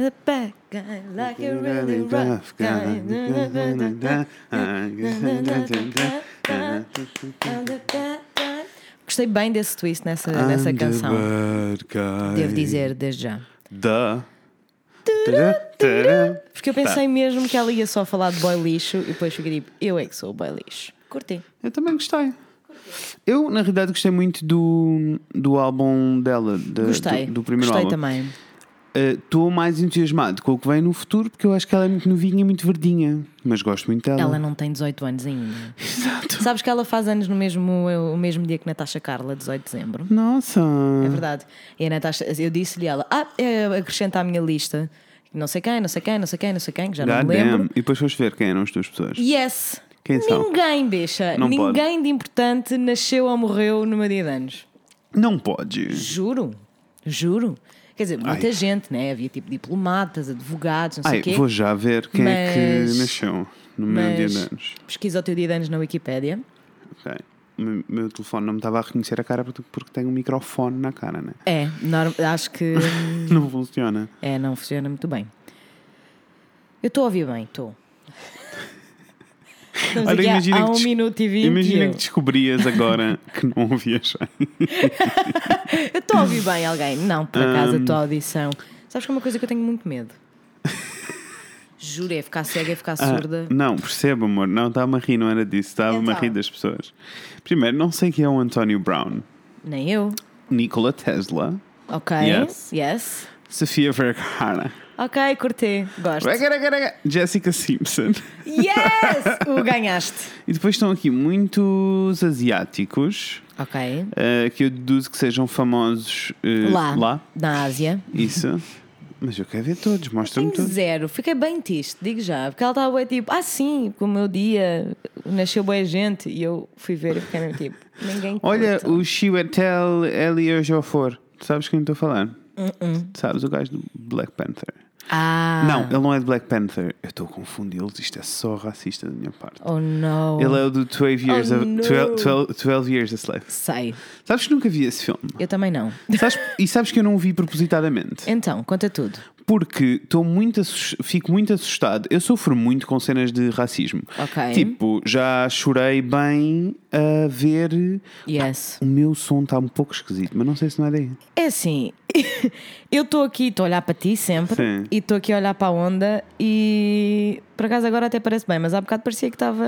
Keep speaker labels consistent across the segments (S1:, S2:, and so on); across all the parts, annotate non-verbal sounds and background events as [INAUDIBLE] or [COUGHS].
S1: The bad guy, like a really rough guy. Na, na, na, na, na, na, na, na, na, na. I'm the bad guy. Gostei bem desse twist nessa, nessa canção. Devo dizer desde já.
S2: Da. Tará,
S1: Porque eu pensei mesmo que ela ia só falar de boy lixo e depois fiquei tipo, eu é que sou o boy lixo. Curti.
S2: Eu também gostei. Eu, na realidade, gostei muito do, do álbum dela, da-
S1: Gostei.
S2: do, do primeiro
S1: Gostei
S2: álbum.
S1: também.
S2: Estou mais entusiasmado com o que vem no futuro, porque eu acho que ela é muito novinha e muito verdinha. Mas gosto muito dela.
S1: Ela é não tem 18 anos ainda. Exato. Sabes que ela faz anos no mesmo, eh, o mesmo dia que Natasha Carla, 18 de dezembro.
S2: Nossa!
S1: É verdade. E a Natasha, eu disse-lhe ela, ah, eh, acrescenta à minha lista. Não sei quem, não sei quem, não sei quem, não sei quem, que já não
S2: God
S1: me lembro.
S2: damn. E depois foste ver quem eram as tuas pessoas.
S1: Yes!
S2: Quem são?
S1: Ninguém, bicha,
S2: Não pode.
S1: ninguém de importante nasceu ou morreu no meu dia de anos.
S2: Não pode.
S1: Juro, juro. Quer dizer, muita
S2: Ai.
S1: gente, né? Havia tipo diplomatas, advogados, não sei
S2: Ai,
S1: o quê.
S2: vou já ver quem é
S1: Mas-
S2: que nasceu no meu
S1: mas
S2: dia de anos.
S1: Pesquisa o teu dia de anos na Wikipédia.
S2: Ok. O meu- meu telefone não me estava a reconhecer a cara porque porque tem um microfone na cara, né?
S1: É, norm- acho
S2: [LAUGHS]
S1: que hum,
S2: Não funciona.
S1: é, não funciona muito bem. Eu estou a ouvir bem,
S2: [LAUGHS]
S1: estou. Estamos
S2: Olha,
S1: aqui há,
S2: imagina
S1: há
S2: que
S1: um
S2: des-
S1: minuto e vinte. e
S2: Imagina
S1: eu-
S2: que
S1: [LAUGHS]
S2: descobrias agora que não ouvias.
S1: Eu estou a ouvir bem alguém. Não, por acaso,
S2: Hum.
S1: a tua audição. Sabes que é uma coisa que eu tenho muito
S2: [LAUGHS]
S1: medo? Juro, é ficar cega, é ficar surda.
S2: Ah, não, percebo, amor. Não, estava-me a rir, não era disso. Estava-me a
S1: Então.
S2: rir das pessoas. Primeiro, não sei quem é o António Brown.
S1: Nem eu.
S2: Nikola Tesla.
S1: Ok.
S2: Yes.
S1: Yes.
S2: Sofia Vergara.
S1: Ok, curti. Gosto.
S2: Jessica Simpson.
S1: Yes! O ganhaste.
S2: E depois estão aqui muitos asiáticos
S1: Ok.
S2: ah, que eu deduzo que sejam famosos ah,
S1: Lá. Na Ásia.
S2: Isso. [LAUGHS] Mas eu quero ver todos, mostra-me
S1: Tenho
S2: todos.
S1: zero. Fiquei bem triste, digo já. Porque ela estava bué tipo, ah, sim, com o meu dia nasceu boa gente. E eu fui ver e fiquei mesmo tipo, ninguém
S2: [LAUGHS] Olha,
S1: curte.
S2: o Chiwetel Ejiofor. Tu sabes quem estou a falar? Sabes o gajo do Black Panther?
S1: Uh-uh. Ah.
S2: Não, ele não é de Black Panther. Eu estou a confundi-los. Isto é só racista da minha parte.
S1: Oh, não.
S2: Ele é o do 12 Years,
S1: Oh,
S2: a,
S1: no.
S2: 12, 12 12 years a Slave.
S1: Sei.
S2: Sabes que nunca vi esse filme?
S1: Eu também não.
S2: Sabes- e sabes que eu não o vi propositadamente?
S1: Então, conta tudo.
S2: Porque estou muito assus- fico muito assustado. Eu sofro muito com cenas de racismo.
S1: Ok.
S2: Tipo, já chorei bem a ver.
S1: Yes.
S2: O meu som está um pouco esquisito, mas não sei se não é daí.
S1: É assim, [LAUGHS] eu estou aqui, estou a olhar para ti sempre
S2: Sim.
S1: e estou aqui a olhar para a onda e por acaso agora até parece bem, mas há bocado parecia que estava.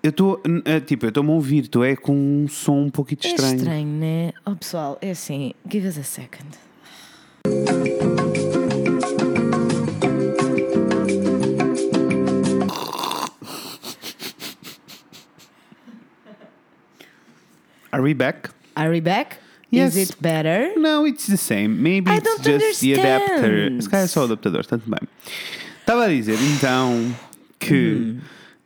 S2: Eu estou, tipo, eu estou-me a ouvir, estou é com um som um pouquinho
S1: É
S2: estranho.
S1: estranho, né? Oh pessoal, é assim, give us a second.
S2: Are we back?
S1: Are we back?
S2: Yes.
S1: Is it better?
S2: No, it's the same. Maybe
S1: I
S2: it's
S1: don't
S2: just the adapter.
S1: understand.
S2: Se calhar é só o adaptador, tanto bem. Estava a dizer então
S1: Uhum.
S2: que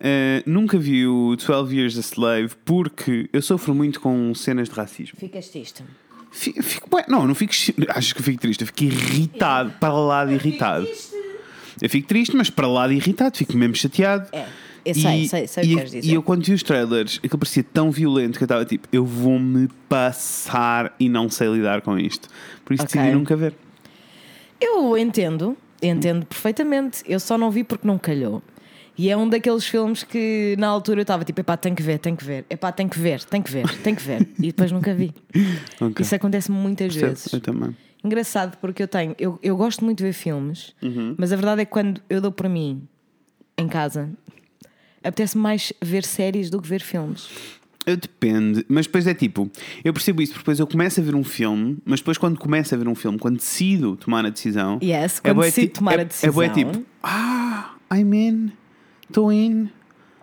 S2: eh, nunca vi o 12 Years a Slave porque eu sofro muito com cenas de racismo.
S1: Ficas triste.
S2: Fico, fico bué- não, não fico. chi- Acho que fico triste, eu fico irritado, para lá de irritado. Eu fico triste, mas para lá de irritado, fico mesmo chateado.
S1: É, eu sei, sei, sei o que
S2: e,
S1: queres dizer.
S2: E eu quando vi os trailers, aquilo parecia tão violento que eu estava tipo, eu vou-me passar e não sei lidar com isto. Por isso
S1: Ok.
S2: decidi nunca ver.
S1: Eu entendo, entendo perfeitamente. Eu só não vi porque não calhou. E é um daqueles filmes que na altura eu estava tipo, epá, tem que ver, tem que ver, epá, tem que ver, tem que ver, tem que ver. E depois nunca vi.
S2: [LAUGHS] Ok.
S1: Isso acontece muitas vezes.
S2: Eu também.
S1: Engraçado porque eu tenho, eu, eu gosto muito de ver filmes,
S2: Uhum.
S1: mas a verdade é que quando eu dou por mim em casa, apetece mais ver séries do que ver filmes.
S2: Eu depende, mas depois é tipo, eu percebo isso, porque depois eu começo a ver um filme, mas depois quando começo a ver um filme, quando decido tomar a decisão,
S1: Yes, quando
S2: bué
S1: decido
S2: ti-
S1: tomar a
S2: é, É bué
S1: decisão.
S2: tipo, ah, I'm in, estou in.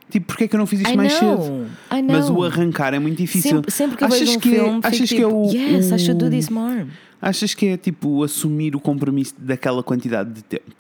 S2: Tipo, porque é que eu não fiz isto
S1: I
S2: mais
S1: know,
S2: cedo?
S1: I know.
S2: Mas o arrancar é muito difícil.
S1: Sempre, sempre que eu
S2: achas
S1: vejo um
S2: que é-
S1: filme,
S2: achas
S1: fico
S2: que
S1: tipo,
S2: é o,
S1: yes,
S2: o,
S1: I should do this more.
S2: Achas que é tipo assumir o compromisso daquela quantidade de tempo?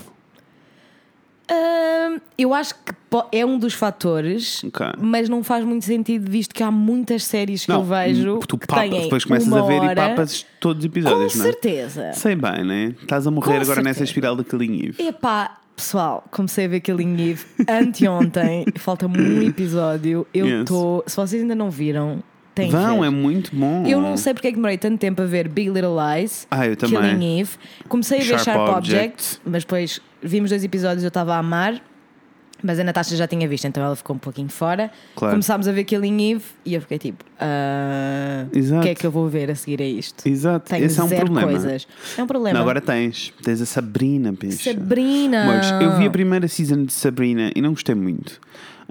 S1: Hum, eu acho que po- é um dos fatores,
S2: Ok.
S1: mas não faz muito sentido visto que há muitas séries que eu vejo
S2: tu
S1: que
S2: papas,
S1: têm
S2: depois começas
S1: uma
S2: a ver
S1: hora,
S2: e papas todos os
S1: Com
S2: episódios, não é?
S1: certeza.
S2: Sei bem, né? Estás a morrer
S1: Com
S2: agora nessa
S1: certeza.
S2: espiral da Killing Eve.
S1: Epá, pessoal, comecei a ver Killing Eve anteontem, [LAUGHS] falta-me um episódio. Eu
S2: Yes.
S1: estou. Se vocês ainda não viram, Tem
S2: Vão,
S1: que ver.
S2: é muito bom.
S1: Eu não sei porque é que demorei tanto tempo a ver Big Little Lies,
S2: Ah, eu também.
S1: Killing Eve. Comecei a ver
S2: Sharp
S1: Sharp,
S2: Objects.
S1: Objects, mas depois vimos dois episódios e eu estava a amar. Mas a Natasha já tinha visto, então ela ficou um pouquinho fora.
S2: Claro.
S1: Começámos a ver Killing Eve e eu fiquei tipo: "Ah,
S2: Exato.
S1: o que é que eu vou ver a seguir a isto?
S2: Exato,
S1: Tenho
S2: esse é um
S1: zero
S2: problema.
S1: coisas. É um problema.
S2: Não, agora tens. Tens a Sabrina, bicho.
S1: Sabrina!
S2: Mas eu vi a primeira season de Sabrina e não gostei muito.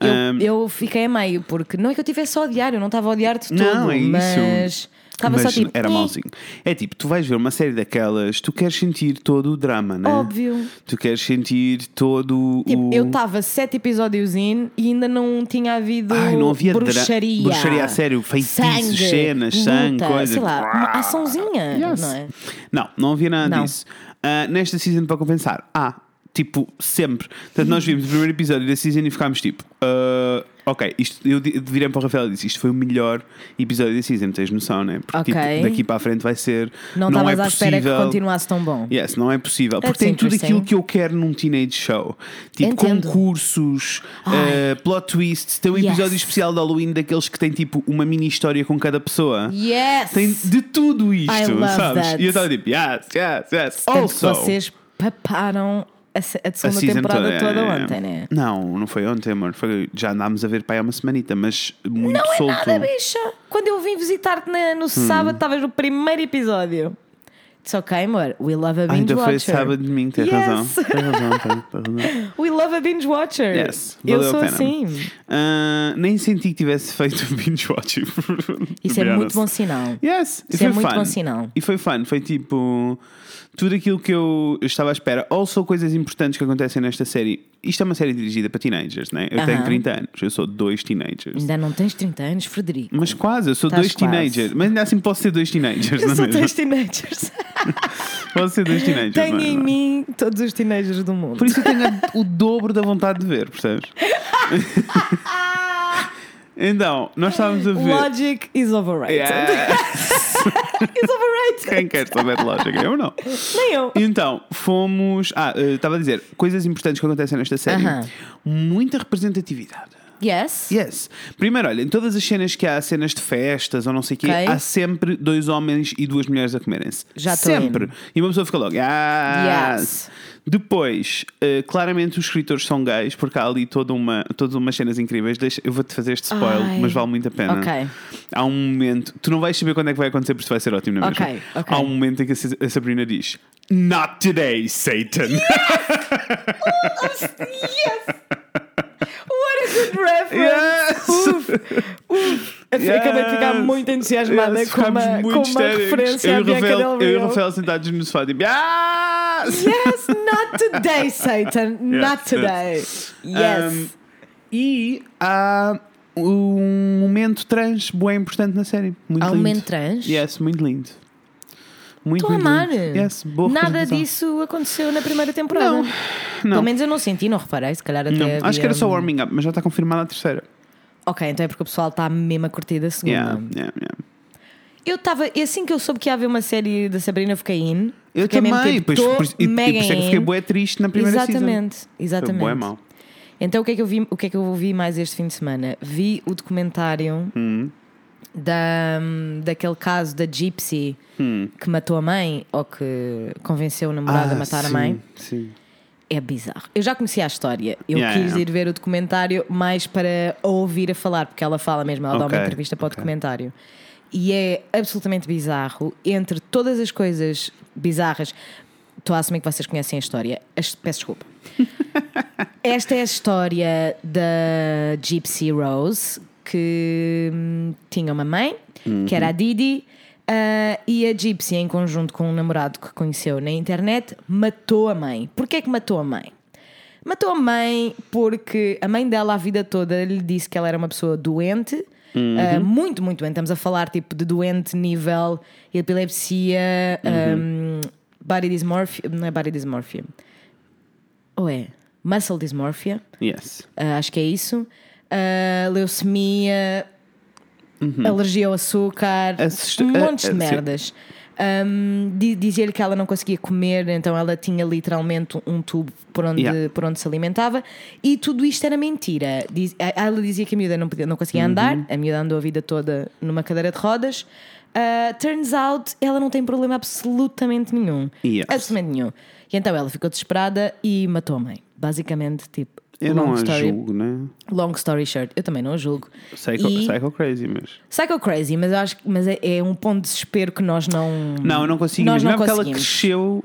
S1: Eu,
S2: Ahm,
S1: eu fiquei a meio, porque não é que eu tivesse a odiar, eu não estava a odiar de tudo,
S2: Não, é isso.
S1: mas estava só
S2: mas
S1: tipo.
S2: Era
S1: "Eh,
S2: mauzinho. É tipo, tu vais ver uma série daquelas, tu queres sentir todo o drama, né?
S1: Óbvio.
S2: Tu queres sentir todo
S1: Tipo,
S2: o.
S1: eu estava sete episódios in e ainda não tinha havido
S2: Ai, não havia dra-
S1: bruxaria.
S2: bruxaria a sério, feitiços, cenas, sangue,
S1: luta,
S2: coisas.
S1: Sei lá, uma açãozinha,
S2: Yes.
S1: não é?
S2: Não, não havia nada
S1: Não.
S2: disso. Ah, nesta season, para compensar, há, tipo, sempre. Portanto, nós vimos o primeiro episódio da season e ficámos tipo, ah, ok, isto, eu di- virei para o Rafael e disse: isto foi o melhor episódio da season, tens noção, né? Porque
S1: Ok.
S2: tipo, daqui para a frente vai ser.
S1: Não
S2: não é
S1: estavas à espera que
S2: possível-
S1: continuasse tão bom.
S2: Yes, não é possível.
S1: That's
S2: Porque tem tudo
S1: interesting.
S2: aquilo que eu quero num teenage show. Tipo
S1: Entendo.
S2: concursos,
S1: Ai.
S2: eh, plot twists. Tem um
S1: Yes.
S2: episódio especial de Halloween daqueles que tem tipo uma mini história com cada pessoa.
S1: Yes!
S2: Tem de tudo isto,
S1: I love
S2: sabes?
S1: that.
S2: E eu estava tipo, yes, yes, yes.
S1: Tanto que
S2: also,
S1: vocês paparam a, se- a
S2: a
S1: segunda
S2: season
S1: temporada
S2: toda,
S1: toda
S2: é-
S1: ontem, né?
S2: Não, não foi ontem, amor. Foi, já andámos a ver para aí há uma semanita, mas muito
S1: Não é
S2: solto. Hmm.
S1: nada, bicha. Quando eu vim visitar-te na- no sábado, estavas no primeiro episódio. It's ok, amor. We love a
S2: Ah,
S1: binge
S2: Ainda foi
S1: watcher.
S2: sábado de mim, tem
S1: Yes.
S2: razão. Tem razão, tem,
S1: [LAUGHS]
S2: tem razão.
S1: We love a binge watcher.
S2: Yes,
S1: eu
S2: valeu a
S1: sou
S2: pena.
S1: assim.
S2: Ah, nem senti que tivesse feito [LAUGHS] um binge watching.
S1: Isso é muito bom sinal.
S2: Yes, e
S1: Isso
S2: foi
S1: é muito
S2: fun.
S1: bom sinal.
S2: E foi fun, foi tipo tudo aquilo que eu estava à espera. Ou são coisas importantes que acontecem nesta série. Isto é uma série dirigida para teenagers, né? Eu tenho
S1: Aham.
S2: 30 anos, eu sou dois teenagers.
S1: Ainda não tens 30 anos, Frederico.
S2: Mas quase, eu sou
S1: Estás
S2: dois
S1: quase.
S2: teenagers. Mas ainda assim posso ser dois
S1: [LAUGHS]
S2: teenagers,
S1: Eu
S2: não é
S1: sou
S2: mesmo?
S1: dois
S2: [LAUGHS]
S1: teenagers.
S2: Posso ser dois teenagers.
S1: Tenho
S2: não é
S1: em
S2: mesmo?
S1: mim todos os teenagers do mundo.
S2: Por isso eu tenho a- o dobro da vontade de
S1: [LAUGHS]
S2: ver, percebes? então, nós estávamos a ver.
S1: Logic is overrated. [LAUGHS] Is overrated.
S2: Quem quer saber de lógica? Eu não.
S1: Nem eu.
S2: Então, fomos. Ah, eh, estava a dizer, coisas importantes que acontecem nesta série.
S1: Aham.
S2: Muita representatividade.
S1: Yes.
S2: Yes. Primeiro, olha, em todas as cenas que há, cenas de festas ou não sei o quê,
S1: Ok.
S2: há sempre dois homens e duas mulheres a comerem-se.
S1: Já tô
S2: Sempre.
S1: in.
S2: E uma pessoa fica logo. Yes.
S1: Yes.
S2: Depois, eh, claramente os escritores são gays, porque há ali toda uma, todas umas cenas incríveis. Deixa- eu vou-te fazer este spoiler,
S1: Ai.
S2: mas vale muito a pena.
S1: Ok.
S2: Há um momento, tu não vais saber quando é que vai acontecer, porque isto vai ser ótimo na mesma.
S1: Ok, ok.
S2: Há um momento em que a Sa- a Sabrina diz: Not today, Satan.
S1: Ah, Yes. What a good reference.
S2: [LAUGHS] Yes.
S1: Uf. Uf. Eu
S2: Yes.
S1: Acabei de ficar muito entusiasmada
S2: Yes,
S1: com uma,
S2: ficámos
S1: com
S2: muito
S1: uma
S2: histéricos.
S1: referência
S2: eu
S1: à
S2: e o
S1: Bianca
S2: Rafael,
S1: Del
S2: Eu e o
S1: Rio.
S2: Rafael sentados no sofá, tipo, yes!
S1: Yes, not today,
S2: [LAUGHS]
S1: Satan. Not
S2: Yes,
S1: today. Yes.
S2: Um, e há um momento trans bem importante na série. Muito
S1: Há um
S2: lindo.
S1: momento trans?
S2: Yes, muito lindo. Muito,
S1: Estou a
S2: muito
S1: amar.
S2: lindo. Yes, boa
S1: Nada
S2: representação.
S1: disso aconteceu na primeira temporada.
S2: Não,
S1: Pelo menos eu não senti, não reparei. Se calhar até.
S2: Não,
S1: havia- um-
S2: acho que era só warming up, mas já está confirmada a terceira.
S1: Ok, então é porque o pessoal está mesmo a curtir da segunda.
S2: Yeah, yeah, yeah.
S1: Eu estava. e Assim que eu soube que ia haver uma série da Sabrina, eu fiquei in.
S2: Eu
S1: Fiquei mesmo
S2: também,
S1: tipo,
S2: pois,
S1: tô
S2: por, isso- e, e por
S1: mega
S2: isso é que
S1: in.
S2: fiquei bué triste na primeira
S1: Exatamente,
S2: season.
S1: exatamente.
S2: Foi bué mau.
S1: Então o que é que eu vi, o que é que eu ouvi mais este fim de semana? Vi o documentário
S2: Hum.
S1: da, daquele caso da Gypsy
S2: Hum.
S1: que matou a mãe ou que convenceu o namorado a matar
S2: Ah, sim,
S1: a mãe.
S2: Sim.
S1: É bizarro. Eu já conhecia a história. Eu
S2: Yeah,
S1: quis
S2: yeah.
S1: ir ver o documentário mais para a ouvir a falar, porque ela fala mesmo, ela dá
S2: Ok,
S1: uma entrevista para
S2: ok.
S1: o documentário. E é absolutamente bizarro. Entre todas as coisas bizarras, estou a assumir que vocês conhecem a história. As- Peço desculpa. Esta é a história da Gypsy Rose, que hum, tinha uma mãe, que era a Didi, ah, e a Gypsy, em conjunto com um namorado que conheceu na internet, matou a mãe. Porquê é que matou a mãe? Matou a mãe porque a mãe dela a vida toda lhe disse que ela era uma pessoa doente, ah, muito, muito doente. Estamos a falar tipo de doente nível epilepsia, hum, body dysmorphia, não é body dysmorphia, ou é muscle dysmorphia,
S2: Yes.
S1: ah, acho que é isso, ah, leucemia, alergia ao açúcar,
S2: Assusta-
S1: um monte
S2: ah, ah,
S1: de merdas. Um, di- Dizia-lhe que ela não conseguia comer, então ela tinha literalmente um tubo por onde,
S2: Yeah.
S1: por onde se alimentava. E tudo isto era mentira. Diz- a- ela dizia que a miúda não, podia, não conseguia
S2: Uhum.
S1: andar, a miúda andou a vida toda numa cadeira de rodas. Uh, turns out, ela não tem problema absolutamente nenhum.
S2: Yes.
S1: Absolutamente nenhum. E então ela ficou desesperada e matou a mãe. Basicamente, tipo,
S2: Eu
S1: long,
S2: não a
S1: story,
S2: julgo, né?
S1: long story short. Eu também não a julgo.
S2: Psycho,
S1: E-
S2: psycho crazy, mas.
S1: Psycho Crazy, mas eu acho que mas é, é um ponto de desespero que nós não.
S2: Não, eu não consigo
S1: Nós
S2: mesmo.
S1: não
S2: é porque ela
S1: conseguimos.
S2: cresceu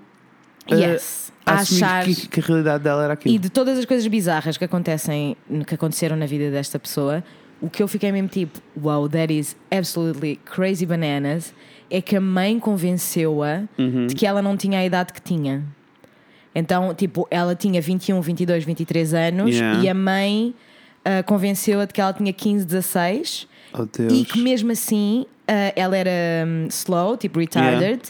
S2: uh,
S1: Yes.
S2: a
S1: A
S2: assumir
S1: achar.
S2: que, que a realidade dela era aquilo.
S1: E de todas as coisas bizarras que acontecem, que aconteceram na vida desta pessoa, o que eu fiquei mesmo tipo, wow, that is absolutely crazy bananas, é que a mãe convenceu-a
S2: Uhum.
S1: de que ela não tinha a idade que tinha. Então, tipo, ela tinha 21, 22, 23 anos
S2: Yeah.
S1: e a mãe ah, convenceu-a de que ela tinha 15, 16
S2: Oh Deus.
S1: E que mesmo assim ah, ela era hum, slow, tipo retarded.
S2: Yeah.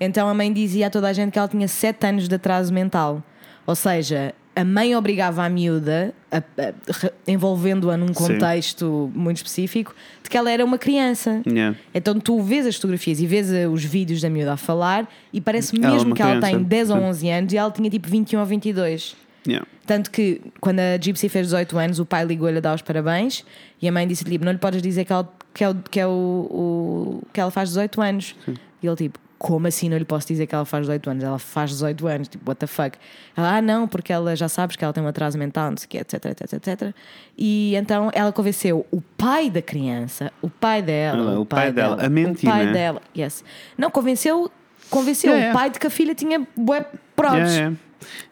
S1: Então a mãe dizia a toda a gente que ela tinha 7 anos de atraso mental. Ou seja, a mãe obrigava a miúda, a- a- re- envolvendo-a num contexto muito específico, de que ela era uma criança.
S2: Yeah.
S1: Então tu vês as fotografias e vês ah, os vídeos da miúda a falar e parece
S2: Ela é
S1: mesmo
S2: uma
S1: que ela
S2: criança.
S1: tem 10 ou
S2: Sim.
S1: 11 anos e ela tinha tipo 21 ou 22.
S2: Yeah.
S1: Tanto que quando a Gypsy fez 18 anos, o pai ligou-lhe a dar os parabéns e a mãe disse-lhe: tipo, Não lhe podes dizer que ela, que é, o- que é o, o- que ela faz 18 anos. E ele tipo: Como assim não lhe posso dizer que ela faz 18 anos? Ela faz 18 anos, tipo, what the fuck? Ela, ah, não, porque ela já sabes que ela tem um atraso mental, não sei o quê, etc, etc, etc. E então ela convenceu o pai da criança, o pai dela,
S2: Ah,
S1: o, pai, dela,
S2: a mentir,
S1: o pai
S2: né?
S1: dela, yes. Não, convenceu, convenceu
S2: Yeah,
S1: o
S2: yeah.
S1: pai de que a filha tinha bué props.
S2: Yeah, yeah.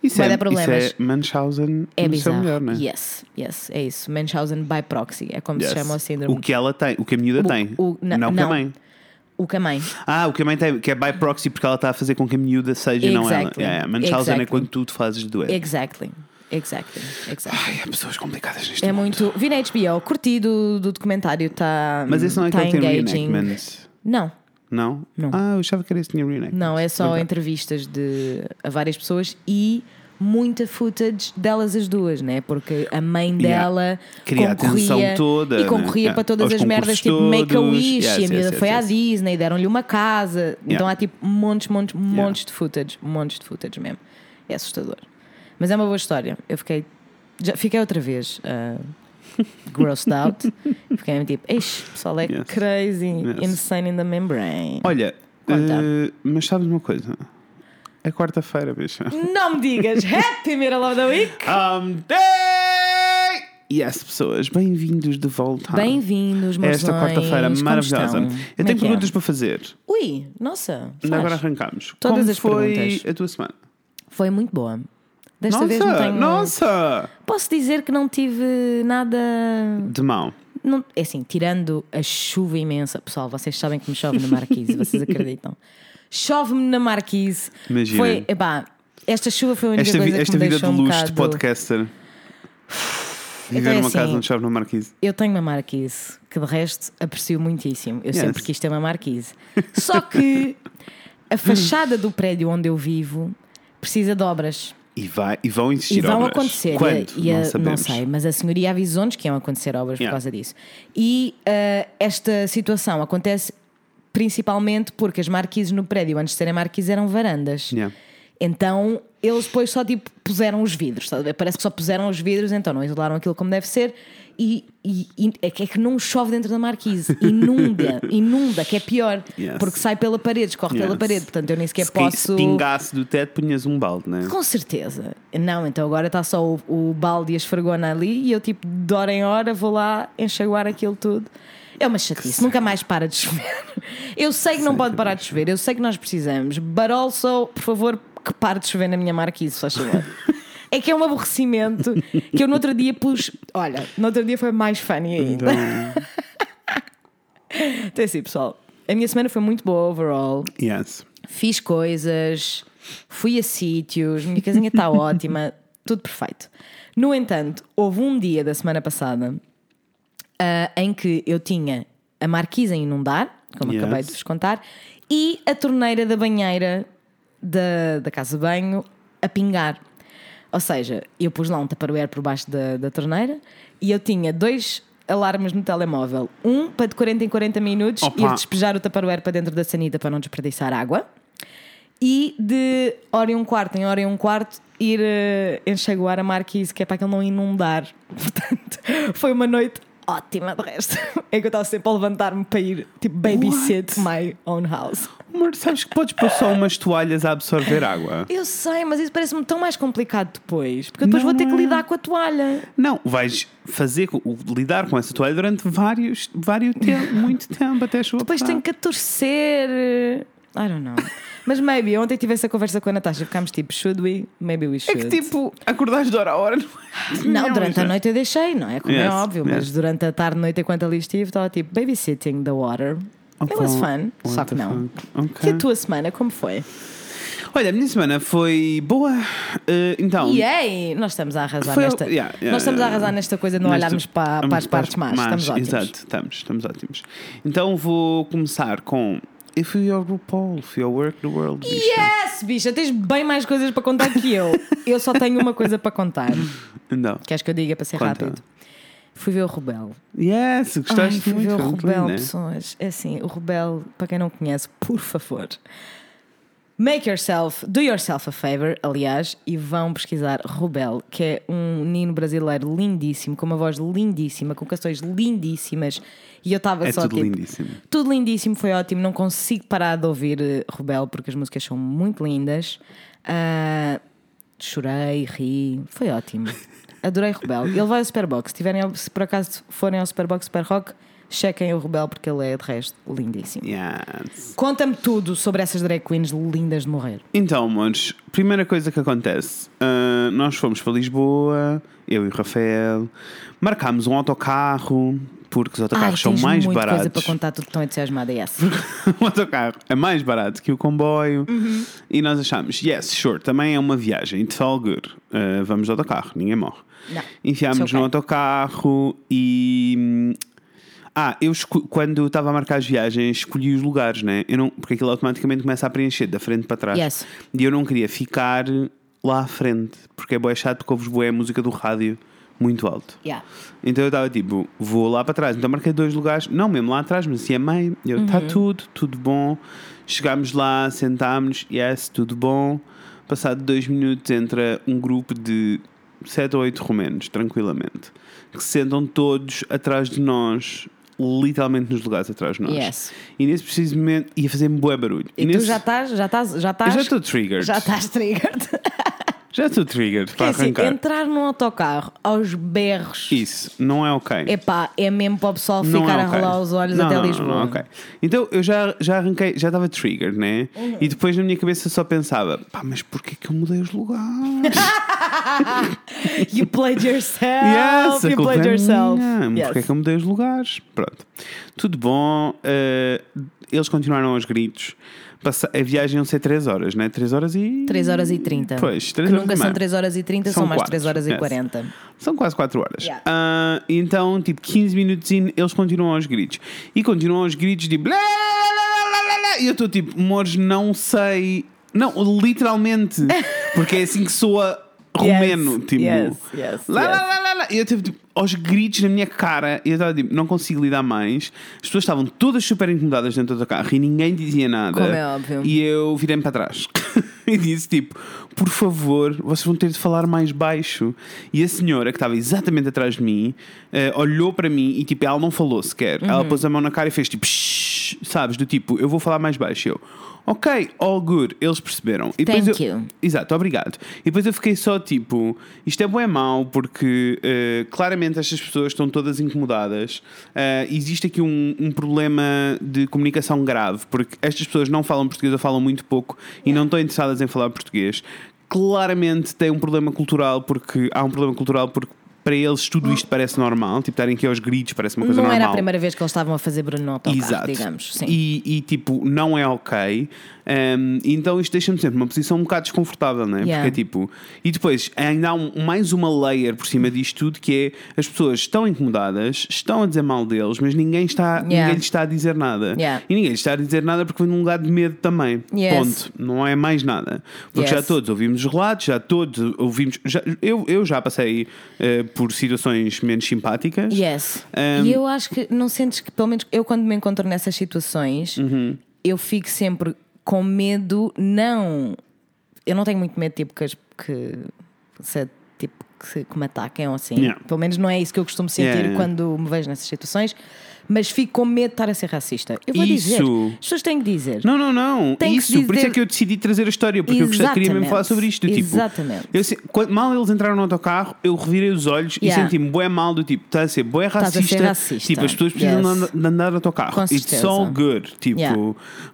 S2: Isso,
S1: Bué
S2: é,
S1: de
S2: isso
S1: problemas.
S2: é Munchausen
S1: É
S2: no seu
S1: bizarro.
S2: melhor, né?
S1: Yes, yes, é isso. Munchausen by proxy, é como
S2: Yes.
S1: se chama o síndrome.
S2: O que ela tem, o que a miúda
S1: O-
S2: tem.
S1: o- na-
S2: não, o que a
S1: não.
S2: mãe.
S1: O que a mãe.
S2: Ah, o que a mãe tem, que é by proxy, porque ela está a fazer com que a miúda seja e não ela.
S1: Exactly.
S2: Yeah, yeah. Munchausen é
S1: Exactly.
S2: quando tu te fazes doer.
S1: Exactly. Exactly. Exactly.
S2: Ai, há pessoas complicadas neste
S1: É
S2: mundo.
S1: muito. Vi na HBO, curti do, do documentário, está.
S2: Mas esse não é
S1: tá
S2: aquele que tem
S1: engaging.
S2: reenactments.
S1: Não,
S2: Não?
S1: Não.
S2: Ah, eu achava que era esse que tinha reenactments.
S1: não, é só
S2: Ok.
S1: entrevistas de, a várias pessoas e muita footage delas as duas, né? Porque a mãe
S2: Yeah.
S1: dela
S2: Cria a
S1: concorria
S2: atenção toda,
S1: e concorria
S2: né? Yeah.
S1: para todas
S2: Aos
S1: as merdas,
S2: concursos
S1: tipo
S2: todos.
S1: Make a Wish,
S2: Yes,
S1: e a
S2: yes,
S1: miúda
S2: yes,
S1: foi à
S2: yes.
S1: Disney, deram-lhe uma casa. Então há tipo montes, montes, montes de footage, montes de footage mesmo. É assustador. Mas é uma boa história. Eu fiquei já fiquei outra vez
S2: [LAUGHS]
S1: ah, grossed out. Fiquei mesmo tipo, eixe, o pessoal é
S2: Yes.
S1: crazy,
S2: Yes.
S1: insane in the membrane.
S2: Olha,
S1: Conta.
S2: eh, mas sabes uma coisa? É
S1: [LAUGHS]
S2: quarta-feira, bicha.
S1: Não me digas, [LAUGHS] happy middle of the week!
S2: Um day! Yes, pessoas, bem-vindos de volta.
S1: Ah. Bem-vindos,
S2: a
S1: meus
S2: esta
S1: mães.
S2: quarta-feira
S1: Como
S2: maravilhosa.
S1: estão?
S2: Eu
S1: Como é
S2: tenho
S1: que é?
S2: perguntas para fazer.
S1: Ui, nossa, faz.
S2: Agora arrancamos.
S1: Todas
S2: Como
S1: as
S2: foi
S1: perguntas.
S2: a tua semana?
S1: foi muito boa. Desta
S2: nossa,
S1: vez não tenho.
S2: nossa!
S1: Posso dizer que não tive nada.
S2: De mão.
S1: Não, é assim, tirando a chuva imensa, pessoal, vocês sabem que me chove na Marquise,
S2: [LAUGHS]
S1: vocês acreditam? Chove-me na Marquise.
S2: Imaginem.
S1: Foi, epá, esta chuva foi a única
S2: Esta, vi-
S1: coisa que
S2: esta
S1: me
S2: vida de
S1: deixou um
S2: luxo
S1: bocado...
S2: de podcaster. Viver
S1: é
S2: numa casa
S1: assim.
S2: onde chove no Marquise.
S1: Eu tenho uma marquise que de resto aprecio muitíssimo. Eu sempre quis ter uma marquise. Só que a
S2: [LAUGHS]
S1: fachada do prédio onde eu vivo precisa de obras.
S2: E, vai, e vão existir
S1: E vão
S2: obras.
S1: acontecer.
S2: Quando?
S1: E a-
S2: não
S1: não
S2: sabemos.
S1: sei, mas a senhoria avisou-nos que iam acontecer obras
S2: Yeah.
S1: por causa disso. E ah, esta situação acontece principalmente porque as marquises no prédio, antes de serem marquises, eram varandas.
S2: Yeah.
S1: Então eles depois só tipo puseram os vidros, estás a ver? parece que só puseram os vidros, então não isolaram aquilo como deve ser. E, e- e é, que, é que não chove dentro da marquise, inunda, [LAUGHS] inunda, que é pior,
S2: Yes.
S1: porque sai pela parede, escorre pela
S2: Yes.
S1: parede, portanto eu nem sequer
S2: Se, que- se
S1: posso.
S2: pingasse do teto, punhas um balde, né?
S1: Com certeza. Não, então agora está só o, o balde e a esfregona ali e eu, tipo, de hora em hora vou lá enxaguar aquilo tudo. É uma chatice, nunca mais para de chover. [LAUGHS] Eu sei que não pode parar de chover, eu sei que nós precisamos, but also, por favor, que pare de chover na minha marquise, se faz [LAUGHS] favor. É que é um aborrecimento que eu no outro dia pus. Olha, no outro dia foi mais funny ainda.
S2: [LAUGHS] Então,
S1: Então é assim, pessoal. A minha semana foi muito boa overall.
S2: yes.
S1: fiz coisas, fui a sítios, minha casinha
S2: [LAUGHS]
S1: está ótima, tudo perfeito. No entanto, houve um dia da semana passada ah, em que eu tinha a marquise a inundar, como
S2: Yes.
S1: acabei de vos contar, e a torneira da banheira da, da casa de banho a pingar. Ou seja, eu pus lá um tupperware por baixo da, da torneira e eu tinha dois alarmes no telemóvel. Um para de 40 em 40 minutos
S2: Opa.
S1: ir despejar o Tupperware para dentro da sanita para não desperdiçar água. E de hora e um quarto em hora e um quarto ir eh, enxaguar a marquise, que é para aquele não inundar. [LAUGHS] Portanto, foi uma noite ótima de resto. É que eu estava sempre a levantar-me para ir tipo babysit my own house.
S2: Amor, sabes que podes pôr só umas toalhas a absorver água?
S1: Eu sei, mas isso parece-me tão mais complicado depois, porque eu depois
S2: Não
S1: vou ter que
S2: é.
S1: lidar com a toalha.
S2: Não, vais fazer com- o- lidar com essa toalha durante vários, vários tempo, muito tempo até chover.
S1: Depois tenho que a torcer. eh, I [LAUGHS] don't know. Mas maybe, ontem tive essa conversa com a Natasha, ficámos tipo, should we? Maybe we
S2: É
S1: should.
S2: que tipo, acordares de hora a hora, não é?
S1: Não, durante a noite eu deixei, não é? Como é
S2: Yes,
S1: óbvio,
S2: yes.
S1: mas durante a tarde, noite, enquanto ali estive, estava tipo babysitting the water.
S2: Oh,
S1: It was é fun, só que não. E
S2: Ok.
S1: a tua semana, como foi?
S2: Olha, a minha semana foi boa. Eh, então,
S1: E aí, nós estamos a arrasar
S2: Foi-
S1: nesta.
S2: yeah, yeah,
S1: nós estamos a
S2: yeah.
S1: arrasar nesta coisa de não
S2: Neste-
S1: olharmos para, para as partes más. Estamos ótimos.
S2: Exato, estamos, estamos ótimos. Então vou começar com. Eu fui ao RuPaul, fui ao Work the World. bicha.
S1: Yes, bicha, tens bem mais coisas para contar que eu. eu só tenho uma coisa para contar.
S2: Então,
S1: Queres que eu diga para ser
S2: Conta.
S1: rápido? Fui ver o Rebel.
S2: yes,
S1: Ai,
S2: gostaste
S1: fui
S2: muito.
S1: ver o
S2: foi muito
S1: Rebel,
S2: lindo, né?
S1: pessoas. É assim, o Rebel, para quem não conhece, por favor. Make yourself, do yourself a favor, aliás, e vão pesquisar Rebel, que é um menino brasileiro lindíssimo, com uma voz lindíssima, com canções lindíssimas. E eu estava
S2: É
S1: só
S2: tudo
S1: tipo,
S2: lindíssimo.
S1: tudo lindíssimo, foi ótimo. Não consigo parar de ouvir eh, Rebel porque as músicas são muito lindas. Ah, chorei, ri, foi
S2: [LAUGHS]
S1: ótimo. Adorei Rebel. Ele vai ao Superbox. Se, tiverem, ao- se por acaso forem ao Superbox Super Rock, chequem o Rebel porque ele é de resto lindíssimo.
S2: Yes.
S1: Conta-me tudo sobre essas drag queens lindas de morrer.
S2: Então, amores, primeira coisa que acontece. ah, nós fomos para Lisboa, eu e o Rafael, marcámos um autocarro, porque os
S1: Ai,
S2: autocarros são
S1: tens
S2: mais
S1: muita
S2: baratos.
S1: coisa para contar, tudo tão entusiasmada é essa.
S2: [LAUGHS] o autocarro é mais barato que o comboio.
S1: Uhum.
S2: E nós achámos, yes, sure, também é uma viagem. It's all good. Uh, vamos de autocarro, ninguém morre.
S1: Não,
S2: Enfiámos
S1: it's okay.
S2: no autocarro e. hum, Ah, eu esco- quando estava a marcar as viagens, escolhi os lugares, né? Eu não... Porque aquilo automaticamente começa a preencher da frente para trás.
S1: Yes.
S2: E eu não queria ficar lá à frente, porque é boé chato, porque ouves boé a música do rádio muito alto. [LAUGHS]
S1: Yeah.
S2: Então eu estava tipo, vou lá para trás. Então marquei dois lugares, não mesmo lá atrás, mas assim a meio. Eu,
S1: Uhum.
S2: está tudo, tudo bom. Chegámos lá, sentámos-nos, yes, tudo bom. Passado dois minutos entra um grupo de sete ou oito romenos, tranquilamente, que se sentam todos atrás de nós, literalmente nos lugares atrás de nós.
S1: Yes.
S2: E nesse preciso momento ia fazer-me bué barulho.
S1: E tu
S2: nesse-
S1: já estás, já estás, já
S2: Eu
S1: estás.
S2: já estou triggered.
S1: já tá- assim, estás triggered. [LAUGHS]
S2: Já estou triggered para
S1: Quer dizer,
S2: arrancar.
S1: entrar num autocarro aos berros.
S2: Isso, não é ok.
S1: Epá, é mesmo para o pessoal
S2: Não
S1: ficar
S2: é
S1: a
S2: ok.
S1: rolar os olhos
S2: Não,
S1: até
S2: não, não,
S1: Lisboa.
S2: não, ok. Então eu já, já arranquei, já estava triggered, né? E depois na minha cabeça só pensava, pá, mas porquê que eu mudei os lugares?
S1: You played yourself.
S2: yes, a
S1: you
S2: culpa
S1: played
S2: é
S1: yourself.
S2: minha. Porquê
S1: Yes.
S2: que eu mudei os lugares? Pronto. Tudo bom. eh, eles continuaram aos gritos. Passa- a viagem iam ser 3 horas, né? 3 horas e.
S1: 3 horas e 30.
S2: Pois, 3
S1: que
S2: horas
S1: nunca
S2: e
S1: são
S2: meia.
S1: 3 horas e 30, são,
S2: São
S1: mais
S2: quatro,
S1: 3 horas e
S2: yes.
S1: 40.
S2: São quase 4 horas.
S1: Yeah.
S2: Ah, então, tipo, 15 minutos in, eles continuam aos gritos. E continuam aos gritos, tipo. "Lá, lá, lá, lá, lá, lá", E eu estou tipo, mores, não sei. Não,
S1: [LAUGHS]
S2: literalmente. Porque é assim que soa romeno.
S1: Yes,
S2: tipo.
S1: yes, yes,
S2: lá,
S1: yes.
S2: lá, lá, lá, lá. E eu tive tipo, aos gritos na minha cara. E eu estava tipo, não consigo lidar mais. As pessoas estavam todas super incomodadas dentro do carro e ninguém dizia nada.
S1: Como é óbvio.
S2: E eu virei-me para trás [LAUGHS] e disse tipo, por favor, vocês vão ter de falar mais baixo. E a senhora que estava exatamente atrás de mim eh, olhou para mim e tipo, ela não falou sequer. Ela
S1: Uhum.
S2: pôs a mão na cara e fez tipo, "Shh", sabes, do tipo, eu vou falar mais baixo. Eu, ok, all good, eles perceberam. E depois
S1: Thank
S2: eu-
S1: you.
S2: Exato, obrigado. E depois eu fiquei só tipo, isto é bom é mau, porque eh, claramente estas pessoas estão todas incomodadas. Eh, existe aqui um, um problema de comunicação grave, porque estas pessoas não falam português ou falam muito pouco e não estão interessadas em falar português. Claramente tem um problema cultural, porque há um problema cultural porque para eles tudo isto parece normal, tipo estarem aqui aos gritos parece uma coisa
S1: Não
S2: normal.
S1: era a primeira vez que eles estavam a fazer Bruno no autocarro,
S2: Exato.
S1: digamos. Sim.
S2: E, e, tipo, não é ok. Um, então isto deixa-me sempre numa posição um bocado desconfortável, não é?
S1: Yeah.
S2: Porque é tipo. E depois ainda há um- mais uma layer por cima disto tudo que é as pessoas estão incomodadas, estão a dizer mal deles, mas ninguém, está, ninguém lhes está a dizer nada.
S1: Yeah.
S2: E ninguém lhes está a dizer nada porque vem de um lugar de medo também.
S1: Yes.
S2: Ponto. Não é mais nada. Porque
S1: Yes.
S2: já todos ouvimos os relatos, já todos ouvimos. já- eu, eu já passei eh, por situações menos simpáticas.
S1: Yes.
S2: Um,
S1: e eu acho que não sentes que, pelo menos eu, quando me encontro nessas situações,
S2: Uhum.
S1: eu fico sempre com medo, não. Eu não tenho muito medo, tipo, que, as- que se, tipo, que, se- que me ataquem ou assim.
S2: Yeah.
S1: Pelo menos não é isso que eu costumo sentir
S2: Yeah, yeah.
S1: quando me vejo nessas situações, mas fico com medo de estar a ser racista. Eu vou dizer,
S2: Isso.
S1: as pessoas têm que dizer.
S2: Não, não, não.
S1: Tem que
S2: isso,
S1: se
S2: por isso é
S1: dizer-
S2: que eu decidi trazer a história, porque eu gostava, queria mesmo
S1: Exatamente.
S2: falar sobre isto. do Tipo,
S1: Exatamente.
S2: Eu, se- quando, mal eles entraram no autocarro, eu revirei os olhos
S1: Yeah. Tá
S2: e senti-me bué mal do tipo, estás a ser bué
S1: a ser
S2: racista.
S1: racista.
S2: Tipo, as pessoas precisam
S1: Yes.
S2: de andar- de andar de autocarro.
S1: Com
S2: It's
S1: certeza.
S2: all good. Tipo,
S1: Yeah.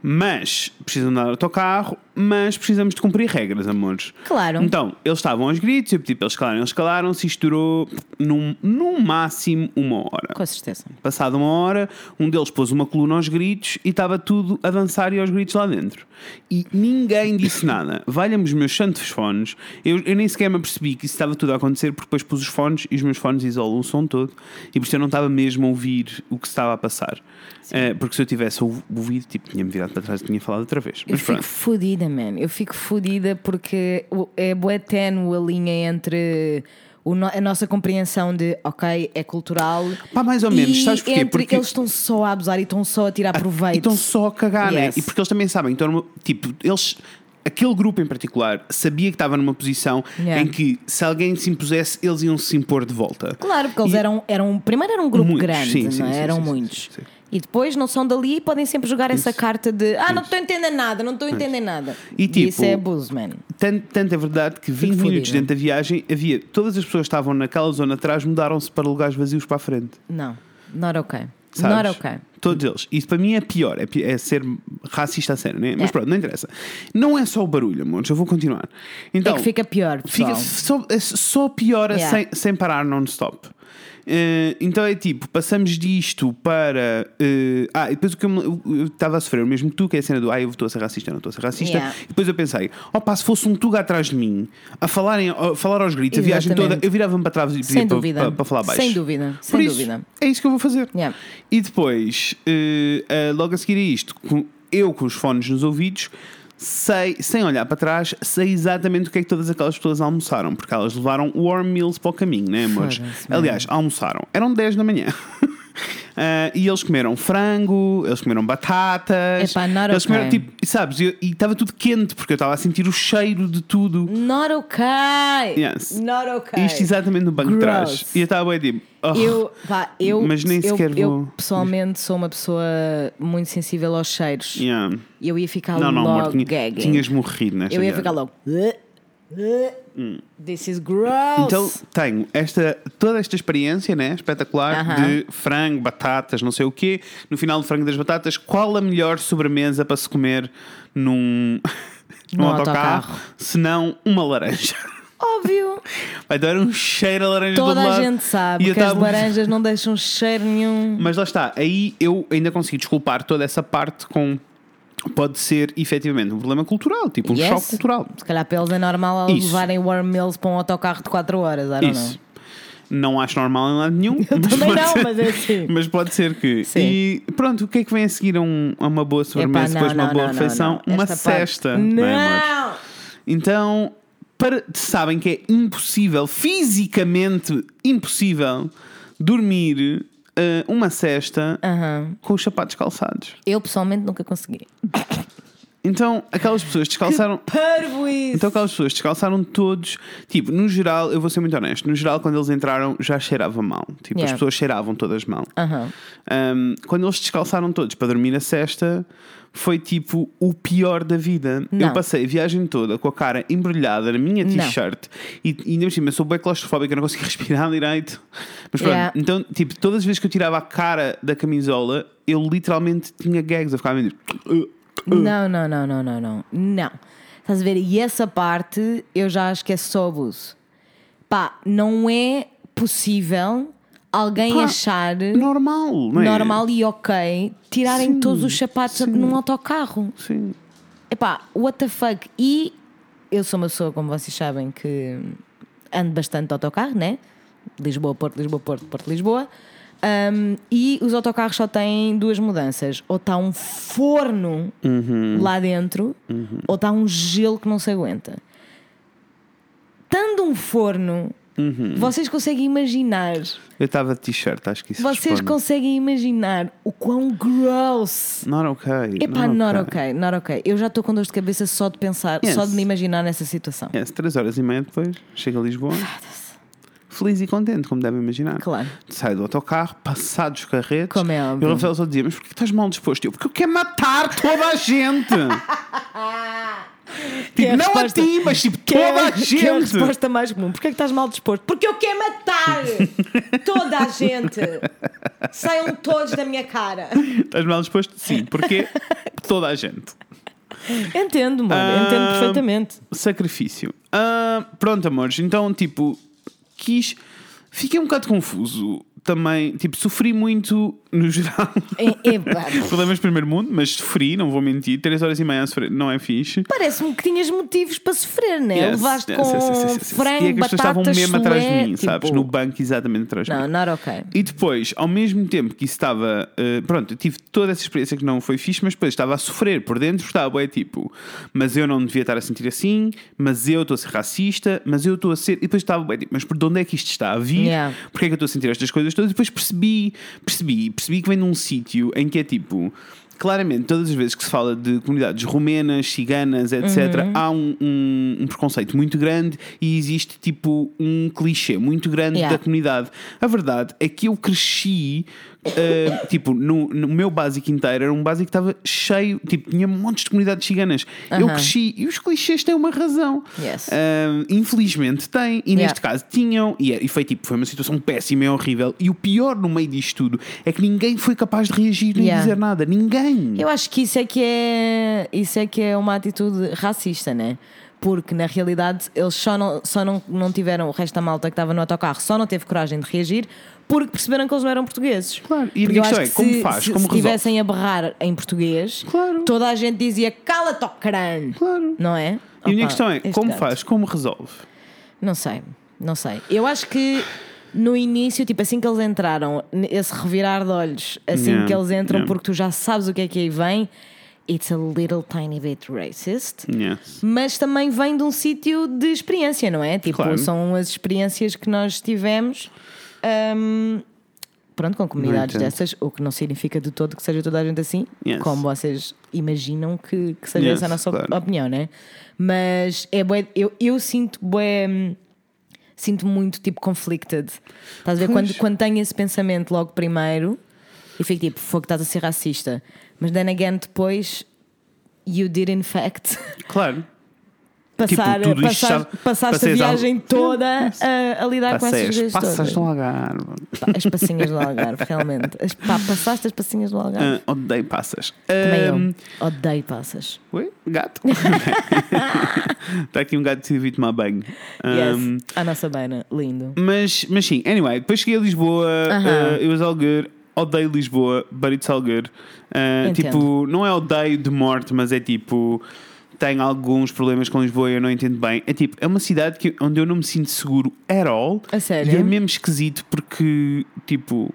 S2: mas precisam de andar de autocarro, mas precisamos de cumprir regras, amores.
S1: Claro.
S2: Então, eles estavam aos gritos, eu, tipo, eles calaram, eles calaram, se isto durou num, no máximo uma hora.
S1: Com certeza.
S2: Passada uma hora, um deles pôs uma coluna aos gritos e estava tudo a dançar e aos gritos lá dentro. E ninguém disse nada. Valha-me os meus santos fones. Eu, eu nem sequer me apercebi que isso estava tudo a acontecer porque depois pus os fones e os meus fones isolam o som todo. E por isso eu não estava mesmo a ouvir o que se estava a passar. Eh, porque se eu tivesse ouv- ouvido, tipo, tinha-me virado para trás e tinha falado outra vez.
S1: Eu
S2: Mas
S1: fico
S2: pronto.
S1: fodida, man. Eu fico fodida porque o- é bué ténue a linha entre o no- a nossa compreensão de, ok, é cultural.
S2: Pá, mais ou menos,
S1: e
S2: sabes porquê?
S1: entre
S2: Porque-
S1: eles estão só a abusar e estão só a tirar
S2: E
S1: proveito.
S2: estão Então só a cagar,
S1: Yes.
S2: né? E porque eles também sabem, então, numa- tipo, eles. Aquele grupo em particular sabia que estava numa posição
S1: Yeah.
S2: em que se alguém se impusesse, eles iam se impor de volta.
S1: Claro, porque eles
S2: E-
S1: eram, eram. Primeiro era um grupo
S2: Muitos,
S1: grande,
S2: sim,
S1: não
S2: sim,
S1: é?
S2: sim,
S1: Eram
S2: sim, sim,
S1: muitos.
S2: sim, sim.
S1: E depois não são dali e podem sempre jogar essa carta de ah, não estou entendendo nada, não estou entendendo nada.
S2: E tipo-
S1: Isso é abuso, man.
S2: Tanto, tanto é verdade que 20
S1: fodida.
S2: minutos dentro da viagem havia. Todas as pessoas que estavam naquela zona atrás mudaram-se para lugares vazios para a frente.
S1: Não, not okay.
S2: Sabes?
S1: Not okay. é
S2: Todos eles. Isso para mim é pior, é, pi- é ser racista a sério, né? Mas
S1: É.
S2: pronto, não interessa. Não é só o barulho, amores, eu vou continuar. Então,
S1: é que fica pior,
S2: Fica
S1: pessoal.
S2: só, é só piora
S1: Yeah.
S2: sem, sem parar non-stop. Eh, então é tipo, passamos disto para. eh, ah, e depois o que eu me- eu eu estava a sofrer, o mesmo que tu, que é a cena do ah, eu estou a ser racista, eu não estou a ser racista.
S1: Yeah.
S2: E depois eu pensei, opa, se fosse um Tuga atrás de mim, a, falarem, a falar aos gritos, a viagem
S1: Exatamente.
S2: toda, eu virava-me para trás e
S1: Sem
S2: pedia para,
S1: dúvida.
S2: para- para falar baixo.
S1: Sem dúvida,
S2: Por
S1: sem
S2: isso,
S1: dúvida.
S2: É isso que eu vou fazer.
S1: Yeah.
S2: E depois, eh, eh, logo a seguir a isto, com- eu com os fones nos ouvidos, sei, sem olhar para trás, sei exatamente o que é que todas aquelas pessoas almoçaram, porque elas levaram warm meals para o caminho, né, amores?
S1: Foda-se, mano.
S2: Aliás, almoçaram. Eram 10 da manhã. [LAUGHS] Ah, e eles comeram frango, eles comeram batatas,
S1: Epá, not
S2: eles comeram
S1: okay.
S2: tipo, e sabes, eu- e estava tudo quente porque eu estava a sentir o cheiro de tudo.
S1: Not okay.
S2: Yes.
S1: Not okay.
S2: Isto exatamente no banco de trás.
S1: Gross.
S2: E eu estava bem tipo, oh,
S1: Eu, pá, eu,
S2: Mas nem
S1: eu,
S2: sequer
S1: eu
S2: vou-
S1: pessoalmente sou uma pessoa muito sensível aos cheiros.
S2: yeah.
S1: E Eu ia ficar
S2: Não, não, amor,
S1: logo
S2: tinha-
S1: gagging.
S2: tinhas morrido nesta
S1: eu ia
S2: viagem.
S1: ficar logo. "Uh, uh, This is gross.
S2: Hum. Então tenho esta, toda esta experiência né, espetacular
S1: Aham.
S2: de frango, batatas, não sei o quê. No final do frango e das batatas, qual a melhor sobremesa para se comer num, [LAUGHS] num
S1: Num
S2: autocarro,
S1: autocarro.
S2: se não uma laranja? [LAUGHS]
S1: Óbvio.
S2: Vai dar um cheiro a laranja do
S1: Toda
S2: outro
S1: a
S2: lado.
S1: gente sabe
S2: E eu
S1: que as
S2: tava-
S1: laranjas não deixam cheiro nenhum.
S2: Mas lá está, aí eu ainda consegui desculpar toda essa parte com. Pode ser efetivamente um problema cultural, tipo um
S1: Yes.
S2: choque cultural.
S1: Se calhar para eles é normal eles
S2: Isso.
S1: levarem warm meals para um autocarro de 4 horas. I don't
S2: Isso. Não acho normal em
S1: [LAUGHS]
S2: lado nenhum. Eu
S1: também não, mas é assim.
S2: [LAUGHS] Mas pode ser que.
S1: Sim.
S2: E pronto, o que é que vem a seguir a, um- a uma boa sobremesa,
S1: Epá,
S2: depois de uma boa
S1: É não,
S2: refeição?
S1: não.
S2: Uma
S1: Esta parte-
S2: cesta. não é, amores?
S1: Não!
S2: Então, para, sabem que é impossível, fisicamente impossível, dormir eh, uma cesta
S1: Ah. Aham.
S2: com os sapatos calçados.
S1: Eu pessoalmente nunca consegui.
S2: Então, aquelas pessoas descalçaram.
S1: Parvo isso!
S2: Então aquelas pessoas descalçaram todos. Tipo, no geral, eu vou ser muito honesto, no geral, quando eles entraram, já cheirava mal. Tipo,
S1: Yeah.
S2: as pessoas cheiravam todas mal.
S1: Aham.
S2: Um, quando eles descalçaram todos para dormir na cesta, foi tipo o pior da vida.
S1: Não.
S2: Eu passei a viagem toda com a cara embrulhada na minha t-shirt e, e ainda por cima eu sou bem claustrofóbica, eu não consigo [LAUGHS] respirar direito. Mas pronto,
S1: Yeah.
S2: então, tipo, todas as vezes que eu tirava a cara da camisola, eu literalmente tinha gags, eu ficava a dizer.
S1: Não, não, não, não, não, não. Não. Estás a ver? E essa parte eu já acho que é só abuso. Pá, não é possível alguém
S2: Pá,
S1: achar
S2: Normal, não é?
S1: normal e ok tirarem
S2: Sim,
S1: todos os sapatos num autocarro.
S2: Sim.
S1: Epá, what the fuck? E eu sou uma pessoa, como vocês sabem, que ando bastante de autocarro, né? Lisboa, Porto, Lisboa, Porto, Porto, Lisboa. Ahm, e os autocarros só têm duas mudanças: ou está um forno lá dentro, tá ou está um gelo que não se aguenta. Tando um forno Vocês conseguem imaginar,
S2: Eu estava de t-shirt, acho que isso
S1: vocês
S2: responde.
S1: conseguem imaginar o quão gross.
S2: Not okay.
S1: Epá, not ok, not ok. Eu já estou com dor de cabeça só de pensar,
S2: Yes. É.
S1: só de me imaginar nessa situação.
S2: Yes, três horas e meia depois, chega a Lisboa. Feliz e contente, como devem imaginar.
S1: Claro.
S2: Sai do autocarro, passados os carretes.
S1: Como é
S2: E
S1: óbvio.
S2: o Rafael só dizia: Mas porquê que estás mal disposto? Eu, porque eu quero matar toda
S1: [LAUGHS]
S2: a gente.
S1: Que é
S2: tipo,
S1: a
S2: não
S1: resposta-
S2: a ti, mas tipo,
S1: Que é- [LAUGHS]
S2: toda a
S1: Que é a
S2: gente.
S1: resposta mais comum. Porquê é que estás mal disposto? Porque eu quero
S2: [LAUGHS]
S1: matar toda a gente. Saiam todos da minha cara.
S2: Estás mal disposto?
S1: [LAUGHS]
S2: Sim, porque toda a gente.
S1: Entendo, amor. Entendo
S2: Ah,
S1: perfeitamente.
S2: Sacrifício. Ah, pronto, amores. Então, tipo, quis. Fiquei um bocado confuso também. Tipo, sofri muito no [LAUGHS] geral.
S1: É- é pá,
S2: Problemas de primeiro mundo, mas sofri, não vou mentir. Três horas e meia a sofrer não é fixe.
S1: Parece-me que tinhas motivos para sofrer, né?
S2: Yes,
S1: Levaste
S2: yes,
S1: com
S2: yes, yes, yes, yes.
S1: frango,
S2: E é que as pessoas estavam
S1: batatas,
S2: mesmo atrás de
S1: sué,
S2: mim,
S1: tipo...
S2: sabes? No banco, exatamente atrás de mim.
S1: Não, not ok.
S2: E depois, ao mesmo tempo que isso estava. eh, pronto, eu tive toda essa experiência que não foi fixe, mas depois estava a sofrer por dentro, porque estava é tipo, mas eu não devia estar a sentir assim, mas eu estou a ser racista, mas eu estou a ser. E depois estava bem tipo, mas por de onde é que isto está a vir?
S1: Yeah.
S2: Porque é que eu estou a sentir estas coisas todas? E depois percebi, percebi, percebi que vem de um sítio em que é tipo. Claramente, todas as vezes que se fala de comunidades rumenas, ciganas, etc.,
S1: Uhum.
S2: há um, um- um preconceito muito grande e existe tipo um clichê muito grande
S1: Yeah.
S2: da comunidade. A verdade é que eu cresci, eh, [COUGHS] tipo, no, no meu básico inteiro, era um básico que estava cheio, tipo, tinha montes de comunidades ciganas. Eu
S1: Aham.
S2: cresci e os clichês têm uma razão.
S1: Yes.
S2: Eh, infelizmente têm, e
S1: Yeah.
S2: neste caso tinham, e, é- e foi tipo, foi uma situação péssima e horrível. E o pior no meio disto tudo é que ninguém foi capaz de reagir nem
S1: Yeah.
S2: dizer nada. Ninguém.
S1: Eu acho que isso é que é isso é que é uma atitude racista, né? Porque na realidade eles só não, só não, não tiveram, o resto da malta que estava no autocarro só não teve coragem de reagir porque perceberam que eles não eram portugueses.
S2: Claro, e a
S1: Porque eu acho
S2: questão é,
S1: que
S2: como
S1: se,
S2: faz,
S1: se,
S2: como
S1: se
S2: resolve?
S1: tivessem a berrar em português,
S2: Claro.
S1: toda a gente dizia cala-te ao crânio.
S2: Claro.
S1: Não é?
S2: E a minha
S1: Opa,
S2: questão é,
S1: este
S2: como
S1: gato.
S2: faz? Como resolve?
S1: Não sei, não sei. Eu acho que no início, tipo assim que eles entraram, n- esse revirar de olhos, assim
S2: Yeah,
S1: que eles entram,
S2: yeah.
S1: porque tu já sabes o que é que aí vem, it's a little tiny bit racist.
S2: Yes.
S1: Mas também vem de um sítio de experiência, não é? Tipo,
S2: Claro.
S1: são as experiências que nós tivemos. hum, Pronto, com comunidades
S2: Não entendo.
S1: dessas, o que não significa de todo que seja toda a gente assim,
S2: Yes.
S1: como vocês imaginam que, que seja
S2: Yes,
S1: essa a nossa op-
S2: claro.
S1: opinião, né? Mas é bué, eu, eu sinto bué, hum, sinto muito tipo conflicted. Estás a ver?
S2: Pois.
S1: Quando, quando tenho esse pensamento logo primeiro e fico tipo, fogo, estás a ser racista. Mas then again, depois, you did in fact [LAUGHS]
S2: Claro.
S1: passar,
S2: Tipo, tudo isto
S1: passar,
S2: sabe-
S1: passaste a
S2: passeias algo-
S1: viagem toda a, a lidar Ah, com essas
S2: Passeias,
S1: coisas
S2: um passas
S1: todas.
S2: no Algarve.
S1: Pá, As passinhas do Algarve, realmente. As, pá, passaste as passinhas do Algarve.
S2: Ah, um, odeio passas.
S1: Também
S2: Ahm,
S1: eu odeio passas.
S2: Oi? Gato? [LAUGHS] Está aqui um gato que decidiu ir tomar banho. Ahm,
S1: yes. À nossa beira, lindo.
S2: mas, mas sim, anyway, depois cheguei a Lisboa,
S1: Aham.
S2: ah, it was all good. Odeio Lisboa, but it's all good. Ah,
S1: Entendo.
S2: tipo, não é odeio de morte, mas é tipo. Tenho alguns problemas com Lisboa e eu não entendo bem. É tipo, é uma cidade que, onde eu não me sinto seguro at all.
S1: A sério?
S2: E é mesmo esquisito porque, tipo,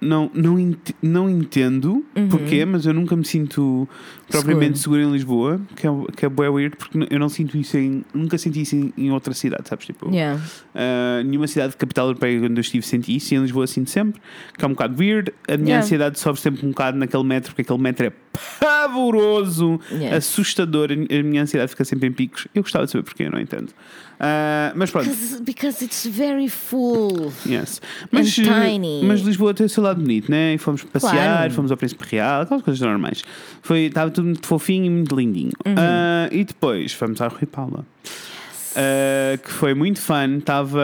S2: não, não, ent- não entendo
S1: Uhum.
S2: porquê, mas eu nunca me sinto propriamente seguro, em Lisboa, que é, que é bué weird, porque n- eu não sinto isso em. Nunca senti isso em, em outra cidade, sabes? Tipo,
S1: Yeah.
S2: ah, nenhuma cidade de capital europeia onde eu estive senti isso e em Lisboa sinto sempre, que é um bocado weird. A minha
S1: Yeah.
S2: ansiedade sobe sempre um bocado naquele metro, porque aquele metro é pavoroso,
S1: Yeah.
S2: assustador. A mi- a minha ansiedade fica sempre em picos. Eu gostava de saber porquê, eu não entendo. Ah, mas pronto.
S1: Because, because it's very full.
S2: Yes. Mas,
S1: And tiny.
S2: mas Lisboa tem o seu lado bonito, né? E fomos passear,
S1: Claro.
S2: fomos ao Príncipe Real, aquelas coisas normais. Foi, estava tudo muito fofinho e muito lindinho.
S1: Uhum.
S2: Ah, e depois fomos ao Rui Paula, Ah, que foi muito fun, estava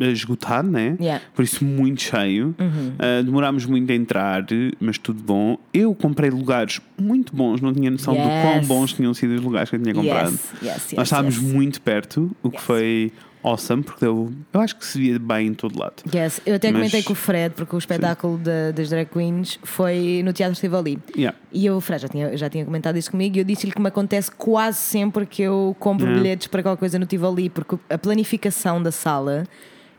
S2: ah, esgotado, né?
S1: Yeah. Uhum.
S2: Por isso, muito cheio. Ah, demorámos muito a entrar, mas tudo bom. Eu comprei lugares muito bons, não tinha noção do quão
S1: Yes.
S2: bons tinham sido os lugares que eu tinha comprado.
S1: Yes, yes, yes,
S2: Nós estávamos
S1: yes.
S2: muito perto, o que
S1: Yes.
S2: foi awesome, porque deu, eu acho que se via bem em todo lado.
S1: Yes, eu até
S2: Mas-
S1: comentei com o Fred, porque o espetáculo da- das drag queens foi no Teatro Tivoli.
S2: Yeah.
S1: E eu, o Fred já tinha, já tinha comentado isso comigo e eu disse-lhe que me acontece quase sempre que eu compro
S2: Yeah.
S1: bilhetes para qualquer coisa no Tivoli, porque a planificação da sala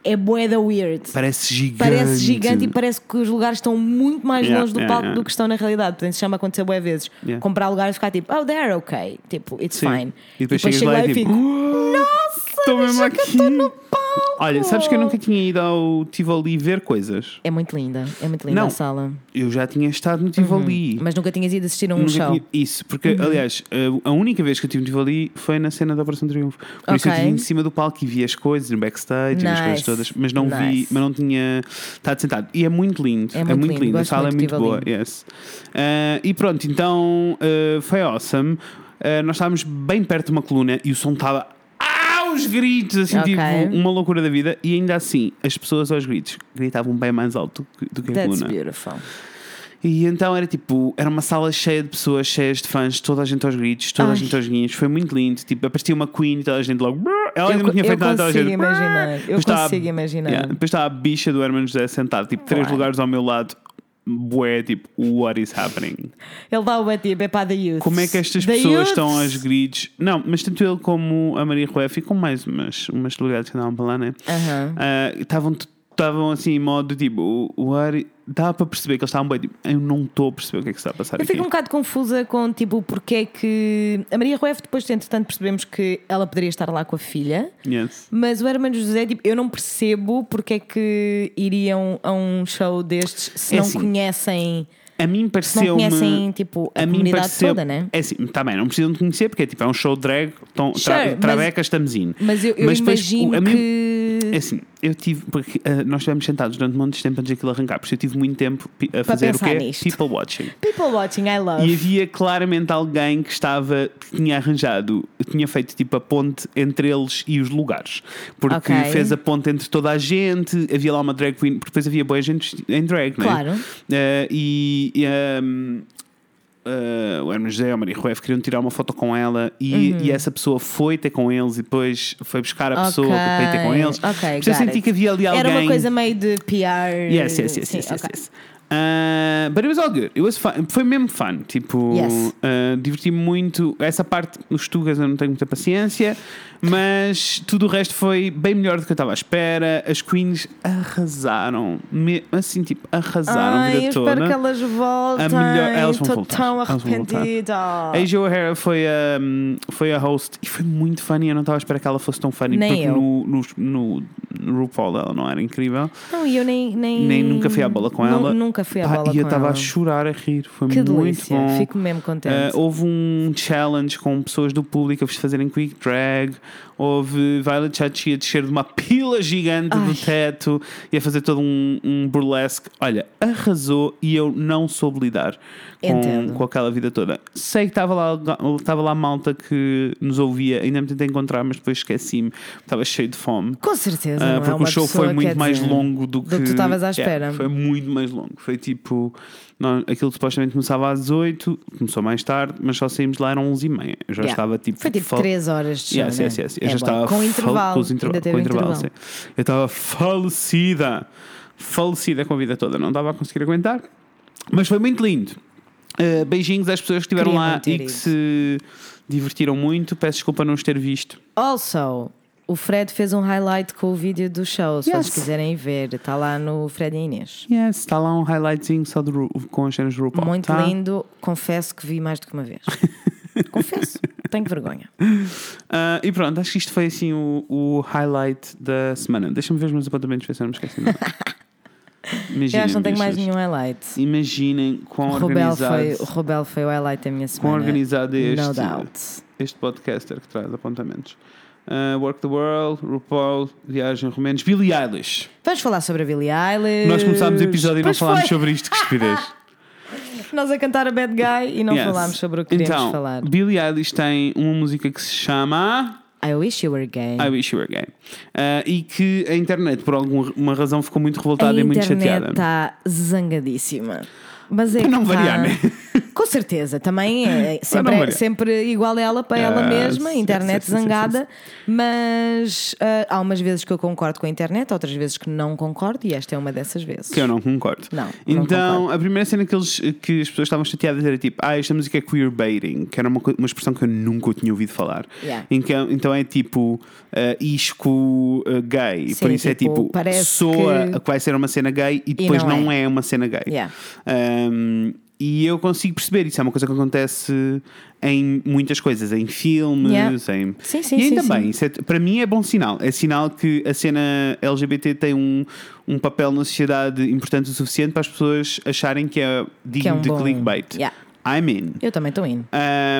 S1: é bué da weird.
S2: Parece gigante.
S1: Parece gigante e parece que os lugares estão muito mais
S2: Yeah,
S1: longe do
S2: yeah,
S1: palco
S2: yeah.
S1: do que estão na realidade. Portanto, isso já me aconteceu bué vezes.
S2: Yeah.
S1: Comprar lugares e ficar tipo, oh, there, ok. Tipo, it's
S2: Sim.
S1: fine.
S2: E depois chegas lá e tipo,
S1: Nossa,
S2: "Tô mesmo
S1: já que eu
S2: aqui."
S1: estou no palco.
S2: Olha, sabes que eu nunca tinha ido ao Tivoli ver coisas.
S1: É muito linda, é muito linda
S2: Não.
S1: a sala.
S2: Eu já tinha estado no Tivoli.
S1: Mas nunca tinhas ido assistir a um
S2: Nunca
S1: show. Uhum.
S2: tinha- Isso, porque aliás, eh, a a única vez que eu tive no Tivoli foi na cena da Operação Triunfo. Por isso
S1: Ok.
S2: eu estive em cima do palco e vi as coisas, no backstage, e as
S1: Nice.
S2: coisas todas, mas não vi,
S1: Nice.
S2: mas não tinha estado sentado. E é muito lindo, é muito, lindo, a
S1: gosto
S2: sala é
S1: muito
S2: muito
S1: do
S2: boa.
S1: Tivoli.
S2: Yes. Ah, e pronto, então ah, foi awesome. Ah, nós estávamos bem perto de uma coluna e o som estava aos gritos, assim,
S1: Ok.
S2: tipo uma loucura da vida, e ainda assim as pessoas aos gritos gritavam bem mais alto que- do que a
S1: That's
S2: coluna.
S1: beautiful.
S2: E então era tipo, era uma sala cheia de pessoas, cheias de fãs, toda a gente aos gritos, toda a
S1: Ai.
S2: gente aos guinhos, foi muito lindo. Tipo, aparecia uma Queen e toda a gente logo. "Brrr". Ela ainda não
S1: co-
S2: tinha feito
S1: eu
S2: nada, toda a
S1: consigo
S2: gente. "Brrr".
S1: imaginar, eu
S2: Depois está a-
S1: consigo imaginar.
S2: Yeah, Depois está a bicha do Herman José sentada, tipo, três
S1: Claro.
S2: lugares ao meu lado, bué, tipo, what is happening?
S1: Ele dá o batido, é para a The Youth.
S2: Como é que estas pessoas estão aos gritos? Não, mas tanto ele como a Maria Rué ficam mais umas, umas celebridades que andavam para lá, né?
S1: Aham.
S2: Ah, Estavam estavam assim em modo tipo, o, o ar. Dava para perceber que eles estavam bem tipo, eu não estou a perceber o que é que está a passar
S1: Eu
S2: aqui.
S1: fico um bocado confusa com tipo porque é que a Maria Rueff depois entretanto percebemos que ela poderia estar lá com a filha,
S2: Yes.
S1: mas o Hermano José tipo, eu não percebo porque é que iriam a um show destes se
S2: É
S1: não
S2: assim,
S1: conhecem,
S2: A mim
S1: se não
S2: pareceu.
S1: conhecem tipo a, comunidade toda, né?
S2: É assim, está bem, não precisam de conhecer porque é tipo, é um show de drag, tão, tra-
S1: Sure, mas-
S2: trabeca, estamos in.
S1: Mas eu, eu
S2: depois,
S1: imagino
S2: o- a mim-
S1: que
S2: É assim, eu tive, porque ah, nós estivemos sentados durante muito tempo antes daquilo arrancar, por isso eu tive muito tempo pi- a fazer o
S1: pensar
S2: quê?
S1: nisto.
S2: People watching.
S1: people watching I love.
S2: E havia claramente alguém que estava, que tinha arranjado, tinha feito tipo a ponte entre eles e os lugares. Porque
S1: Ok.
S2: fez a ponte entre toda a gente, havia lá uma drag queen, porque depois havia boa gente em drag, não é?
S1: Claro.
S2: Eh, e. e, ehm, eh, o Hermes José, o Maria Rueff queriam tirar uma foto com ela e,
S1: Uhum.
S2: e essa pessoa foi ter com eles e depois foi buscar a pessoa para ir ter com eles.
S1: Ok,
S2: Portanto,
S1: got
S2: eu senti
S1: it.
S2: que havia ali alguém.
S1: Era uma coisa meio de PR.
S2: Yes, yes, yes,
S1: sim,
S2: yes, yes,
S1: ok.
S2: yes. Uh, but it was all good. It was fun. Foi mesmo fun. Tipo,
S1: Yes.
S2: uh, diverti-me muito. Essa parte, os tugas, eu não tenho muita paciência, mas tudo o resto foi bem melhor do que eu estava à espera. As queens arrasaram, Me- assim, tipo, arrasaram a
S1: Ai,
S2: vida
S1: eu espero que
S2: toda.
S1: elas voltem.
S2: melhor- elas vão
S1: Estou
S2: voltar,
S1: tão
S2: elas vão voltar.
S1: arrependida.
S2: A AJ O'Hara foi a, foi a host e foi muito funny. Eu não estava à espera que ela fosse tão funny
S1: Nem
S2: porque
S1: eu.
S2: no, no, no, no RuPaul ela não era incrível.
S1: Não, e eu nem, nem.
S2: Nem nunca fui à bola com
S1: Nu-
S2: ela.
S1: Nunca fui à
S2: Pá,
S1: bola
S2: e eu
S1: com
S2: estava
S1: ela.
S2: a chorar, a rir. Foi
S1: Que
S2: muito
S1: delícia.
S2: bom.
S1: Fico mesmo contente.
S2: Uh, houve um challenge com pessoas do público a vos fazerem quick drag. Houve Violet Chachi a descer de uma pila gigante do
S1: Ai.
S2: teto e a fazer todo um, um burlesque. Olha, arrasou e eu não soube lidar com,
S1: Entendo.
S2: com aquela vida toda. Sei que estava lá, estava lá malta que nos ouvia, ainda me tentei encontrar, mas depois esqueci-me, estava cheio de fome.
S1: com certeza.
S2: Ah,
S1: não é?
S2: porque
S1: Uma
S2: o show
S1: pessoa,
S2: foi muito
S1: quer
S2: mais
S1: dizer,
S2: longo do que.
S1: do que tu estavas à
S2: Yeah,
S1: espera.
S2: foi muito mais longo. Foi tipo. nós- aquilo supostamente começava às 8, começou mais tarde, mas só saímos de lá eram 11 e meia. Eu já
S1: Yeah.
S2: estava tipo.
S1: Foi tipo
S2: fal-
S1: 3 horas de show.
S2: Yes,
S1: né?
S2: yes, yes. Eu
S1: É
S2: já
S1: bom.
S2: estava
S1: Com
S2: fal-
S1: intervalo.
S2: com os interva-
S1: Ainda teve
S2: com
S1: um
S2: intervalo, sim. Eu estava falecida. Falecida com a vida toda. Não estava a conseguir aguentar. Mas foi muito lindo. Uh, beijinhos às pessoas que estiveram
S1: Queria
S2: lá
S1: muito ter
S2: e que
S1: ido.
S2: se divertiram muito. Peço desculpa não os ter visto.
S1: Also, o Fred fez um highlight com o vídeo do show. Se
S2: Yes.
S1: vocês quiserem ver, está lá no Fred e Inês.
S2: Yes, está lá um highlightzinho só do Ru- com as cenas do RuPaul.
S1: Muito
S2: tá?
S1: lindo. Confesso que vi mais do que uma
S2: [LAUGHS]
S1: vez. Confesso. Tenho vergonha.
S2: Ah, e pronto, acho que isto foi assim o, o highlight da semana. Deixa-me ver os meus apontamentos, ver se eu não me esqueci.
S1: [LAUGHS]
S2: de nada. Imaginem,
S1: Eu acho que não tenho mais
S2: bichas.
S1: nenhum highlight.
S2: Imaginem quão
S1: O Rubel, foi,
S2: organizado,
S1: o Rubel foi o highlight da minha semana.
S2: quão organizado é
S1: No
S2: este,
S1: doubt.
S2: este podcaster que traz apontamentos. Ah, Work the World, RuPaul, Viagem Romanos, Billie Eilish.
S1: Vamos falar sobre a Billie Eilish.
S2: Nós começámos o episódio e não
S1: Pois
S2: falámos
S1: foi.
S2: sobre isto, que estupidez.
S1: Nós a cantar a Bad Guy e [LAUGHS] não
S2: Yes.
S1: falámos sobre o que queríamos
S2: então,
S1: falar.
S2: Billie Eilish tem uma música que se chama.
S1: I wish you were gay.
S2: I Wish You Were Gay. Ah, e que a internet, por alguma razão, ficou muito revoltada
S1: a
S2: e é muito
S1: internet tá-
S2: chateada.
S1: está zangadíssima. Mas é
S2: Para não
S1: que tá-
S2: variar, né?
S1: Com certeza, também é sempre,
S2: não
S1: é
S2: variar.
S1: sempre igual a ela para ela
S2: Ah,
S1: mesma,
S2: sim,
S1: internet
S2: sim, sim, sim,
S1: zangada. Mas ah, há umas vezes que eu concordo com a internet, outras vezes que não concordo, e esta é uma dessas vezes.
S2: Que eu não concordo.
S1: Não, não
S2: então,
S1: concordo.
S2: a primeira cena que, eles, que as pessoas estavam chateadas era tipo, ah, esta música é queerbaiting, que era uma, co- uma expressão que eu nunca tinha ouvido falar.
S1: Yeah.
S2: Em que- então é tipo ah, isco ah, gay.
S1: Sim,
S2: Por isso
S1: tipo,
S2: é tipo,
S1: parece
S2: soa
S1: que-
S2: que vai ser uma cena gay e depois não,
S1: não
S2: é. uma cena gay.
S1: Yeah.
S2: Um, E eu consigo perceber, isso é uma coisa que acontece em muitas coisas, em filmes,
S1: Yeah.
S2: em...
S1: Sim, sim,
S2: e ainda
S1: sim,
S2: bem,
S1: sim.
S2: isso é- para mim é bom sinal. É sinal que a cena LGBT tem um, um papel na sociedade importante o suficiente para as pessoas acharem que é digno
S1: Que é um
S2: de
S1: bom-
S2: clickbait.
S1: Yeah.
S2: I'm in.
S1: Eu também estou indo.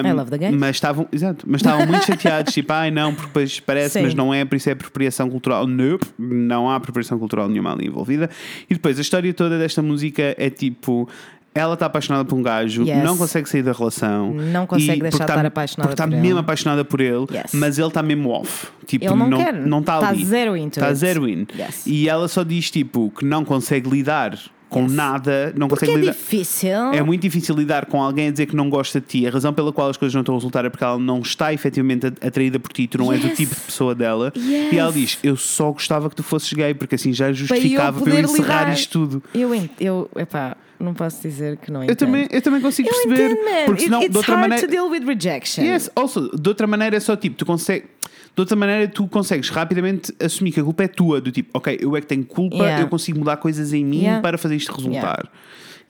S2: Um,
S1: I love the gays.
S2: Mas estavam, exato, mas estavam muito chateados, tipo, ai não, porque depois parece,
S1: Sim.
S2: mas não é, por isso é apropriação cultural. Nope, não há apropriação cultural nenhuma ali envolvida. E depois a história toda desta música é tipo. Ela está apaixonada por um gajo,
S1: Yes.
S2: não consegue sair da relação.
S1: Não consegue
S2: e-
S1: deixar
S2: porque
S1: de
S2: tá-
S1: estar apaixonada
S2: porque tá
S1: por ele.
S2: mesmo apaixonada por ele,
S1: Yes.
S2: mas ele está mesmo off. Tipo,
S1: Ele não quer.
S2: Não está
S1: Tá
S2: ali.
S1: zero into
S2: Está
S1: it.
S2: zero in.
S1: Yes.
S2: E ela só diz tipo que não consegue lidar com
S1: Yes.
S2: nada, não
S1: Porque
S2: consegue
S1: é
S2: lidar.
S1: difícil.
S2: É muito difícil lidar com alguém a dizer que não gosta de ti. A razão pela qual as coisas não estão a resultar é porque ela não está efetivamente at- atraída por ti, tu não és o
S1: Yes.
S2: tipo de pessoa dela.
S1: Yes.
S2: E ela diz: Eu só gostava que tu fosses gay, porque assim já justificava para eu,
S1: poder
S2: encerrar
S1: lidar.
S2: isto tudo.
S1: Eu, en- eu epá, não posso dizer que não entendo.
S2: Eu também, eu também consigo
S1: Eu
S2: perceber.
S1: entendo, man.
S2: Porque
S1: It-
S2: senão,
S1: It's
S2: de outra
S1: hard
S2: maneira.
S1: to deal with rejection.
S2: Yes, also, de outra maneira é só tipo, tu consegues. De outra maneira, tu consegues rapidamente assumir que a culpa é tua, do tipo, ok, eu é que tenho culpa,
S1: Yeah.
S2: eu consigo mudar coisas em mim
S1: Yeah.
S2: para fazer isto resultar.
S1: Yeah.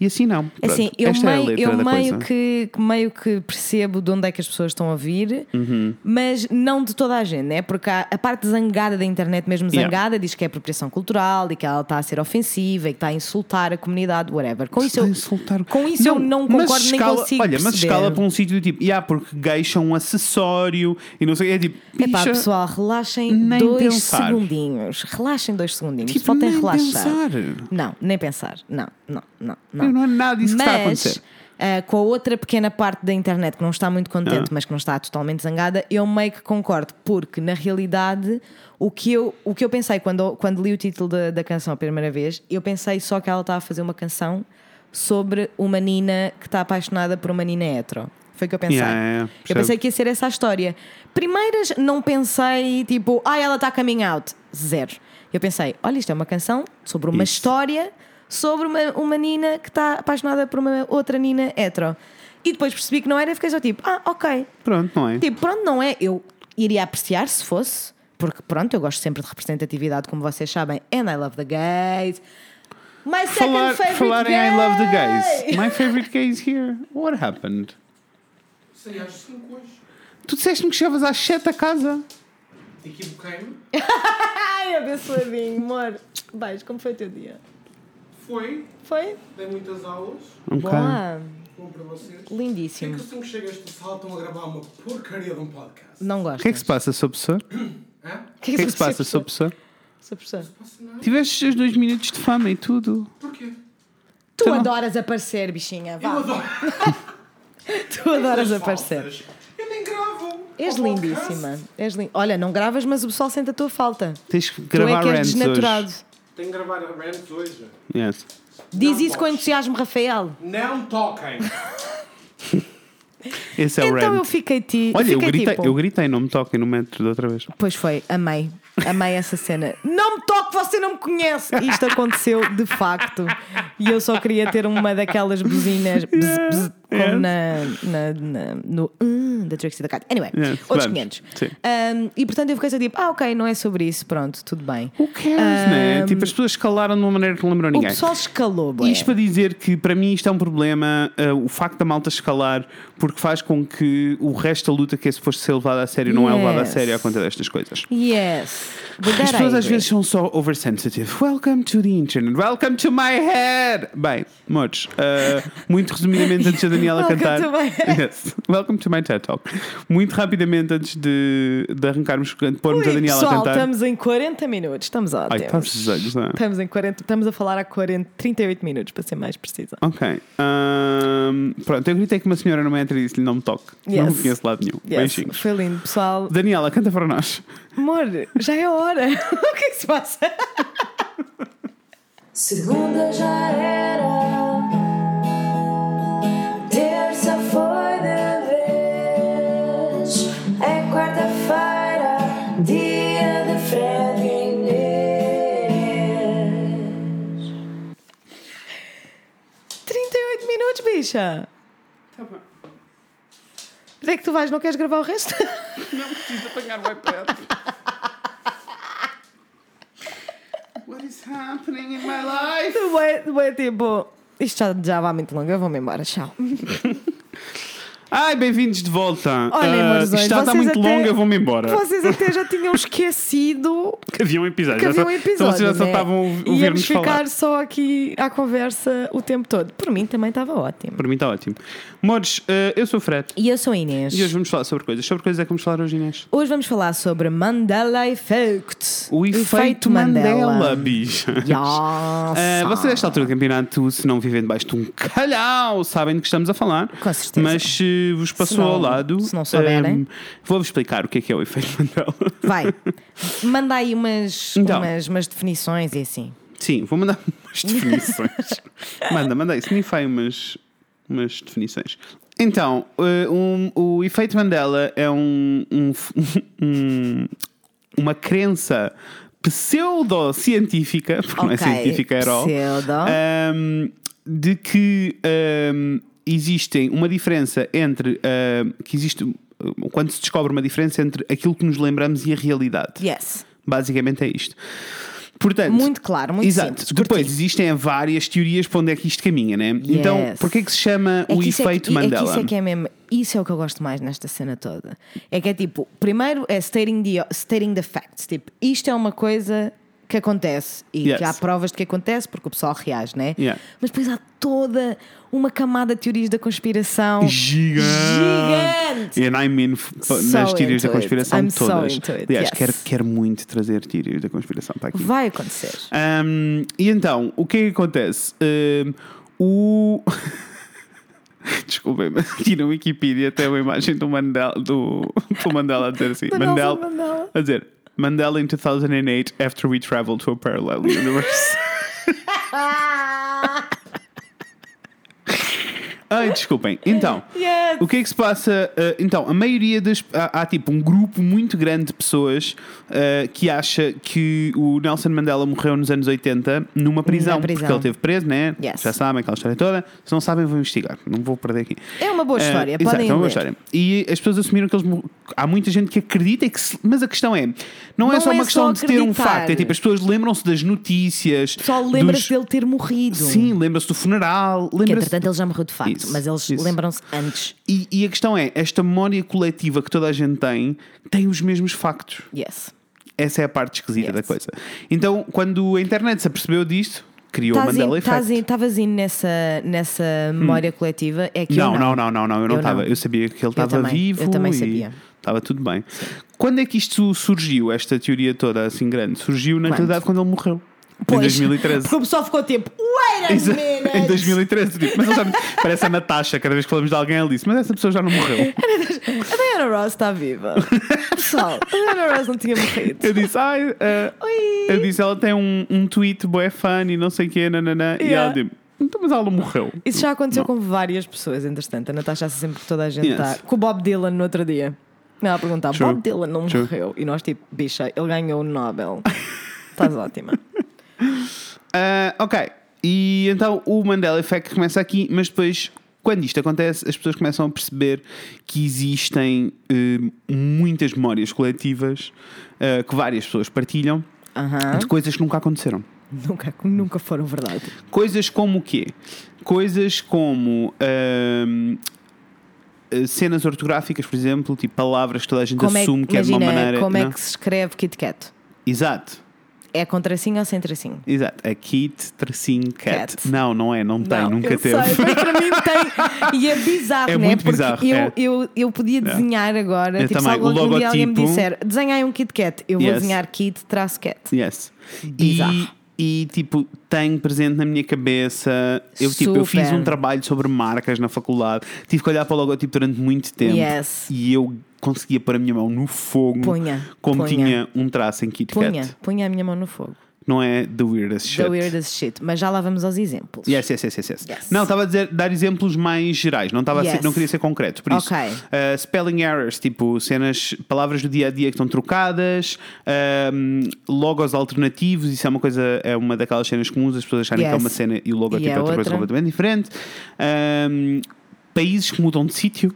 S2: E assim não.
S1: É
S2: Pronto.
S1: Assim, eu
S2: Esta é a
S1: meio,
S2: letra
S1: eu
S2: da
S1: meio
S2: coisa.
S1: que, que meio que percebo de onde é que as pessoas estão a vir,
S2: Uhum.
S1: mas não de toda a gente, né? Porque há a parte zangada da internet, mesmo
S2: Yeah.
S1: zangada, diz que é apropriação cultural e que ela está a ser ofensiva e que está a insultar a comunidade, whatever. Com isso,
S2: Está a
S1: eu,
S2: insultar.
S1: com isso eu não
S2: mas
S1: concordo nem
S2: escala-
S1: consigo.
S2: Olha, mas
S1: perceber.
S2: escala para um sítio do tipo, yeah, porque gays são um acessório e não sei. É tipo,
S1: Epá,
S2: bicha,
S1: pessoal, relaxem
S2: nem
S1: dois
S2: pensar.
S1: segundinhos. Relaxem dois segundinhos.
S2: Tipo,
S1: Faltem
S2: nem
S1: relaxar.
S2: pensar.
S1: Não, nem pensar. Não, não, não.
S2: Não, não é nada disso que
S1: mas,
S2: está a acontecer.
S1: ah, com a outra pequena parte da internet que não está muito contente,
S2: Ah.
S1: mas que não está totalmente zangada, eu meio que concordo, porque na realidade o que eu, o que eu pensei quando, quando li o título da, da canção a primeira vez, eu pensei só que ela está a fazer uma canção sobre uma nina que está apaixonada por uma nina hetero. Foi o que eu pensei.
S2: Yeah, yeah, yeah,
S1: eu
S2: percebo.
S1: pensei que ia ser essa a história. Primeiras, não pensei tipo, ah, ela está coming out. Zero. Eu pensei, olha, isto é uma canção sobre uma
S2: Isso.
S1: história sobre uma, uma Nina que está apaixonada por uma outra Nina hetero. E depois percebi que não era e fiquei só tipo, ah, ok.
S2: Pronto, não é?
S1: Tipo, pronto, não é? Eu iria apreciar se fosse, porque pronto, eu gosto sempre de representatividade, como vocês sabem. And I love the gays. My second
S2: falar,
S1: é favorite
S2: falar em
S1: gay.
S2: I love the gays. My favorite gay is here. What happened?
S3: Saí às 5 hoje.
S2: Tu disseste-me que chegavas às 7 da casa.
S3: Equivoquei-me.
S1: Ai, abençoadinho, amor. Beijo, como foi o teu dia?
S3: Foi.
S1: Foi?
S3: Dei muitas aulas.
S2: Ok.
S1: Boa.
S3: Bom para vocês. Por que é que
S1: Lindíssimo.
S3: eu sempre chego a esta sala estão a gravar uma porcaria de um podcast?
S1: Não
S2: O
S1: gosto.
S2: que é que se passa, sou pessoa? O
S3: Hã?
S2: que é que se passa, sou pessoa?
S1: Sou professor.
S3: Passa nada.
S2: Tiveste os dois minutos de fama e tudo.
S3: Porquê?
S1: Tu
S2: Tá bom.
S1: adoras aparecer, bichinha.
S3: Eu
S1: Vá.
S3: adoro.
S1: [LAUGHS] Tu adoras
S3: Estas
S1: aparecer.
S3: falsas. Eu nem gravo.
S1: És
S3: ao podcast.
S1: lindíssima. És lin- Olha, não gravas, mas o pessoal sente a tua falta.
S2: Tens que
S1: Tu
S2: gravar
S1: é que és
S2: rants
S1: desnaturado.
S2: hoje.
S3: Tenho que gravar a rant hoje.
S2: Yes.
S1: Diz
S3: Não
S1: isso com
S3: podes.
S1: entusiasmo, Rafael.
S3: Não toquem.
S2: Esse é o
S1: então eu
S2: rant.
S1: fiquei ti.
S2: Olha, eu
S1: fiquei
S2: gritei,
S1: tipo-
S2: eu gritei, não me toquem no metro da outra vez.
S1: Pois foi, amei. Amei essa cena. Não me toque, você não me conhece. Isto aconteceu de facto. E eu só queria ter uma daquelas buzinas bzz, bzz, como
S2: yes.
S1: na, na- na- no hum, da Trixie da Cat. Anyway,
S2: Yes,
S1: outros
S2: vamos.
S1: 500.
S2: Sim.
S1: Um, e portanto eu fiquei só tipo, ah, ok, não é sobre isso, pronto, tudo bem.
S2: Who cares, né?
S1: Um,
S2: Tipo, as pessoas escalaram de uma maneira que não lembrou
S1: O
S2: ninguém.
S1: pessoal escalou, bué.
S2: Isto para dizer que para mim isto é um problema, eh, o facto da malta escalar, porque faz com que o resto da luta que é suposto ser levada a sério não é levada a
S1: Yes.
S2: sério à conta destas coisas.
S1: Yes. But
S2: As
S1: that I
S2: pessoas às
S1: agree.
S2: vezes são só oversensitive. Welcome to the internet, welcome to my head. Bem, modos, eh, muito resumidamente antes da Daniela
S1: Welcome
S2: cantar.
S1: to my head.
S2: Yes. Welcome to my TED Talk. Muito rapidamente antes de, de arrancarmos, de pormos
S1: Ui,
S2: a Daniela
S1: pessoal,
S2: a cantar.
S1: estamos em 40 minutos, estamos ótimos.
S2: Ai, estás desenhos, não é?
S1: Estamos em 40, estamos a falar há 40, 38 minutos, para ser mais precisa.
S2: Ok. Ahm, pronto, eu gritei com uma senhora no metro e disse-lhe não me toque. Não
S1: Yes.
S2: me conheço de lado nenhum.
S1: Yes,
S2: Beijinhos.
S1: foi lindo, pessoal.
S2: Daniela, canta para nós.
S1: Amor, já é a hora. [LAUGHS] o que é que se passa?
S4: Segunda já era, terça foi de vez, é quarta-feira, dia de Fred e Inês.
S1: 38 minutos, bicha.
S2: Tá bom.
S1: Mas é que tu vais, não queres gravar o [LAUGHS] resto?
S2: Não preciso apanhar o iPad. What is happening in my life?
S1: Tu é, tipo, Isto já, já vai muito longo, eu vou-me embora, tchau.
S2: Ai, bem-vindos de volta.
S1: Olhem,
S2: Ah,
S1: meus
S2: isto
S1: olhos,
S2: já está
S1: vocês
S2: muito
S1: até-
S2: longo, eu vou-me embora.
S1: Vocês até já tinham esquecido
S2: Que havia um episódio.
S1: que
S2: já
S1: havia
S2: só-
S1: um episódio.
S2: Então vocês já só
S1: né?
S2: estavam a
S1: E
S2: ouvir-nos
S1: Íamos ficar
S2: falar.
S1: só aqui à conversa o tempo todo. Por mim também estava ótimo.
S2: Para mim está ótimo. Mores, eh, eu sou o Fred.
S1: E eu sou a Inês.
S2: E hoje vamos falar sobre coisas. Sobre coisas é que vamos falar hoje, Inês.
S1: Hoje vamos falar sobre Mandela Effect.
S2: O efeito, Mandela, bicha.
S1: Yes.
S2: Ah, vocês, nesta altura do campeonato, se não vivem debaixo de um calhau, sabem do que estamos a falar.
S1: Com certeza.
S2: Mas se vos passou
S1: não-
S2: ao lado,
S1: se não souberem.
S2: ah, vou-vos explicar o que é que é o efeito Mandela.
S1: Vai, manda aí umas,
S2: Então.
S1: umas, umas definições e assim.
S2: [LAUGHS] Sim, vou mandar [LAUGHS] umas definições. manda, manda aí. Signify umas, umas definições. Então, eh, um- o efeito Mandela é um, um f- [LAUGHS] um- uma crença pseudocientífica, porque não é
S1: Ok,
S2: científica era all,
S1: pseudo.
S2: ehm, de que ehm, existem uma diferença entre ehm, que existe eh, quando se descobre uma diferença entre aquilo que nos lembramos e a realidade.
S1: Yes.
S2: Basicamente é isto. Portanto,
S1: Muito claro, muito
S2: Exato.
S1: simples.
S2: Depois
S1: curti.
S2: existem várias teorias para onde é que isto caminha, né? Então, porquê é que se chama
S1: É
S2: o
S1: que isso é que-
S2: efeito
S1: é que
S2: Mandela?
S1: isso é que é mesmo. Isso é o que eu gosto mais nesta cena toda. É que é tipo, primeiro é stating the, stating the facts. Tipo, isto é uma coisa que acontece e
S2: Yes.
S1: que há provas de que acontece porque o pessoal reage, né?
S2: Yeah.
S1: Mas depois há toda uma camada de teorias da conspiração.
S2: Gigante!
S1: um Gigante!
S2: And I mean, f- nas
S1: So
S2: teorias da
S1: into it.
S2: conspiração
S1: I'm so
S2: todas.
S1: into it,
S2: Aliás,
S1: yes.
S2: quero, quero muito trazer teorias da conspiração para aqui.
S1: Vai acontecer.
S2: Ahm, e então, o que é que acontece? Ahm, o. [LAUGHS] Desculpem, mas aqui na Wikipedia tem uma imagem do Mandela, do, do Mandela a dizer assim:
S1: Do Nelson
S2: Mandela,
S1: Mandela.
S2: A dizer, Mandela in 2008, after we traveled to a parallel universe.
S1: [LAUGHS] Ah!
S2: Ai, desculpem. Então,
S1: Yes.
S2: o que é que se passa? eh, então, a maioria das. Há, há, tipo um grupo muito grande de pessoas eh, que acha que o Nelson Mandela morreu nos anos 80 numa prisão,
S1: prisão.
S2: porque ele esteve preso, né?
S1: Yes.
S2: Já sabem aquela história toda. Se não sabem, vou investigar. Não vou perder aqui.
S1: É uma boa
S2: Eh,
S1: história,
S2: exato,
S1: podem
S2: é uma boa
S1: ler.
S2: história. E as pessoas assumiram que eles. mor- Há muita gente que acredita que. se- Mas a questão é: não, é
S1: Não
S2: só
S1: é
S2: uma
S1: só
S2: questão de ter um
S1: acreditar.
S2: facto. É tipo, as pessoas lembram-se das notícias.
S1: Só lembra-se
S2: dos-
S1: dele ter morrido.
S2: Sim, lembra-se do funeral.
S1: Que, é
S2: Lembra-se
S1: entretanto ele já morreu de facto,
S2: Isso,
S1: mas eles
S2: isso.
S1: lembram-se antes.
S2: E, e a questão é, esta memória coletiva que toda a gente tem tem os mesmos factos.
S1: Yes.
S2: Essa é a parte esquisita
S1: Yes.
S2: da coisa. Então, quando a internet se apercebeu disto, criou o Mandela
S1: Estavas
S2: Effect.
S1: indo, nessa, nessa memória coletiva? É que
S2: Hum. Não,
S1: eu
S2: não, não, não, não, eu não
S1: Eu
S2: estava.
S1: não.
S2: Eu sabia que ele estava
S1: também,
S2: vivo.
S1: eu também
S2: e
S1: sabia.
S2: Estava tudo bem. Quando é que isto surgiu, esta teoria toda assim grande? Surgiu, na
S1: Quando?
S2: realidade, quando ele morreu. Em 2013.
S1: [LAUGHS] Porque o pessoal ficou tipo, wait a
S2: Exa-
S1: minute!
S2: [LAUGHS] em 2013, tipo, mas ele já parece a Natasha, cada vez que falamos de alguém, ele disse: Mas essa pessoa já
S1: [LAUGHS]
S2: não morreu.
S1: A Diana Ross está viva. [LAUGHS] pessoal, a Diana Ross não tinha morrido.
S2: Eu disse, ai, eh,
S1: Oi.
S2: eu disse, ela tem um, um tweet bué fã e não sei o quê, nananã. E
S1: Yeah.
S2: ela disse, então, mas ela não morreu.
S1: Isso já aconteceu com várias pessoas, entretanto. A Então, Natasha acha sempre que toda a gente
S2: Yes.
S1: está. Com o Bob Dylan no outro dia. Ela a perguntar:
S2: True.
S1: Bob Dylan não
S2: True.
S1: morreu? E nós, tipo, bicha, ele ganhou o
S2: [LAUGHS]
S1: Nobel. Estás ótima.
S2: Ah, ok, e então o Mandela Effect começa aqui, mas depois, quando isto acontece, as pessoas começam a perceber que existem eh, muitas memórias coletivas eh, que várias pessoas partilham
S1: Aham.
S2: de coisas que nunca aconteceram.
S1: Nunca, nunca foram verdade.
S2: Coisas como o quê? Coisas como ahm, eh, cenas ortográficas, por exemplo, tipo palavras que toda a gente
S1: Como é,
S2: assume que é de uma
S1: imagina,
S2: maneira.
S1: como é
S2: não?
S1: que se escreve Kit Kat?
S2: Exato,
S1: É com tracinho ou sem tracinho?
S2: exato. É kit, tracinho, cat.
S1: Cat.
S2: Não, não é, não tem,
S1: Não,
S2: nunca
S1: eu
S2: teve.
S1: Sei, mas para mim
S2: [LAUGHS]
S1: tem. E é bizarro,
S2: É
S1: né?
S2: muito
S1: Porque
S2: bizarro,
S1: eu,
S2: é.
S1: eu, eu podia desenhar agora.
S2: Eu
S1: tipo,
S2: também,
S1: se algum
S2: o
S1: algum dia alguém me
S2: logotipo-
S1: disser desenhei um Kit Kat, eu vou
S2: Yes.
S1: desenhar Kit traço Cat.
S2: [LAUGHS] Yes. E,
S1: Bizarro.
S2: e tipo, tenho presente na minha cabeça. Eu, tipo, eu fiz
S1: Super.
S2: um trabalho sobre marcas na faculdade, tive que olhar para o logotipo durante muito tempo
S1: Yes.
S2: e eu conseguia pôr a minha mão no fogo
S1: Punha,
S2: como
S1: punha.
S2: tinha um traço em Kit
S1: Punha,
S2: Kat.
S1: punha a minha mão no fogo.
S2: Não é the weirdest shit.
S1: The weirdest shit. Mas já lá vamos aos exemplos.
S2: Yes, yes, yes, yes, yes.
S1: Yes.
S2: Não, estava a dizer, dar exemplos mais gerais, não, estava a ser-
S1: Yes.
S2: não queria ser concreto. Por isso,
S1: Ok.
S2: eh, spelling errors, tipo cenas, palavras do dia a dia que estão trocadas, ehm, logos alternativos, isso é uma coisa, é uma daquelas cenas comuns, as pessoas acharem que é
S1: Yes.
S2: uma cena e o logotipo
S1: E é
S2: é outra coisa
S1: outra.
S2: completamente diferente. Ehm, países que mudam de sítio,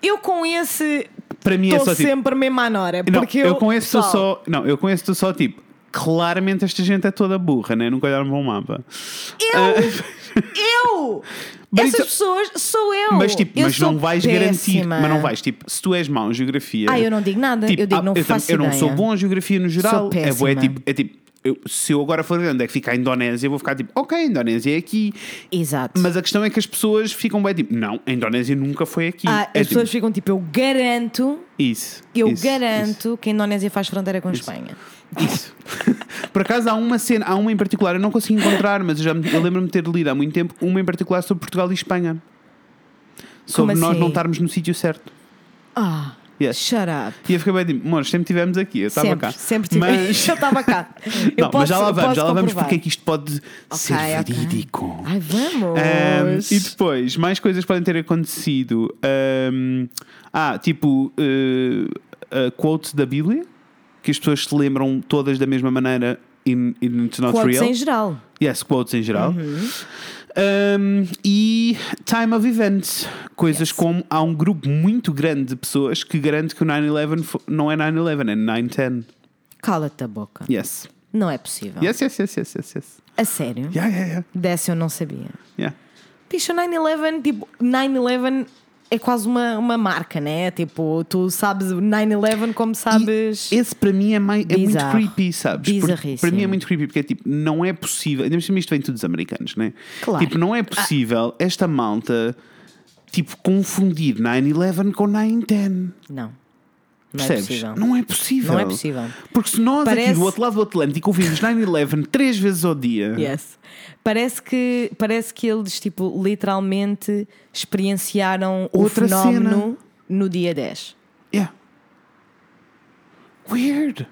S1: Eu com esse
S2: para mim é
S1: estou
S2: só tipo.
S1: sempre mesmo à nora.
S2: Não,
S1: Porque
S2: eu,
S1: eu,
S2: com esse estou
S1: pessoal,
S2: só. Não, eu com esse estou só tipo. claramente esta gente é toda burra, né? Nunca olharam para um mapa.
S1: Eu!
S2: ah. [LAUGHS] Mas
S1: Essas
S2: então-
S1: pessoas sou eu!
S2: Mas tipo,
S1: Eu
S2: mas não
S1: sou
S2: vais garantir.
S1: péssima.
S2: Mas não vais, tipo, se tu és mau em geografia.
S1: Ah, eu não digo nada.
S2: tipo,
S1: eu digo,
S2: ah,
S1: não
S2: eu, tam-
S1: faço
S2: eu não
S1: ideia.
S2: sou bom em geografia no
S1: Sou
S2: geral. é, bué,
S1: péssima.
S2: tipo, é tipo, eu- se eu agora for ver onde é que fica a Indonésia, eu vou ficar tipo, ok, a Indonésia é aqui.
S1: Exato.
S2: Mas a questão é que as pessoas ficam bem tipo, não, a Indonésia nunca foi aqui.
S1: Ah, as
S2: é, tipo,
S1: pessoas ficam tipo, eu garanto,
S2: Isso.
S1: eu
S2: isso,
S1: garanto que a Indonésia faz fronteira com a Espanha.
S2: Isso. [LAUGHS] Por acaso há uma cena, há uma em particular, eu não consigo encontrar, mas eu, já me- eu lembro-me de ter lido há muito tempo uma em particular sobre Portugal e Espanha. Sobre
S1: Como
S2: nós
S1: assim?
S2: não estarmos no sítio certo.
S1: Ah,
S2: Yes.
S1: shut up.
S2: E eu fiquei bem tipo, mano, sempre tivemos aqui, eu estava
S1: sempre,
S2: cá.
S1: sempre tive. [LAUGHS]
S2: Mas...
S1: Eu estava cá. Eu
S2: não,
S1: posso,
S2: mas já lá
S1: eu
S2: vamos,
S1: posso
S2: já lá vamos
S1: comprovar.
S2: porque é que isto pode ser
S1: ok. Ah,
S2: verídico.
S1: Ai, vamos!
S2: Ahm, e depois, mais coisas podem ter acontecido. Ahm, ah, tipo, eh, a quote da Bíblia, que as pessoas se lembram todas da mesma maneira in, in It's Not
S1: Quotes
S2: Real.
S1: em geral.
S2: Yes, quotes em geral.
S1: Uhum.
S2: Um, e time of events. Coisas como há um grupo muito grande de pessoas que garante que o 9-11 fo- não é 9-11, é 9-10.
S1: Cala-te a boca.
S2: Yes.
S1: Não é possível.
S2: Yes, yes, yes, yes, yes, yes.
S1: A sério?
S2: Yeah, yeah, yeah.
S1: Dessa eu não sabia.
S2: yeah.
S1: Bicho, 9-11, tipo, 9-11 é quase uma, uma marca, né? Tipo, tu sabes 9-11 como sabes.
S2: E Esse para mim é, mais, é muito
S1: Bizarro.
S2: creepy, sabes? Porque
S1: Bizarríssimo.
S2: Para mim é muito creepy porque é tipo, não é possível. Ainda por cima isto vem tudo dos americanos, né?
S1: Claro. Ah.
S2: Tipo, não é possível esta malta, tipo, confundir 9-11 com 9-10.
S1: Não. Não é
S2: Percebes?
S1: possível.
S2: Não é possível.
S1: Não é possível.
S2: Porque se nós aqui
S1: Parece-
S2: do outro lado do Atlântico ouvimos 9-11 três vezes ao dia.
S1: Yes. Parece que, parece que eles, tipo, literalmente experienciaram
S2: Outra
S1: o fenómeno
S2: cena.
S1: no dia 10.
S2: Yeah. Weird.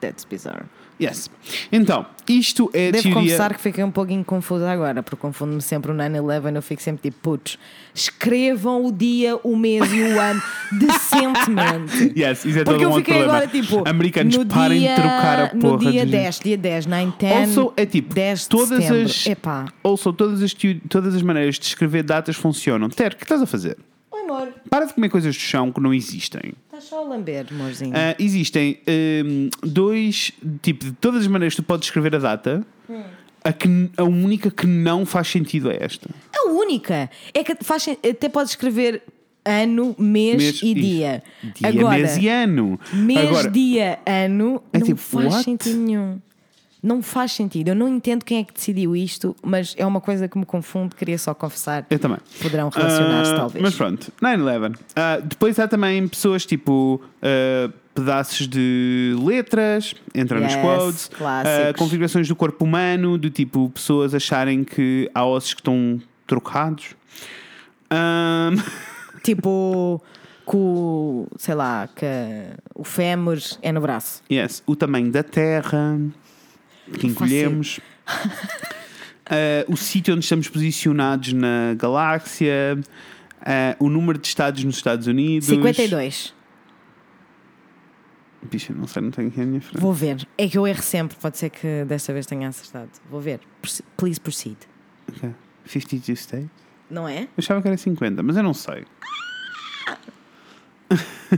S1: That's bizarre.
S2: Yes. Então, isto é a
S1: Devo
S2: teoria.
S1: confessar que fiquei um pouquinho confusa agora, porque confundo-me sempre o 9-11. Eu fico sempre tipo, putz, escrevam o dia, o mês e
S2: [LAUGHS]
S1: o ano decentemente.
S2: Yes, isso é todo
S1: Porque eu
S2: um outro
S1: fiquei
S2: problema.
S1: agora tipo.
S2: Americanos,
S1: no
S2: parem
S1: dia,
S2: de trocar a porra
S1: No dia
S2: de-
S1: 10, dia 10, 9, 10.
S2: Also, é tipo,
S1: 10 de
S2: todas
S1: setembro.
S2: as.
S1: Epá.
S2: Also, todas as, teori- todas as maneiras de escrever datas funcionam. Ter, o que estás a fazer?
S1: Oi, amor,
S2: Para de comer coisas do chão que não existem.
S1: estás só a lamber, amorzinho.
S2: Ah, existem hum, dois, tipo, de todas as maneiras que tu podes escrever a data,
S1: Hum.
S2: a, que- a única que não faz sentido é esta.
S1: A única. É que faz, sen- até podes escrever ano, mês,
S2: Mês
S1: e
S2: e-
S1: dia.
S2: Dia,
S1: Agora,
S2: mês e ano.
S1: mês,
S2: Agora,
S1: dia, ano,
S2: É
S1: não
S2: tipo,
S1: faz
S2: what?
S1: sentido nenhum. Não faz sentido. Eu não entendo quem é que decidiu isto, mas é uma coisa que me confunde, queria só confessar.
S2: Eu também.
S1: Poderão relacionar-se,
S2: Ah,
S1: talvez.
S2: Mas pronto, 9-11. Ah, depois há também pessoas tipo ah, pedaços de letras, entrar
S1: Yes,
S2: nos quotes,
S1: clássicos.
S2: ah, configurações do corpo humano, do tipo pessoas acharem que há ossos que estão trocados. Ah,
S1: Tipo, com, sei lá, que o fémur é no braço.
S2: yes, o tamanho da terra que encolhemos. Ah, o sítio onde estamos posicionados na galáxia, ah, o número de estados nos Estados Unidos.
S1: 52.
S2: Bicha, não sei, não tenho aqui a minha frente.
S1: Vou ver. É que eu erro sempre, pode ser que desta vez tenha acertado. Vou ver. Proce- Please proceed.
S2: Ok. 52 states?
S1: Não é?
S2: Eu achava que era 50, mas eu não sei.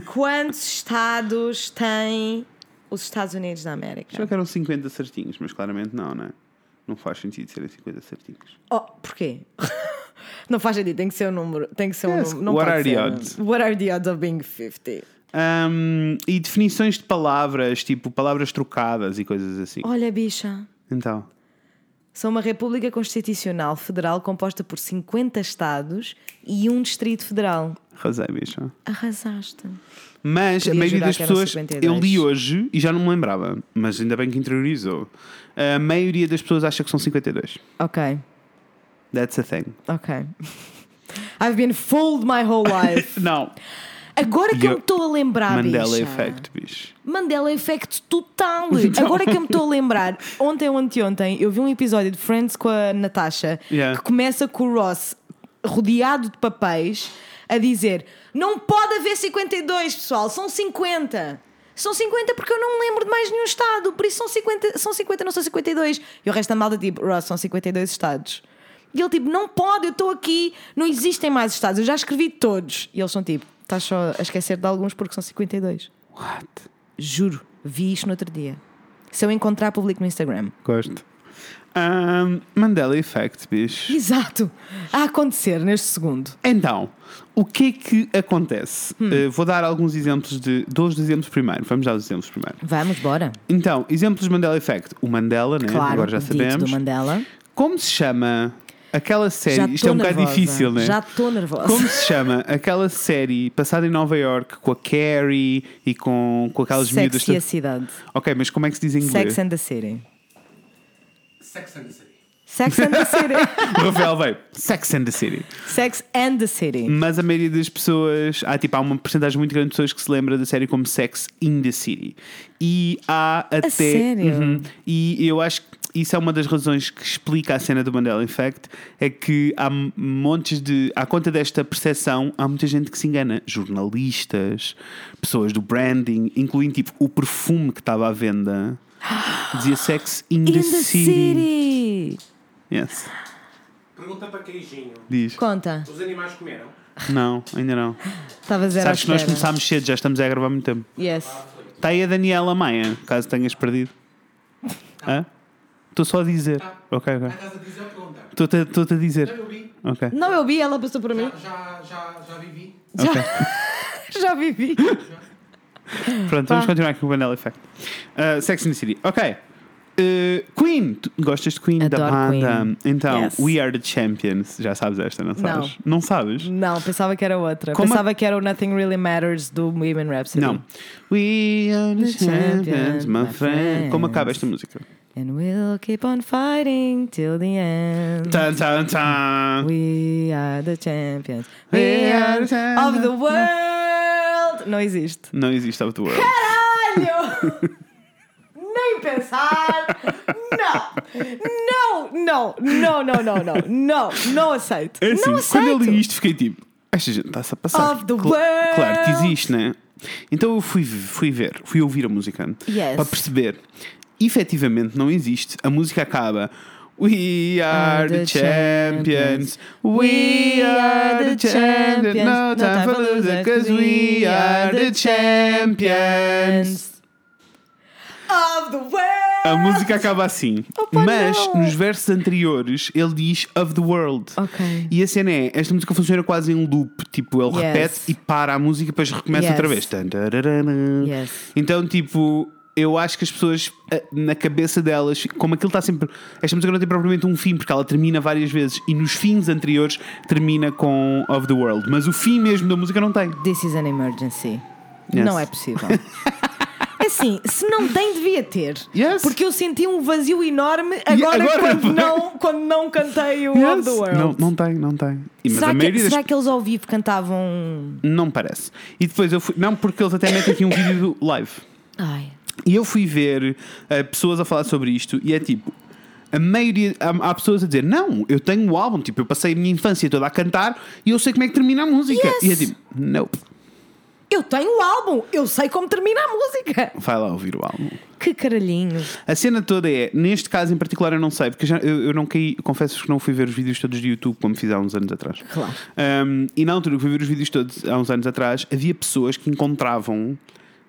S1: Quantos estados têm os Estados Unidos da
S2: Achava
S1: América?
S2: que eram 50 certinhos, mas claramente não, né? Não faz sentido serem 50 certinhos.
S1: Oh, porquê? [LAUGHS] Não faz sentido, tem que ser um número. Tem que ser um
S2: Yes,
S1: número. Não
S2: what
S1: pode
S2: are
S1: ser,
S2: the odds?
S1: não. What are the odds of being 50?
S2: Ahm, e definições de palavras, tipo palavras trocadas e coisas assim.
S1: Olha, bicha.
S2: Então,
S1: São uma república constitucional federal composta por 50 estados e um distrito federal.
S2: arrasei, bicho.
S1: Arrasaste.
S2: Mas
S1: Podia
S2: a maioria
S1: jurar
S2: das
S1: que eram
S2: pessoas,
S1: 52.
S2: eu li hoje e já não me lembrava, mas ainda bem que interiorizou. A maioria das pessoas acha que são 52.
S1: Ok,
S2: That's a thing.
S1: ok. [LAUGHS] I've been fooled my whole
S2: [LAUGHS]
S1: life.
S2: Não.
S1: Agora que eu
S2: Yo-
S1: me estou a lembrar,
S2: Mandela
S1: Ah, bicha.
S2: Effect, bicho.
S1: Mandela Effect total. Agora que eu me estou a lembrar, ontem ou anteontem eu vi um episódio de Friends com a Natasha
S2: Yeah.
S1: que começa com o Ross rodeado de papéis a dizer: Não pode haver 52, pessoal, são 50. São 50 porque eu não me lembro de mais nenhum estado, por isso são 50, são 50 não são 52. E o resto da malda, tipo, Ross, são 52 estados. E ele, tipo, não pode, eu estou aqui, não existem mais estados, eu já escrevi todos. E eles são tipo, estás só a esquecer de alguns porque são 52.
S2: What?
S1: Juro, vi isto no outro dia. Se eu encontrar público no Instagram.
S2: Gosto. Ahm, Mandela Effect, bicho.
S1: Exato. A acontecer neste segundo.
S2: Então, o que é que acontece?
S1: Hum.
S2: Eh, vou dar alguns exemplos de. Dois exemplos primeiro. Vamos dar os exemplos primeiro.
S1: Vamos, bora.
S2: Então, exemplos de Mandela Effect. O Mandela, né?
S1: Claro,
S2: Agora já
S1: dito do
S2: sabemos.
S1: Mandela.
S2: Como se chama aquela série?
S1: Já
S2: Isto
S1: tô
S2: é um bocado
S1: nervosa.
S2: difícil, né?
S1: Já estou nervosa.
S2: Como se chama aquela série passada em Nova York com a Carrie e com, com aquelas miúdas.
S1: Sexy a cidade.
S2: Ok, mas como é que se diz em inglês?
S1: Sex and the City.
S3: Sex and the City.
S1: Sex and the
S2: [LAUGHS]
S1: City.
S2: O Rafael veio. Sex and the City.
S1: Sex and the City.
S2: Mas a maioria das pessoas. Há, tipo, há uma porcentagem muito grande de pessoas que se lembra da série como Sex in the City. E há até.
S1: sério?
S2: Uhum. e eu acho que. Isso é uma das razões que explica a cena do Mandela Effect, é que há m- montes de. À conta desta percepção, há muita gente que se engana. Jornalistas, pessoas do branding, incluindo tipo o perfume que estava à venda. Dizia Sex in,
S1: In the City.
S2: Yes.
S3: Pergunta para Queijinho.
S2: Diz.
S1: Conta.
S3: Os animais comeram?
S2: Não, ainda não.
S1: Estava zero à
S2: Sabes que nós
S1: espera.
S2: começámos cedo, já estamos a gravar muito tempo.
S1: Yes.
S2: Está Tá aí a Daniela Maia, caso tenhas perdido. Hã? Estou só a dizer. Ok, ok.
S3: A casa diz a pergunta.
S2: Estou-te a- Estou-te a
S3: Já
S2: dizer.
S3: eu vi.
S2: Ok.
S1: Não, eu vi, ela passou por mim.
S3: Já, já, já, já vivi.
S1: Já, já vivi.
S2: Pronto, vamos continuar aqui com o Vanilla Effect. Uh, Sex and the City. Ok. Uh, Queen, tu gostas de Queen da
S1: Adoro
S2: banda?
S1: Queen.
S2: Então,
S1: Yes.
S2: We Are the Champions. Já sabes esta, não sabes? Não, sabes?
S1: Não, pensava que era outra.
S2: Como a-
S1: pensava que era o Nothing Really Matters do Women Rhapsody.
S2: Não. We are the champions, my friend. Como acaba esta música?
S1: And we'll keep on fighting till the end.
S2: Tan, tan, tan.
S1: We are the champions.
S2: We
S1: We
S2: are
S1: are
S2: the
S1: of the world. Não existe.
S2: Não existe Out the World.
S1: Caralho! Nem pensar! Não! Não, não, não, não, não, não, não aceito.
S2: É assim,
S1: não
S2: quando eu
S1: aceito.
S2: li isto fiquei tipo, esta gente está-se a passar.
S1: Of the
S2: Cla-
S1: world.
S2: Claro que existe, né? Então eu fui, fui ver, fui ouvir a música
S1: Yes.
S2: para perceber. Efetivamente não existe. A música acaba. We are the champions. We are the champions. No time for losing, cause we are the champions.
S1: Of the world!
S2: A música acaba assim.
S1: Opa,
S2: mas
S1: não.
S2: nos versos anteriores ele diz of the world.
S1: Ok.
S2: E a cena é, esta música funciona quase em loop. Tipo, ele
S1: Yes.
S2: repete e para a música e depois recomeça
S1: Yes.
S2: outra vez. Tan, tararana.
S1: Yes.
S2: Então, tipo, eu acho que as pessoas, eh, na cabeça delas, como aquilo está sempre. Esta música não tem propriamente um fim, porque ela termina várias vezes. E nos fins anteriores termina com of the world. Mas o fim mesmo da música não tem.
S1: This is an emergency.
S2: Yes.
S1: Não é possível. Assim, se não tem, devia ter.
S2: Yes.
S1: Porque eu senti um vazio enorme agora,
S2: agora
S1: quando,
S2: [LAUGHS] vai.
S1: não, quando não cantei o Of
S2: Yes.
S1: the World.
S2: Não, não tem, não tem. E, mas
S1: será,
S2: a
S1: que,
S2: maioria das
S1: será que eles ao vivo cantavam.
S2: Não parece. E depois eu fui. Não, porque eles até metem aqui um vídeo do live.
S1: Ai.
S2: E eu fui ver eh, pessoas a falar sobre isto e é tipo. A maioria. Há, há pessoas a dizer: Não, eu tenho o álbum, tipo, eu passei a minha infância toda a cantar e eu sei como é que termina a música.
S1: Yes.
S2: E é tipo: Não,
S1: Eu tenho o álbum, eu sei como termina a música.
S2: vai lá ouvir o álbum.
S1: Que caralhinho.
S2: A cena toda é, neste caso em particular, eu não sei, porque eu já- eu, eu não caí, confesso que não fui ver os vídeos todos do YouTube como fiz há uns anos atrás.
S1: Claro.
S2: Um, e na altura que fui ver os vídeos todos há uns anos atrás, havia pessoas que encontravam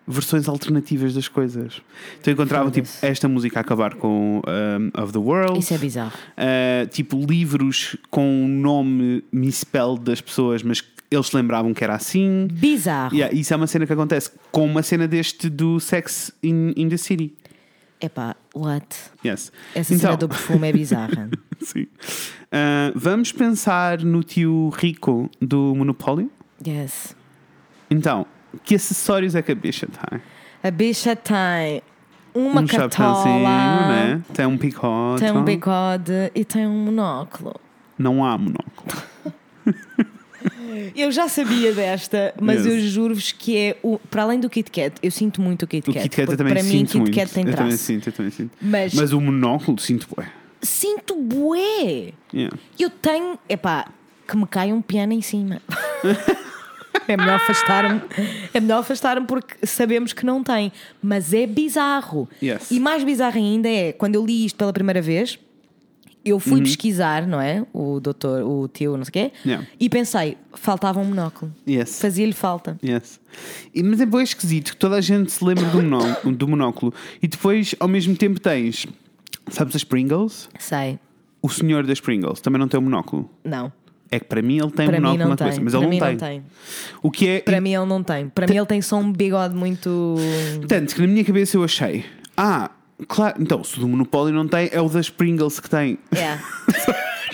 S2: versões alternativas das coisas. Então encontravam tipo
S1: Foda-se.
S2: esta música a acabar com um, Of the World.
S1: Isso é bizarro.
S2: Uh, tipo livros com o nome misspelled das pessoas, mas que eles se lembravam que era assim.
S1: Bizarro.
S2: Yeah, isso é uma cena que acontece com uma cena deste do Sex in, in the City.
S1: Epá, what?
S2: Yes. [LAUGHS]
S1: Essa
S2: Então.
S1: cena do perfume é bizarra.
S2: Sim. Ah, vamos pensar no tio rico do Monopólio?
S1: Yes.
S2: Então, que acessórios é que a bicha tem?
S1: A bicha tem uma
S2: um
S1: cartola,
S2: chapéuzinho, né? Tem um picote.
S1: tem um bigode e tem um monóculo.
S2: Não há monóculo.
S1: Eu já sabia desta, mas
S2: Yes.
S1: eu juro-vos que é o, para além do Kit Kat, eu sinto muito o Kit
S2: O
S1: Kat.
S2: Kit Kat eu
S1: porque
S2: também
S1: para mim,
S2: sinto
S1: Kit
S2: muito.
S1: Kat tem
S2: eu também
S1: traço.
S2: sinto, eu também sinto.
S1: Mas-
S2: Mas o monóculo sinto, bué.
S1: Sinto bué.
S2: Yeah.
S1: Eu tenho, epá, que me caia um piano em cima. é melhor afastar-me. É melhor afastar-me porque sabemos que não tem, mas é bizarro.
S2: Yes.
S1: E mais bizarro ainda é quando eu li isto pela primeira vez, eu fui pesquisar, não é? O doutor, o tio, não sei o quê.
S2: Yeah.
S1: E pensei, faltava um monóculo.
S2: Yes.
S1: Fazia-lhe falta.
S2: Yes. E, mas é bem esquisito que toda a gente se lembra do, monó- [COUGHS] do monóculo e depois ao mesmo tempo tens. Sabes as Pringles?
S1: Sei.
S2: O senhor das Pringles também não tem um monóculo.
S1: Não.
S2: É que para mim ele tem
S1: Para mim
S2: um monóculo
S1: não
S2: na
S1: tem.
S2: cabeça, mas
S1: Para
S2: ele
S1: mim
S2: não,
S1: não
S2: tem.
S1: tem.
S2: O que é.
S1: Para mim ele não tem. Para mim ele tem só um bigode muito.
S2: Tanto que na minha cabeça eu achei. Ah, claro. Então, se o do Monopólio não tem, é o das Pringles que tem.
S1: É.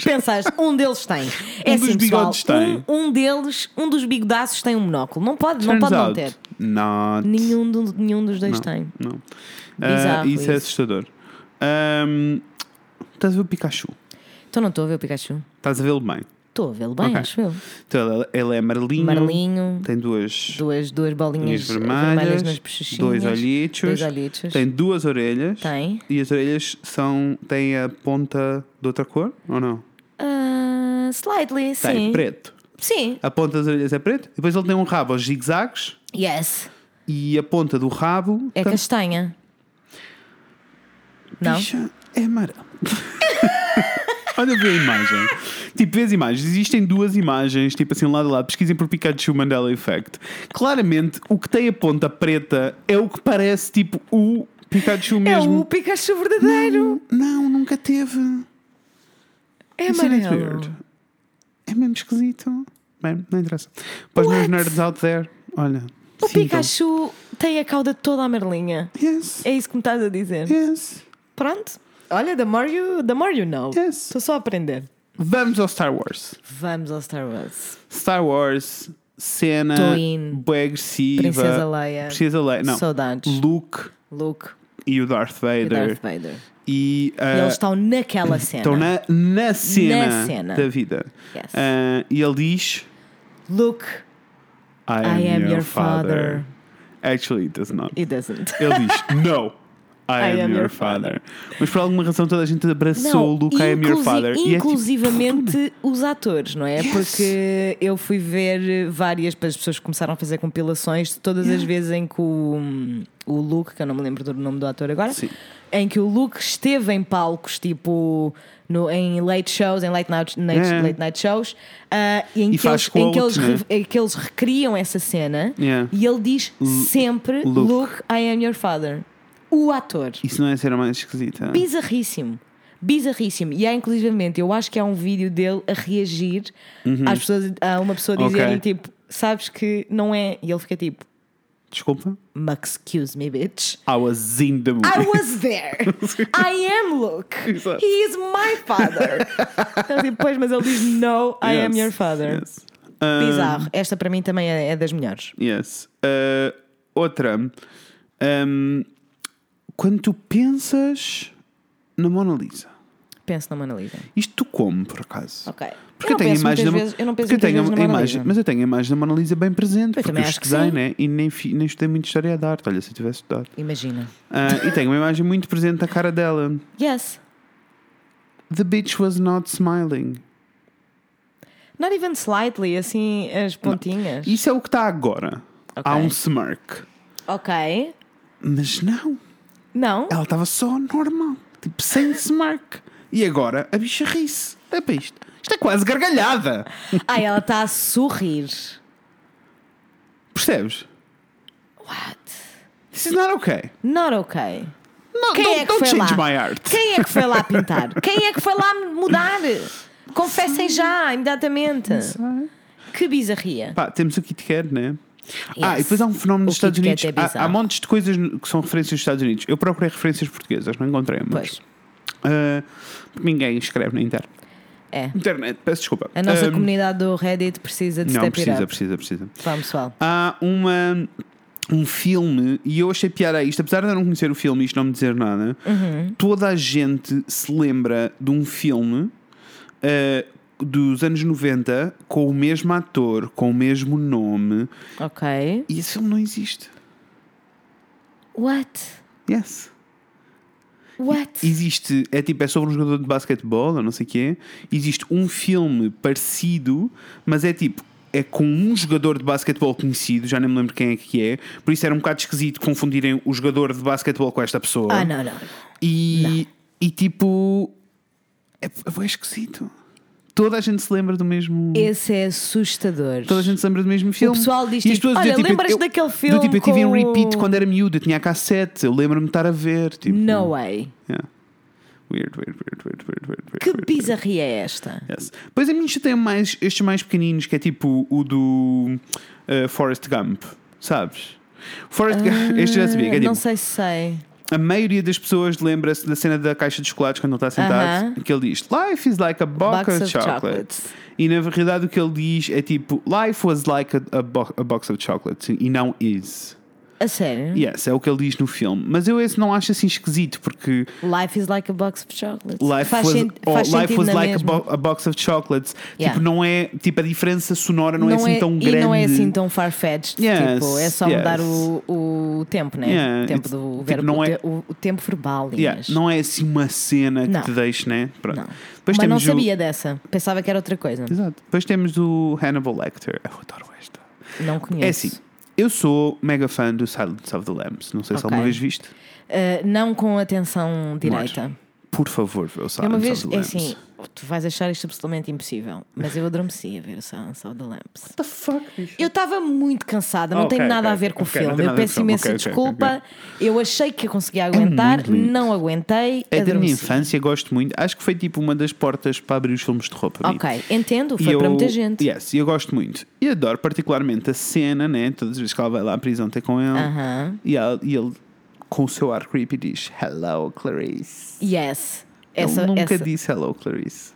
S1: Pensaste, um deles tem. É
S2: Um
S1: assim,
S2: dos
S1: pessoal,
S2: bigodes tem.
S1: Um, um deles, um dos bigodaços tem um monóculo. Não pode, não,
S2: Turns
S1: pode não
S2: out,
S1: ter.
S2: Not.
S1: Nenhum, do- nenhum dos dois
S2: não,
S1: tem.
S2: Não. Ah,
S1: Bizarro
S2: isso, é
S1: isso.
S2: assustador. Ahm, estás a ver o Pikachu?
S1: Então não estou a ver o Pikachu.
S2: Estás a vê-lo bem?
S1: Estou a vê-lo bem,
S2: Ok.
S1: acho eu.
S2: Então, ele- ele é Marlinho.
S1: Marlinho,
S2: Tem duas
S1: duas, duas bolinhas
S2: linhas vermelhas,
S1: vermelhas nas bochechinhas.
S2: dois olhitos,
S1: Dois olhitos.
S2: tem duas orelhas
S1: Tem.
S2: e as orelhas são, têm a ponta de outra cor ou não?
S1: Ah, slightly,
S2: Tem
S1: sim.
S2: preto.
S1: Sim.
S2: A ponta das orelhas é preto, depois ele tem um rabo aos zigzags
S1: Yes.
S2: e a ponta do rabo
S1: É
S2: tam-
S1: castanha. Não?
S2: Bicha, é amarelo. [LAUGHS] Olha bem a imagem. Tipo, vê as imagens. Existem duas imagens, tipo assim, lado a lado. Pesquisem por Pikachu Mandela Effect. Claramente, o que tem a ponta preta é o que parece, tipo, o Pikachu
S1: É o
S2: mesmo.
S1: Pikachu verdadeiro.
S2: Não, nunca teve.
S1: É
S2: Isso é
S1: amarelo.
S2: weird. É mesmo esquisito. Bem, não interessa. Para os meus
S1: What?
S2: nerds out there, olha.
S1: O
S2: sintam.
S1: Pikachu tem a cauda toda amarelinha.
S2: Yes,
S1: É isso que me estás a dizer.
S2: yes.
S1: Pronto. Olha, the more you, the more you know.
S2: Yes.
S1: Estou só a aprender.
S2: Vamos ao Star Wars.
S1: Vamos ao Star Wars.
S2: Star Wars, cena
S1: Tô in.
S2: bué agressiva.
S1: Princesa Leia.
S2: Princesa Leia, não.
S1: Saudades.
S2: Luke
S1: Luke
S2: e o Darth
S1: e
S2: Vader.
S1: Darth Vader.
S2: E, ah,
S1: E eles estão naquela cena.
S2: estão na, na, cena
S1: Na cena.
S2: da vida.
S1: Yes.
S2: Ah, e ele diz:
S1: Luke,
S2: I am, your, father. Actually, it does not.
S1: it doesn't.
S2: Ele diz: No.
S1: [LAUGHS]
S2: I, am, your father. Mas por alguma razão toda a gente abraçou o Luke, I am your
S1: inclusi-
S2: father. E é tipo,
S1: Inclusivamente os atores, não é?
S2: Yes.
S1: Porque eu fui ver várias, as pessoas começaram a fazer compilações de todas as vezes em que o, o Luke, que eu não me lembro do nome do ator agora,
S2: Sim.
S1: em que o Luke esteve em palcos, tipo no, em late shows, em late night, night-
S2: É.
S1: late night shows, ah, e em,
S2: E
S1: que eles,
S2: faz
S1: em, que eles,
S2: quotes,
S1: re-
S2: né?
S1: em que eles recriam essa cena
S2: Yeah.
S1: e ele diz sempre:
S2: Luke.
S1: Luke, I am your father. O ator.
S2: Isso não é a cena mais esquisita.
S1: Bizarríssimo. Bizarríssimo. E há, inclusivamente, eu acho que há um vídeo dele a reagir às pessoas, a uma pessoa
S2: Uhum. Ok.
S1: dizerem tipo, sabes que não é. E ele fica tipo,
S2: Desculpa.
S1: "Ma, excuse me, bitch.
S2: I was in the movie.
S1: I was there. [LAUGHS] I am Luke.
S2: Exato.
S1: He is my
S2: [LAUGHS]
S1: father. então, tipo, pois, mas ele diz, no, I am
S2: Yes,
S1: your father.
S2: yes. Ah,
S1: Bizarro. Esta para mim também é, é das melhores.
S2: yes. Ah, outra. Ahm, quando tu pensas na Mona Lisa,
S1: Penso na Mona Lisa.
S2: isto tu como, por acaso?
S1: Ok.
S2: Porque
S1: eu não penso muitas
S2: da Mo-
S1: vezes, eu não penso
S2: porque eu
S1: muitas
S2: tenho
S1: vezes
S2: a
S1: na Mona
S2: imagem,
S1: Lisa.
S2: Mas eu tenho a imagem da Mona Lisa bem presente. porque
S1: também
S2: eu
S1: acho que
S2: estudei,
S1: sim.
S2: né? E nem, fi- nem estudei muito história da arte. Olha, se eu tivesse estudado.
S1: Imagina.
S2: Ah, e tenho uma imagem muito presente da cara dela.
S1: Yes.
S2: The bitch was not smiling.
S1: Not even slightly, assim, as pontinhas.
S2: Isso é o que está agora.
S1: Ok.
S2: Há um smirk.
S1: Ok.
S2: Mas não.
S1: Não.
S2: Ela estava só normal, tipo sem smirk. E agora a bicha ri-se. É para isto. Isto é quase gargalhada.
S1: Ai, ela está a sorrir.
S2: Percebes?
S1: What?
S2: This is not okay.
S1: Not ok.
S2: Not,
S1: Quem
S2: don't
S1: é que
S2: don't
S1: foi
S2: change
S1: lá?
S2: my art.
S1: Quem é que foi lá
S2: [LAUGHS]
S1: pintar? Quem é que foi lá mudar? Confessem já, imediatamente. Que bizarria.
S2: Pá, temos o Kit Kat, né? Ah,
S1: Yes.
S2: e depois há um fenómeno
S1: O
S2: dos Estados
S1: Kit Kat
S2: Unidos.
S1: é
S2: há, há
S1: bizarro.
S2: montes de coisas no- que são referências dos Estados Unidos. Eu procurei referências portuguesas, não encontrei,
S1: Pois,
S2: mas ah, ninguém escreve na internet.
S1: é.
S2: Internet, peço desculpa.
S1: A nossa
S2: Ah,
S1: comunidade do Reddit precisa de
S2: Não,
S1: step it
S2: precisa,
S1: up.
S2: precisa, precisa.
S1: Vamos, pessoal.
S2: há uma, um filme, e eu achei piada a isto, apesar de eu não conhecer o filme e isto não me dizer nada, toda a gente se lembra de um filme eh, dos anos 90 com o mesmo ator, com o mesmo nome,
S1: Ok.
S2: e esse filme não existe.
S1: What?
S2: Yes.
S1: What?
S2: Existe, é tipo, é sobre um jogador de basquetebol, ou não sei o quê. Existe um filme parecido, mas é tipo, é com um jogador de basquetebol conhecido, já nem me lembro quem é que é. Por isso era um bocado esquisito confundirem o jogador de basquetebol com esta pessoa.
S1: Ah, não, não.
S2: E, e tipo, É, é, é esquisito. Toda a gente se lembra do mesmo.
S1: Esse é assustador.
S2: Toda a gente se lembra do mesmo filme.
S1: pessoal diz
S2: E as
S1: tipo,
S2: pessoas dizem,
S1: "Olha, lembras
S2: eu-
S1: daquele
S2: do
S1: filme
S2: Tipo, eu tive em
S1: com o-
S2: repeat quando era miúdo, eu tinha a cassete, eu lembro-me de estar a ver. Tipo,
S1: No way.
S2: Yeah. Weird, weird, weird, weird, weird, weird, weird.
S1: Que
S2: weird, weird.
S1: bizarria é esta?
S2: Yes. Pois a mim tem mais estes mais pequeninos, que é tipo o do uh, Forrest Gump, sabes? Forrest Gump, este já sabia, que é
S1: Ah, Hum, não
S2: tipo,
S1: sei se sei.
S2: a maioria das pessoas lembra-se da cena da caixa de chocolates quando ele está sentado,
S1: Aham.
S2: que ele diz Life is like a box,
S1: Box
S2: of
S1: of
S2: chocolates.
S1: chocolates.
S2: E na verdade o que ele diz é tipo Life was like a, a bo- a box of chocolates e não is.
S1: A sério?
S2: Yes, é o que ele diz no filme. Mas eu esse não acho assim esquisito, porque
S1: Life is like a box of chocolates.
S2: Life
S1: faz
S2: was,
S1: sen-
S2: or
S1: faz
S2: life
S1: sentido
S2: was
S1: na
S2: like a,
S1: mesma.
S2: bo- a box of chocolates.
S1: Yeah.
S2: Tipo, não é. Tipo, a diferença sonora não, é assim tão grande.
S1: E não é assim tão far-fetched.
S2: Yes,
S1: tipo, é só
S2: yes.
S1: mudar o, o tempo, né?
S2: Yeah,
S1: o tempo
S2: it's-
S1: do
S2: tipo,
S1: verbo,
S2: não
S1: o,
S2: é-
S1: te- o- o tempo verbal.
S2: Yeah,
S1: Inês.
S2: não é assim uma cena que
S1: Não.
S2: te deixe, né? Pronto.
S1: Não.
S2: Depois
S1: Mas não
S2: temos o-
S1: sabia dessa. Pensava que era outra coisa.
S2: Exato. Depois temos o Hannibal Lecter. Eu adoro esta.
S1: Não conheço.
S2: É assim. Eu sou mega fã do Silence of the Lambs. Não sei
S1: Ok.
S2: se alguma vez viste.
S1: Ah, não com atenção direita.
S2: Por favor, vê o
S1: É
S2: Silence
S1: uma vez,
S2: of the
S1: é
S2: Lambs.
S1: assim, tu vais achar isto absolutamente impossível, mas eu adormeci a ver o Silence of the Lambs.
S2: What the fuck, bicho?
S1: Eu estava muito cansada, não
S2: Ah, ok,
S1: tem nada a
S2: ok,
S1: ver com
S2: ok, não
S1: o
S2: tem
S1: filme.
S2: nada
S1: Eu
S2: a ver com o
S1: peço
S2: filme,
S1: imensa
S2: ok, ok,
S1: desculpa. Eu achei que eu conseguia aguentar, não aguentei.
S2: É da minha
S1: adormeci.
S2: infância, gosto muito. Acho que foi tipo uma das portas para abrir os filmes de roupa.
S1: Ok, entendo, foi para muita gente.
S2: Yes, e eu gosto muito. E adoro particularmente a cena, né? Todas as vezes que ela vai lá à prisão ter com ele.
S1: Aham.
S2: E, ela- e ele, com o seu ar creepy, diz Hello, Clarice.
S1: Yes. Essa,
S2: ele nunca
S1: essa-
S2: disse Hello, Clarice.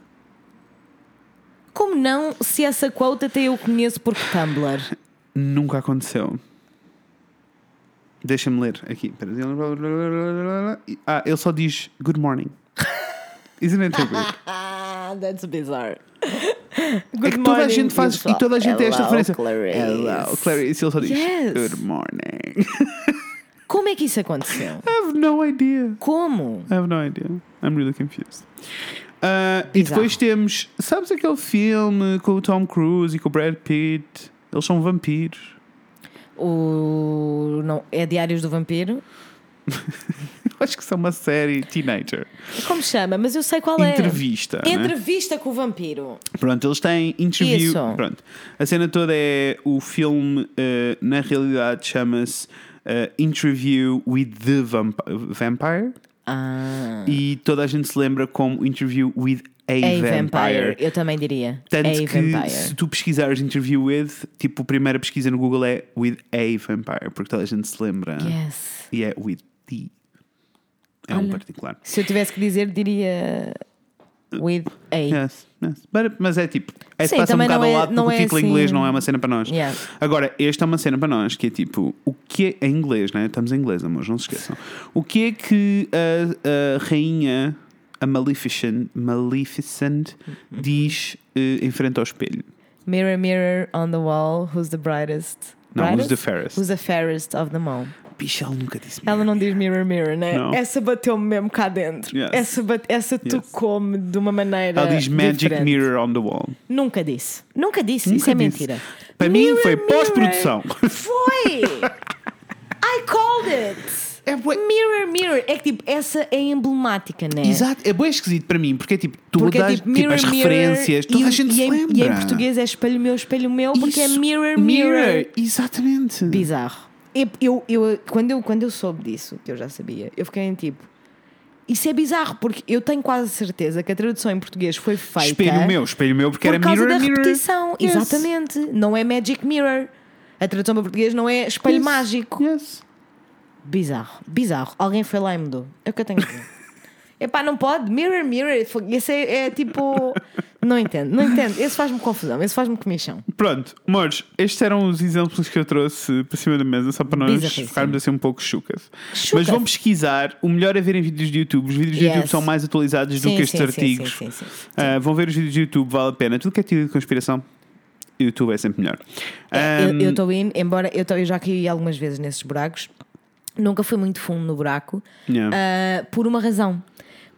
S1: Como não, se essa quote até eu conheço porque Tumblr.
S2: Nunca aconteceu. Deixa-me ler aqui. Espera. Ah, ele só diz
S1: [LAUGHS]
S2: Good morning. Isn't it weird?
S1: Ah, that's bizarre.
S2: é que toda a gente faz e toda a gente tem esta referência.
S1: Clarice.
S2: Hello, Clarice. Ele só diz
S1: Yes.
S2: Good morning. [LAUGHS]
S1: Como é que isso aconteceu?
S2: I have no idea.
S1: Como?
S2: I have no idea. I'm really confused. Ah, e
S1: Bizarro.
S2: depois temos. Sabes aquele filme com o Tom Cruise e com o Brad Pitt? Eles são vampiros. [LAUGHS]
S1: O. Não, é Diários do Vampiro?
S2: Eu acho que são uma série teenager.
S1: Como chama? Mas eu sei qual
S2: Entrevista.
S1: é.
S2: né?
S1: Entrevista com o vampiro.
S2: Pronto, eles têm interview.
S1: Isso.
S2: Pronto. A cena toda é o filme, eh, na realidade, chama-se eh, Interview with the Vamp- Vampire.
S1: Ah.
S2: E toda a gente se lembra como Interview with a,
S1: A
S2: vampire.
S1: Vampire. Eu também diria.
S2: Tanto
S1: a
S2: que se
S1: Vampire.
S2: tu pesquisares Interview with, tipo, a primeira pesquisa no Google é with a vampire, porque toda a gente se lembra.
S1: Yes.
S2: E é with the. É um particular.
S1: Se eu tivesse que dizer, diria. With a.
S2: Yes, yes. But- mas é tipo, é se
S1: Sim,
S2: passa um
S1: também
S2: bocado
S1: não
S2: ao
S1: é-
S2: lado
S1: não
S2: porque
S1: é
S2: o título em
S1: assim-
S2: inglês não é uma cena para nós.
S1: Yeah.
S2: Agora, esta é uma cena para nós que é tipo, o que é em inglês, né? Estamos em inglês, amores, não se esqueçam. O que é que a, a rainha, a Maleficent, Maleficent
S1: Uhum.
S2: diz eh, em frente ao espelho?
S1: Mirror, mirror on the wall, who's the brightest?
S2: Não, who's
S1: brightest?
S2: the fairest?
S1: Who's the fairest of them all?
S2: Bicho, ela nunca disse
S1: Ela
S2: mesmo.
S1: não diz mirror, mirror, né?
S2: Não.
S1: Essa bateu-me mesmo cá dentro.
S2: Yes.
S1: Essa, bate- essa tocou-me de uma maneira.
S2: Ela diz Magic
S1: diferente.
S2: Mirror on the Wall.
S1: Nunca disse. Nunca disse. Isso
S2: Nunca
S1: é
S2: disse.
S1: mentira.
S2: Para mim
S1: Mirror,
S2: foi
S1: mirror.
S2: pós-produção. [LAUGHS]
S1: Foi! I called it!
S2: É bué-
S1: Mirror, mirror. É que tipo, essa é emblemática, né?
S2: Exato, é bem esquisito para mim, porque é tipo, tu
S1: Porque é
S2: das,
S1: tipo, mirror,
S2: as
S1: mirror,
S2: referências, toda
S1: e,
S2: a gente
S1: e
S2: se
S1: em,
S2: lembra.
S1: E em português é espelho meu, espelho meu, porque é
S2: Isso,
S1: mirror, mirror.
S2: Exatamente.
S1: Bizarro. Eu, eu, eu- quando, eu, quando eu soube disso, que eu já sabia, eu fiquei em tipo. Isso é bizarro, porque eu tenho quase certeza que a tradução em português foi feita.
S2: Espelho meu, espelho meu, porque
S1: por
S2: era
S1: causa
S2: mirror,
S1: da
S2: mirror.
S1: repetição.
S2: Yes.
S1: Exatamente. Não é Magic Mirror. A tradução para português não é espelho
S2: Yes.
S1: mágico.
S2: Yes.
S1: Bizarro, bizarro. Alguém foi lá e mudou. É o que eu tenho que dizer. Epá, não pode. Mirror, mirror. Fo- Esse é, é tipo. Não entendo, não entendo. Esse faz-me confusão, esse faz-me comichão.
S2: Pronto, amores, estes eram os exemplos que eu trouxe para cima da mesa, só para nós
S1: Bizarríssimo.
S2: ficarmos assim um pouco chucas.
S1: Chucas.
S2: Mas vão pesquisar, o melhor é verem vídeos de YouTube. Os vídeos de
S1: Yes.
S2: YouTube são mais atualizados do
S1: Sim,
S2: que estes
S1: sim, sim,
S2: artigos.
S1: sim, sim, sim.
S2: Ah, vão ver os vídeos de YouTube, vale a pena. Tudo que é teoria de conspiração, YouTube é sempre melhor.
S1: É, eu-
S2: Ahm,
S1: eu estou indo, embora eu, tô- eu já caí algumas vezes nesses buracos, nunca fui muito fundo no buraco,
S2: Yeah.
S1: ah, por uma razão.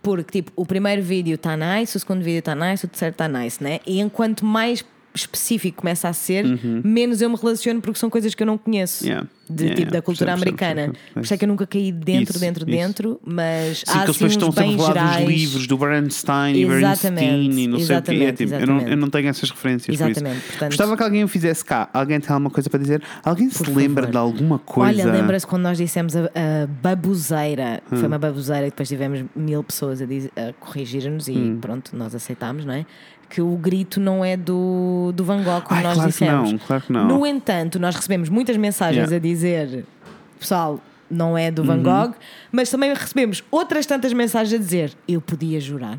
S1: Porque, tipo, o primeiro vídeo está nice, o segundo vídeo está nice, o terceiro está nice, né? E enquanto mais específico começa a ser, menos eu me relaciono porque são coisas que eu não conheço.
S2: Uhum. Yeah.
S1: de,
S2: Yeah,
S1: tipo, da
S2: yeah,
S1: cultura
S2: percebo, percebo,
S1: americana.
S2: percebo.
S1: Por isso é que eu nunca caí dentro,
S2: Isso,
S1: dentro,
S2: isso.
S1: dentro, mas
S2: Sim,
S1: há
S2: que eles
S1: assim
S2: depois estão
S1: uns
S2: sempre a
S1: bens
S2: falar
S1: gerais.
S2: dos livros do Bernstein e
S1: Exatamente,
S2: Bernstein e não sei o que é.
S1: exatamente,
S2: Tipo, eu, não, eu
S1: exatamente.
S2: não tenho essas referências. por isso.
S1: Exatamente, portanto-
S2: Gostava que alguém o fizesse cá. Alguém tem alguma coisa para dizer? Alguém se
S1: Por
S2: lembra
S1: favor.
S2: de alguma coisa?
S1: Olha, lembra-se quando nós dissemos a, a babuzeira, que
S2: Hum.
S1: foi uma babuzeira e depois tivemos mil pessoas a, diz- a corrigir-nos e
S2: Hum.
S1: pronto, nós aceitámos, não é? Que o grito não é do, do Van Gogh, como
S2: Ai,
S1: nós
S2: claro que
S1: dissemos.
S2: não, claro que não.
S1: No entanto, nós recebemos muitas mensagens
S2: Yeah. Uhum.
S1: a dizer, pessoal. Não é do Van Gogh, mas também recebemos outras tantas mensagens a dizer: Eu podia jurar.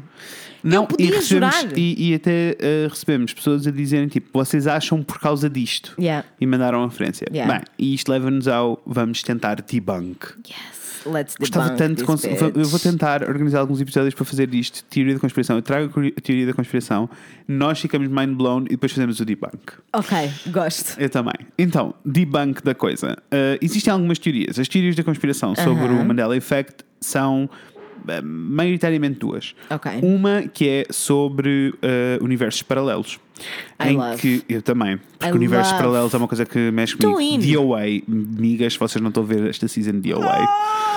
S2: Não,
S1: podia
S2: e, recebemos,
S1: jurar.
S2: e, e até eh, recebemos pessoas a dizerem tipo, vocês acham por causa disto?
S1: Yeah.
S2: E mandaram a referência.
S1: Yeah.
S2: Bem, e isto leva-nos ao vamos tentar debunk.
S1: Yes, let's
S2: Gostava
S1: debunk
S2: tanto de
S1: this
S2: cons-
S1: bitch.
S2: va- Eu vou tentar organizar alguns episódios para fazer isto. Teoria da conspiração. Eu trago a curi- a teoria da conspiração. Nós ficamos mind blown e depois fazemos o debunk.
S1: Ok, gosto.
S2: Eu também. Então, debunk da coisa. Uh, existem algumas teorias. As teorias da conspiração sobre o Mandela Effect são uh, maioritariamente duas.
S1: Ok.
S2: Uma que é sobre uh, universos paralelos.
S1: I
S2: em
S1: love.
S2: que eu também, porque
S1: I
S2: universos
S1: love.
S2: paralelos é uma coisa que mexe
S1: Tô
S2: comigo.
S1: in.
S2: DOA, migas, vocês não estão a ver esta season de DOA.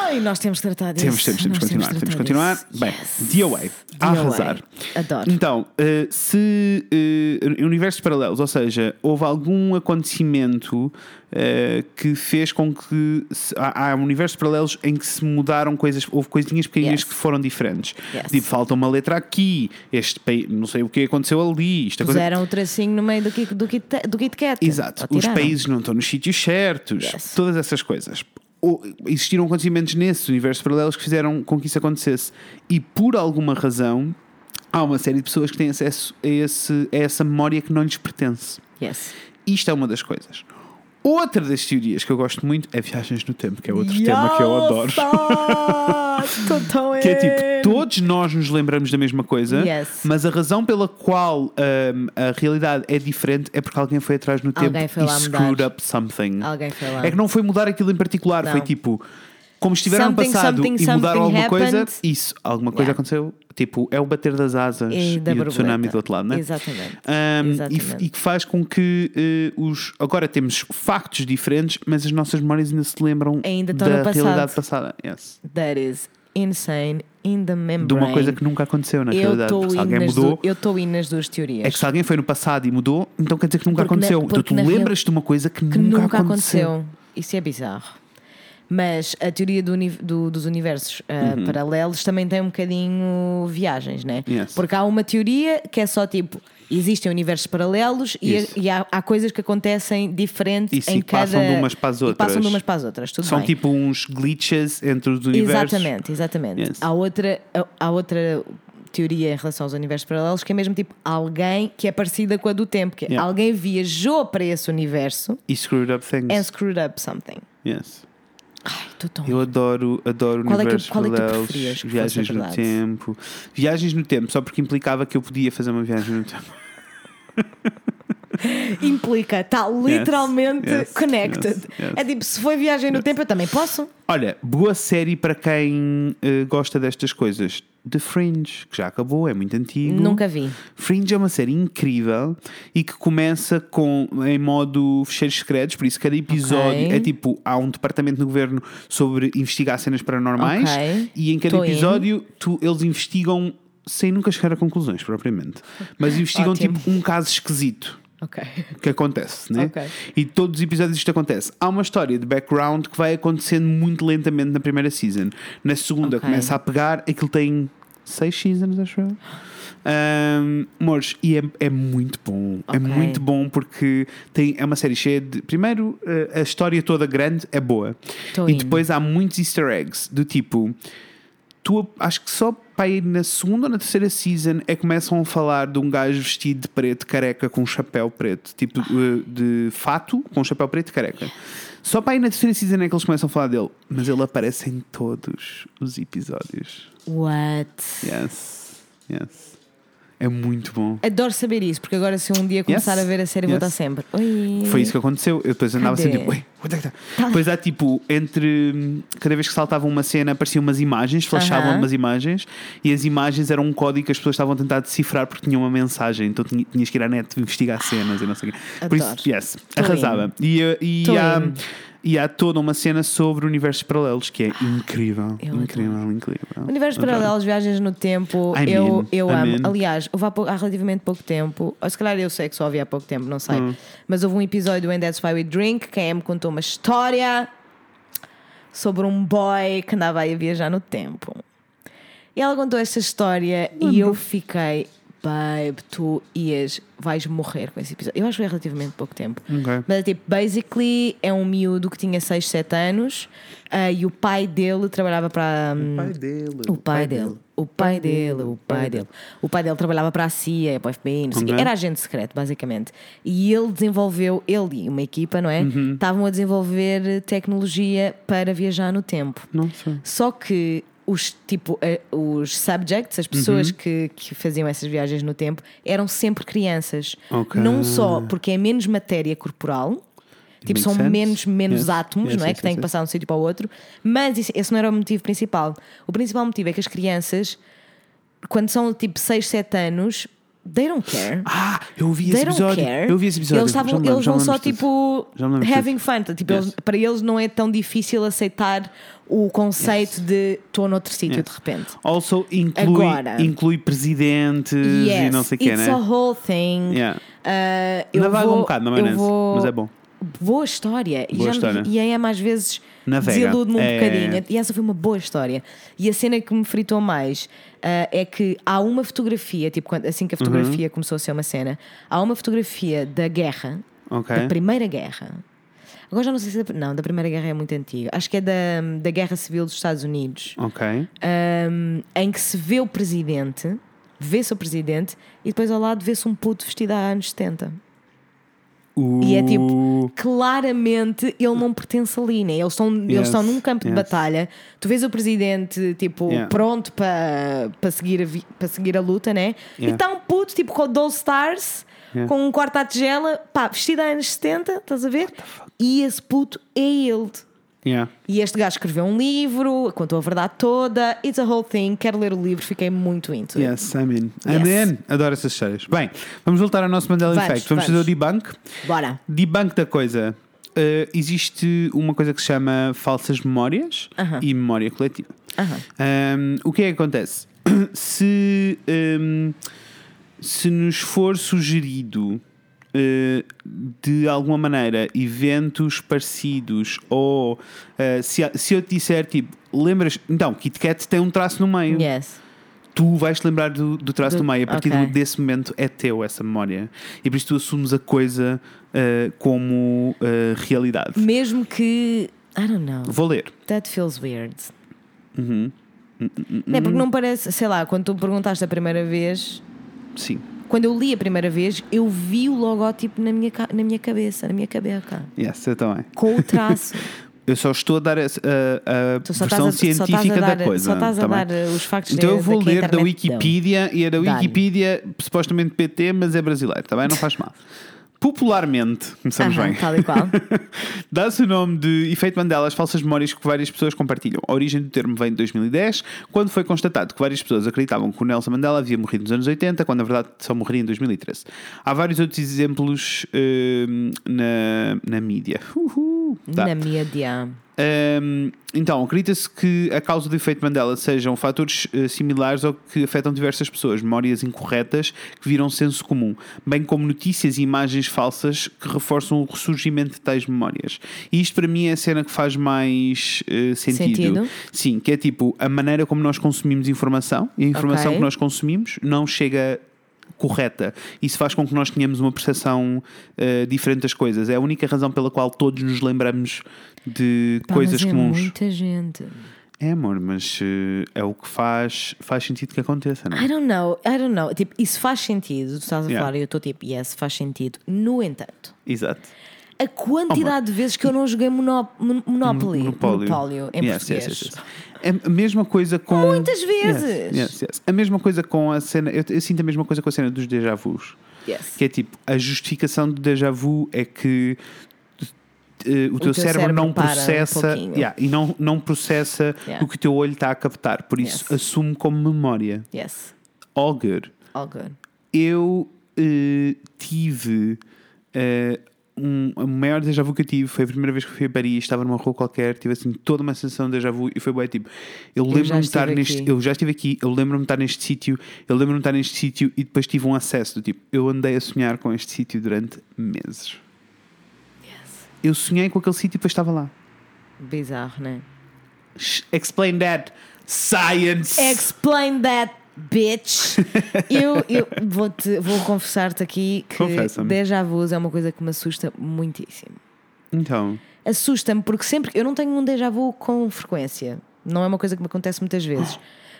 S1: Ai, nós temos tratado disso.
S2: Temos, temos,
S1: Nós
S2: temos continuar, temos
S1: tratado
S2: continuar.
S1: disso.
S2: Bem,
S1: Yes.
S2: DOA, a
S1: DOA.
S2: arrasar.
S1: Adoro.
S2: Então, eh, se eh, universos paralelos, ou seja, houve algum acontecimento eh, que fez com que se- há, há universos paralelos em que se mudaram coisas, houve coisinhas pequeninas
S1: Yes.
S2: que foram diferentes.
S1: Yes.
S2: Tipo, falta uma letra aqui, este país, não sei o que aconteceu ali, isto aconteceu.
S1: Puseram o tracinho no meio do Kit, do Kit, do Kit Kat.
S2: Exato.
S1: Ou
S2: Os
S1: tiraram.
S2: países não estão nos sítios certos.
S1: É, tá Yes.
S2: Todas essas coisas. Ou existiram acontecimentos nesses universos paralelos que fizeram com que isso acontecesse. E por alguma razão, há uma série de pessoas que têm acesso a, esse- a essa memória que não lhes pertence.
S1: Yes.
S2: Isto é uma das coisas. Outra das teorias que eu gosto muito é viagens no tempo, que é outro
S1: Yes,
S2: tema que eu
S1: [LAUGHS]
S2: adoro.
S1: Estou tão
S2: Que é tipo,
S1: in.
S2: todos nós nos lembramos da mesma coisa,
S1: Ehm, Yes.
S2: mas a razão pela qual hum, a realidade é diferente é porque alguém foi atrás no tempo
S1: Alguém foi
S2: e
S1: lá
S2: screwed
S1: mudar.
S2: up something.
S1: Alguém foi lá.
S2: É que não foi mudar aquilo em particular,
S1: Não.
S2: foi tipo, como estiveram no
S1: Something,
S2: passado
S1: something,
S2: e mudaram
S1: something
S2: alguma coisa,
S1: happened.
S2: isso, alguma coisa
S1: Yeah.
S2: aconteceu. Tipo, é o bater das asas
S1: E
S2: e,
S1: da
S2: o
S1: borboleta.
S2: tsunami do outro lado, né?
S1: Exatamente.
S2: Hum, e f-
S1: Exatamente.
S2: E, que faz com que eh, os. Agora temos factos diferentes, mas as nossas memórias ainda se lembram
S1: Ainda estão
S2: da
S1: no passado.
S2: realidade passada. Yes
S1: That is insane in the membrane.
S2: de uma coisa que nunca aconteceu na
S1: eu
S2: realidade. Porque se alguém mudou,
S1: estou indo nas duas teorias.
S2: é que se alguém foi no passado e mudou, então quer dizer que nunca
S1: Porque na-
S2: aconteceu. então
S1: porque
S2: tu
S1: na
S2: lembras de uma coisa que,
S1: que
S2: nunca,
S1: nunca,
S2: aconteceu.
S1: aconteceu. Isso é bizarro. Mas a teoria do uni- do- dos universos
S2: Uhum.
S1: ah, paralelos também tem um bocadinho viagens, né?
S2: Yes.
S1: Porque há uma teoria que é só tipo: existem universos paralelos e,
S2: Isso.
S1: e há, há coisas que acontecem diferentes
S2: E se
S1: em cada.
S2: passam de umas para as
S1: e passam
S2: outras.
S1: de umas para as outras, tudo
S2: São
S1: bem.
S2: tipo uns glitches entre os universos.
S1: Exatamente, exatamente.
S2: Yes.
S1: Há, outra, há outra teoria em relação aos universos paralelos que é mesmo tipo alguém que é parecida com a do tempo, que é
S2: Yeah.
S1: alguém viajou para esse universo
S2: E screwed up things.
S1: and screwed up something.
S2: Yes.
S1: Ai, estou tão
S2: Eu adoro, adoro
S1: Qual é que-
S2: universos
S1: qual é que tu
S2: paralelos,
S1: preferias que
S2: viagens
S1: fosse a
S2: no
S1: verdade?
S2: tempo. Viagens no tempo, só porque implicava que eu podia fazer uma viagem no tempo. [LAUGHS]
S1: implica, está literalmente
S2: yes,
S1: connected.
S2: yes, yes.
S1: É tipo, se foi viagem no tempo, eu também posso.
S2: Olha, boa série para quem eh, gosta destas coisas. The Fringe, que já acabou, é muito antigo.
S1: Nunca vi.
S2: Fringe é uma série incrível e que começa com em modo fecheiros secretos, por isso cada episódio
S1: Ok.
S2: é tipo, há um departamento no governo sobre investigar cenas paranormais
S1: Ok.
S2: e em cada
S1: Tô in.
S2: episódio tu, eles investigam sem nunca chegar a conclusões propriamente, mas investigam
S1: Ótimo.
S2: tipo um caso esquisito
S1: Ok.
S2: que acontece, né?
S1: Ok.
S2: E todos os episódios isto acontece. Há uma história de background que vai acontecendo muito lentamente na primeira season. Na segunda
S1: Ok.
S2: começa a pegar, aquilo tem seis seasons, acho eu. Ahm, Mores, e é, é muito bom. É
S1: Ok.
S2: muito bom porque tem, é uma série cheia de. Primeiro, eh, a história toda grande é boa.
S1: Tô
S2: e
S1: in.
S2: depois há muitos easter eggs do tipo tu acho que só para ir na segunda ou na terceira season é que começam a falar de um gajo vestido de preto, careca, com um chapéu preto, tipo eh, de fato, com um chapéu preto e careca. Só para ir na terceira season é que eles começam a falar dele, mas ele aparece em todos os episódios.
S1: What?
S2: Yes, yes. É muito bom.
S1: Adoro saber isso, porque agora se eu um dia começar
S2: Yes,
S1: a ver a série, vou
S2: yes.
S1: estar sempre. Oi.
S2: Foi isso que aconteceu. Eu depois andava
S1: Cadê? Tá.
S2: sempre tipo, ué, quanto é que está? Depois há tipo, entre. Cada vez que saltava uma cena apareciam umas imagens, flashavam
S1: Aham.
S2: umas imagens e as imagens eram um código que as pessoas estavam a tentar decifrar porque tinham uma mensagem, então tinha- tinhas que ir à net investigar cenas e não sei o quê. Por isso,
S1: Ah, Adoro.
S2: yes,
S1: Tô
S2: arrasava. E, uh, e
S1: Tô
S2: há.
S1: in.
S2: E há toda uma cena sobre universos paralelos que é incrível,
S1: Ah, eu adoro.
S2: incrível, incrível.
S1: Universos
S2: Adoro.
S1: paralelos, viagens no tempo,
S2: I'm
S1: eu,
S2: in,
S1: eu
S2: I'm
S1: amo.
S2: in.
S1: Aliás, houve há, pou- há relativamente pouco tempo, ou se calhar eu sei que só havia há pouco tempo, não sei. Mas houve um episódio do And That's Why We Drink, quem me contou uma história sobre um boy que andava aí a viajar no tempo. E ela contou esta história e eu fiquei, babe, tu ias, vais morrer com esse episódio. Eu acho que foi há relativamente pouco tempo.
S2: Ok.
S1: Mas é tipo, basically é um miúdo que tinha 6, 7 anos ah, e o pai dele trabalhava para. hum, o
S2: O pai dele.
S1: pai dele. O pai dele, o pai dele. O pai dele trabalhava para a CIA, para o FBI, não sei o quê.
S2: Ok.
S1: Era agente secreto, basicamente. E ele desenvolveu, ele e uma equipa, não é? Estavam a desenvolver eh, tecnologia para viajar no tempo.
S2: Não sei.
S1: Só que os, tipo, eh, os subjects, as pessoas que, que faziam essas viagens no tempo, eram sempre crianças.
S2: Ok.
S1: Não só porque é menos matéria corporal. Tipo,
S2: Makes
S1: são
S2: sense.
S1: menos, menos
S2: Yes.
S1: átomos,
S2: Yes,
S1: não é?
S2: yes,
S1: que têm
S2: yes,
S1: que
S2: yes.
S1: passar de um sítio para o outro. Mas isso- esse não era o motivo principal. O principal motivo é que as crianças, quando são tipo 6, 7 anos, they don't care.
S2: Ah, eu vi esse
S1: They don't
S2: episódio.
S1: care.
S2: Eu vi esse episódio.
S1: Eles,
S2: Já me
S1: estavam-
S2: lembro,
S1: eles
S2: já me
S1: vão só
S2: lembro disso.
S1: tipo
S2: Já me lembro disso.
S1: having fun. Tipo,
S2: Yes.
S1: eles- para eles não é tão difícil aceitar o conceito de estou noutro sítio
S2: Yes.
S1: de repente.
S2: Also inclui,
S1: Agora.
S2: inclui presidentes e
S1: Yes,
S2: não sei o quê,
S1: it's
S2: né?
S1: a whole thing.
S2: Yeah.
S1: Uh, eu
S2: Navega
S1: vou,
S2: um bocado na
S1: eu
S2: maionese,
S1: vou-
S2: mas é bom.
S1: Boa história.
S2: Boa
S1: e, já,
S2: história.
S1: e a Emma às vezes
S2: Navega.
S1: desilude-me um
S2: É.
S1: bocadinho. E essa foi uma boa história. E a cena que me fritou mais ah, é que há uma fotografia, tipo, quando- assim que a
S2: Uhum.
S1: fotografia começou a ser uma cena, há uma fotografia da guerra,
S2: Ok.
S1: da Primeira Guerra. Agora já não sei se é da, não, da Primeira Guerra é muito antiga. Acho que é da, da Guerra Civil dos Estados Unidos.
S2: Ok.
S1: Um, em que se vê o presidente, vê-se o presidente, e depois ao lado vê-se um puto vestido há anos 70. E é tipo,
S2: Uh,
S1: claramente ele não pertence ali, né? Eles estão, eles
S2: Yes,
S1: estão num campo de
S2: yes.
S1: batalha. Tu vês o presidente, tipo,
S2: Yeah.
S1: pronto para para seguir, a vi- para seguir a luta, né? E
S2: Yeah.
S1: está um puto, tipo, com 12 stars,
S2: Yeah.
S1: com um quarto à tigela, pá, vestido há anos 70, estás a ver? E esse puto é ele.
S2: Yeah.
S1: E este gajo escreveu um livro, contou a verdade toda. It's a whole thing. Quero ler o livro, fiquei muito into it.
S2: Yes, I'm in.
S1: Yes.
S2: I'm in. Adoro essas histórias. Bem, vamos voltar ao nosso Mandela
S1: Vamos,
S2: Effect. Vamos, fazer o debunk.
S1: Bora.
S2: Debunk da coisa. Uh, existe uma coisa que se chama falsas memórias
S1: Aham.
S2: e memória coletiva.
S1: Aham.
S2: Um, o que é que acontece? [COUGHS] Se, um, se nos for sugerido uh, de alguma maneira eventos parecidos ou uh, se, a- se eu te disser tipo, lembras? Então, Kit Kat tem um traço no meio
S1: Yes.
S2: tu vais te lembrar do, do traço
S1: Do-
S2: do, meio. A partir
S1: ok.
S2: do- desse momento é teu essa memória. E por isso tu assumes a coisa uh, como uh, realidade.
S1: Mesmo que. I don't know.
S2: Vou ler.
S1: That feels weird.
S2: Uhum.
S1: Não é porque não parece, sei lá, quando tu me perguntaste a primeira vez,
S2: Sim.
S1: quando eu li a primeira vez, eu vi o logótipo na minha, ca- na minha cabeça, na minha cabeça,
S2: Yes, eu também.
S1: com o
S2: [LAUGHS]
S1: traço.
S2: Eu só estou a dar essa- a, a
S1: Tu só
S2: versão
S1: estás a- só estás
S2: científica
S1: a dar-
S2: da coisa.
S1: só estás a
S2: tá bem?
S1: dar, uh, os factos
S2: Então eu
S1: da-
S2: vou
S1: da que a
S2: ler da
S1: internet deu.
S2: Wikipedia e é da
S1: Dá-lhe.
S2: Wikipedia supostamente PT, mas é brasileiro, tá bem? Não faz mal. Popularmente, começamos
S1: Aham, tá
S2: bem.
S1: tal e qual.
S2: [LAUGHS] Dá-se o nome de efeito Mandela às falsas memórias que várias pessoas compartilham. A origem do termo vem de 2010, quando foi constatado que várias pessoas acreditavam que o Nelson Mandela havia morrido nos anos 80, quando na verdade só morreria em 2013. Há vários outros exemplos hum, na, na mídia. Uhul. Tá.
S1: na mídia.
S2: Hum, então, acredita-se que a causa do efeito Mandela sejam fatores eh, similares ao que afetam diversas pessoas, memórias incorretas que viram senso comum, bem como notícias e imagens falsas que reforçam o ressurgimento de tais memórias. E isto para mim é a cena que faz mais eh, sentido.
S1: Sentido?
S2: Sim, que é tipo a maneira como nós consumimos informação e a informação
S1: Ok.
S2: que nós consumimos não chega correta. Isso faz com que nós tenhamos uma percepção eh, diferente das coisas. É a única razão pela qual todos nos lembramos de
S1: Pá,
S2: coisas
S1: mas é
S2: comuns.
S1: Muita gente.
S2: É, amor, mas eh, é o que faz, faz sentido que aconteça, não é?
S1: I don't know, I don't know. Tipo, isso faz sentido, tu estás a
S2: Yeah.
S1: falar e eu estou tipo, yes, faz sentido. No entanto,
S2: Exato.
S1: a quantidade de
S2: Oh,
S1: vezes que eu não joguei monop mon- Monopoly, Monopólio, em
S2: Yes,
S1: português.
S2: yes, yes, yes. A mesma coisa com.
S1: Muitas
S2: Yes,
S1: vezes.
S2: yes, yes. A mesma coisa com a cena. Eu, eu sinto a mesma coisa com a cena dos déjà vus.
S1: Yes.
S2: Que é tipo, a justificação do déjà vu é que eh, o, teu,
S5: teu
S2: cérebro,
S5: cérebro
S2: não
S5: para um
S2: processa
S5: pouquinho.
S2: yeah, e não, não processa
S5: Yeah.
S2: o que o teu olho está a captar. Por isso,
S5: Yes.
S2: assume como memória.
S5: Yes.
S2: All good.
S5: All good.
S2: Eu eh, tive eh, um, o maior déjà vu que eu tive foi a primeira vez que fui a Paris, estava numa rua qualquer, tive assim toda uma sensação de déjà vu e foi bem tipo. Eu lembro-me de
S5: estive
S2: estar neste.
S5: aqui.
S2: Eu já estive aqui, eu lembro-me de estar neste sítio, eu lembro-me de estar neste sítio e depois tive um acesso do tipo, eu andei a sonhar com este sítio durante meses. Eu sonhei com aquele sítio e depois estava lá.
S5: Bizarro, né?
S2: Sh- Explain that science!
S5: Explain that,
S2: [LAUGHS]
S5: bitch. eu eu vou-te, vou confessar-te aqui que
S2: Confessa-me.
S5: déjà vus é uma coisa que me assusta muitíssimo.
S2: Então,
S5: Assusta-me porque sempre. Eu não tenho um déjà vu com frequência. Não é uma coisa que me acontece muitas
S2: Ah.
S5: vezes.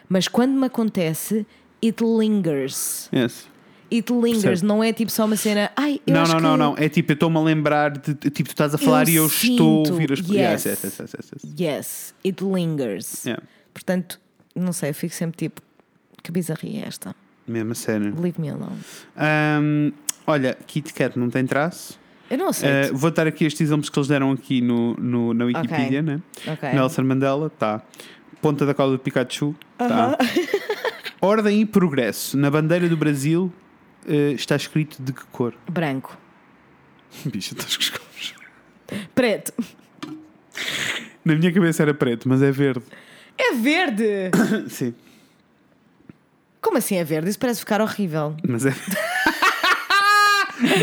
S5: Mas quando me acontece, it lingers.
S2: yes.
S5: It lingers.
S2: Percebo.
S5: Não é tipo só uma cena. Ai, eu
S2: não,
S5: acho
S2: não,
S5: que...
S2: não, não. É tipo, eu estou-me a lembrar de. de- Tipo, tu estás a falar e eu estou a
S5: sinto,
S2: ouvir as
S5: yes.
S2: Yes, yes, yes, yes, yes, yes.
S5: Yes, it lingers.
S2: Yeah.
S5: Portanto, não sei, eu fico sempre tipo, que bizarria é esta?
S2: Mesma cena.
S5: Leave me alone.
S2: Ahm, olha, Kit Kat não tem traço.
S5: Eu não aceito.
S2: Ah, vou dar aqui estes exemplos que eles deram aqui no, no- na Wikipedia,
S5: Ok.
S2: né?
S5: Ok.
S2: Nelson Mandela, tá. Ponta da cola do Pikachu, tá. [LAUGHS] Ordem e progresso. Na bandeira do Brasil eh, está escrito de que cor? [LAUGHS]
S5: Branco.
S2: Bicho, estás com as cores.
S5: Preto.
S2: Na minha cabeça era preto, mas é verde.
S5: É verde!
S2: Sim,
S5: Como assim é verde? Isso parece ficar horrível.
S2: mas é [LAUGHS] verde.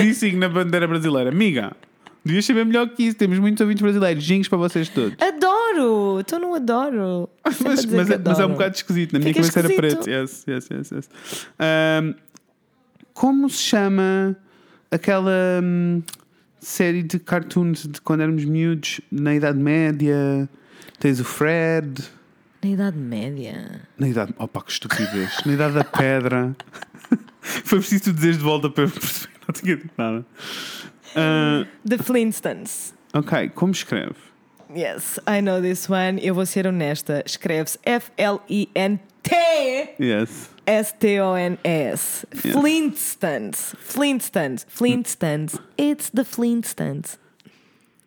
S2: Dissing na bandeira brasileira. Amiga, devias saber melhor que isso. Temos muitos ouvintes brasileiros. Jingos para vocês todos.
S5: Adoro! Então não adoro. Sempre a
S2: Mas,
S5: dizer
S2: mas
S5: que
S2: é, mas é um
S5: adoro.
S2: bocado esquisito. Na minha
S5: Fica
S2: cabeça era
S5: esquisito.
S2: preto. Yes, yes, yes, yes. Ahm, como se chama aquela hum, série de cartoons de quando éramos miúdos na Idade Média? Tens o Fred.
S5: Na Idade Média.
S2: Na idade. Opa, que estupidez! Na idade da pedra. [LAUGHS] Foi preciso tu dizeres de volta para eu perceber. Não tinha dito nada. Ah,
S5: The Flintstones.
S2: ok, como escreve?
S5: Yes, I know this one. Eu vou ser honesta. Escreve-se F-L-I-N-T.
S2: Yes.
S5: S-T-O-N-S.
S2: Yes.
S5: Flintstones. Flintstones. Flintstones. It's the Flintstones.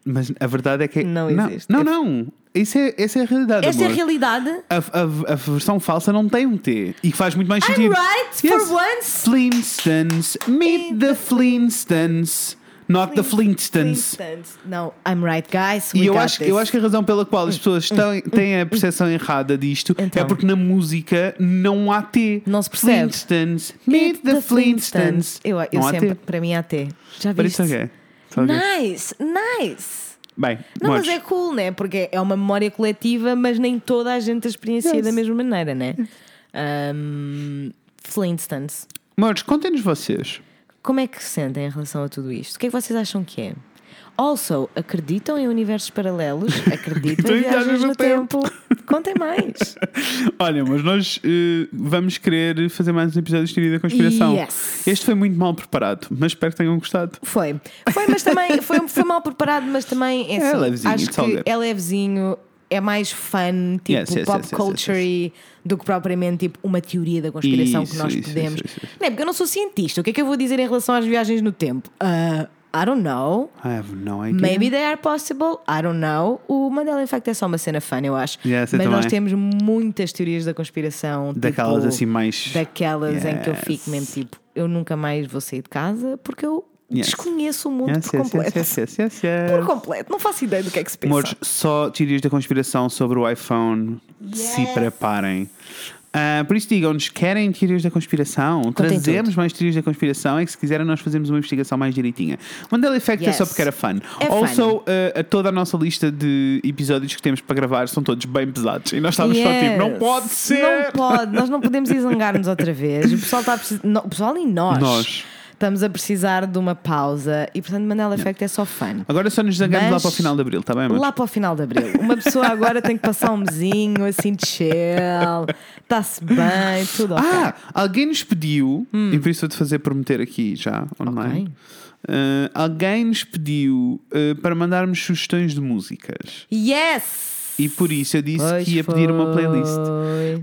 S2: Mas a verdade é que.
S5: Não existe.
S2: Não, não. Isso é, essa é a realidade.
S5: Esta é a
S2: amor.
S5: realidade?
S2: a, a- a versão falsa não tem um T e que faz muito mais
S5: I'm
S2: sentido.
S5: right
S2: Yes.
S5: for once.
S2: Flintstones, meet the Flintstones, not the Flintstones.
S5: Flintstones. Não, I'm right, guys. We
S2: E eu
S5: got
S2: acho,
S5: this.
S2: eu acho que a razão pela qual as pessoas estão- têm a percepção errada disto é
S5: Hum. Então.
S2: porque na música não há T.
S5: Não se percebe.
S2: Flintstones, meet the Flintstones.
S5: Eu, eu
S2: não há
S5: sempre,
S2: T. é
S5: para mim, há T. Já
S2: But
S5: viste?
S2: it's okay. It's okay.
S5: Nice, nice.
S2: Bem,
S5: Não, mas
S2: Montes,
S5: é cool, né? Porque é uma memória coletiva, mas nem toda a gente a experiencia
S2: Yes.
S5: da mesma maneira, né? Um, Flintstones.
S2: Montes, contem-nos vocês.
S5: Como é que se sentem em relação a tudo isto? O que é que vocês acham que é? Also, acreditam em universos [LAUGHS] paralelos? Acreditam em viagens no tempo? Contem mais. [LAUGHS]
S2: Olha, mas nós eh, vamos querer fazer mais um episódio de Teoria da Conspiração.
S5: Yes.
S2: Este foi muito mal preparado, mas espero que tenham gostado.
S5: Foi. Foi, mas também foi, foi mal preparado, mas também é,
S2: É
S5: assim,
S2: levezinho,
S5: acho
S2: it's all
S5: que
S2: good.
S5: é levezinho, é mais fun, tipo
S2: Yes, yes, yes,
S5: pop
S2: yes, yes,
S5: culture do que propriamente tipo uma teoria da conspiração que
S2: Isso,
S5: nós
S2: isso,
S5: podemos.
S2: isso, isso, isso.
S5: Não é porque eu não sou cientista. O que é que eu vou dizer em relação às viagens no tempo? Ah, I don't know.
S2: I have no idea.
S5: Maybe they are possible, I don't know. O Mandela Effect é só uma cena fã, eu acho.
S2: Yes, eu
S5: Mas nós
S2: também.
S5: temos muitas teorias da conspiração.
S2: Daquelas
S5: tipo,
S2: assim mais-
S5: Daquelas em que eu
S2: Yes.
S5: fico mesmo tipo, eu nunca mais vou sair de casa porque eu
S2: Yes.
S5: desconheço o mundo
S2: Yes,
S5: por
S2: yes,
S5: completo.
S2: yes, yes, yes, yes.
S5: [LAUGHS] Por completo, não faço ideia do que é que se pensa.
S2: Amores, só teorias da conspiração sobre o iPhone se preparem. Ah, por isso digam-nos, querem teorias da conspiração? Trazemos mais teorias da conspiração e que se quiserem nós fazemos uma investigação mais direitinha. Mandela Effect é
S5: Yes.
S2: só porque era fun.
S5: É
S2: also, ah, a toda a nossa lista de episódios que temos para gravar são todos bem pesados. E nós estávamos só tipo, não
S5: Yes.
S2: pode ser!
S5: Não pode, nós não podemos isangar-nos outra vez. O pessoal está a precisar. O pessoal e nós.
S2: Nós.
S5: Estamos a precisar de uma pausa e, portanto, Mandela Effect é só fã.
S2: Agora só nos zangamos
S5: Mas-
S2: lá para o final de Abril, está bem, amor?
S5: Lá para o final de abril. Uma pessoa agora tem que passar um mesinho assim de chill. Está-se bem, tudo ok. Hum.
S2: Ah, alguém nos pediu, e por isso vou-te fazer prometer aqui já, online.
S5: Ok.
S2: Ah, alguém nos pediu ah, para mandarmos sugestões de músicas.
S5: Yes!
S2: E por isso eu disse
S5: Pois
S2: que ia pedir uma
S5: foi.
S2: playlist.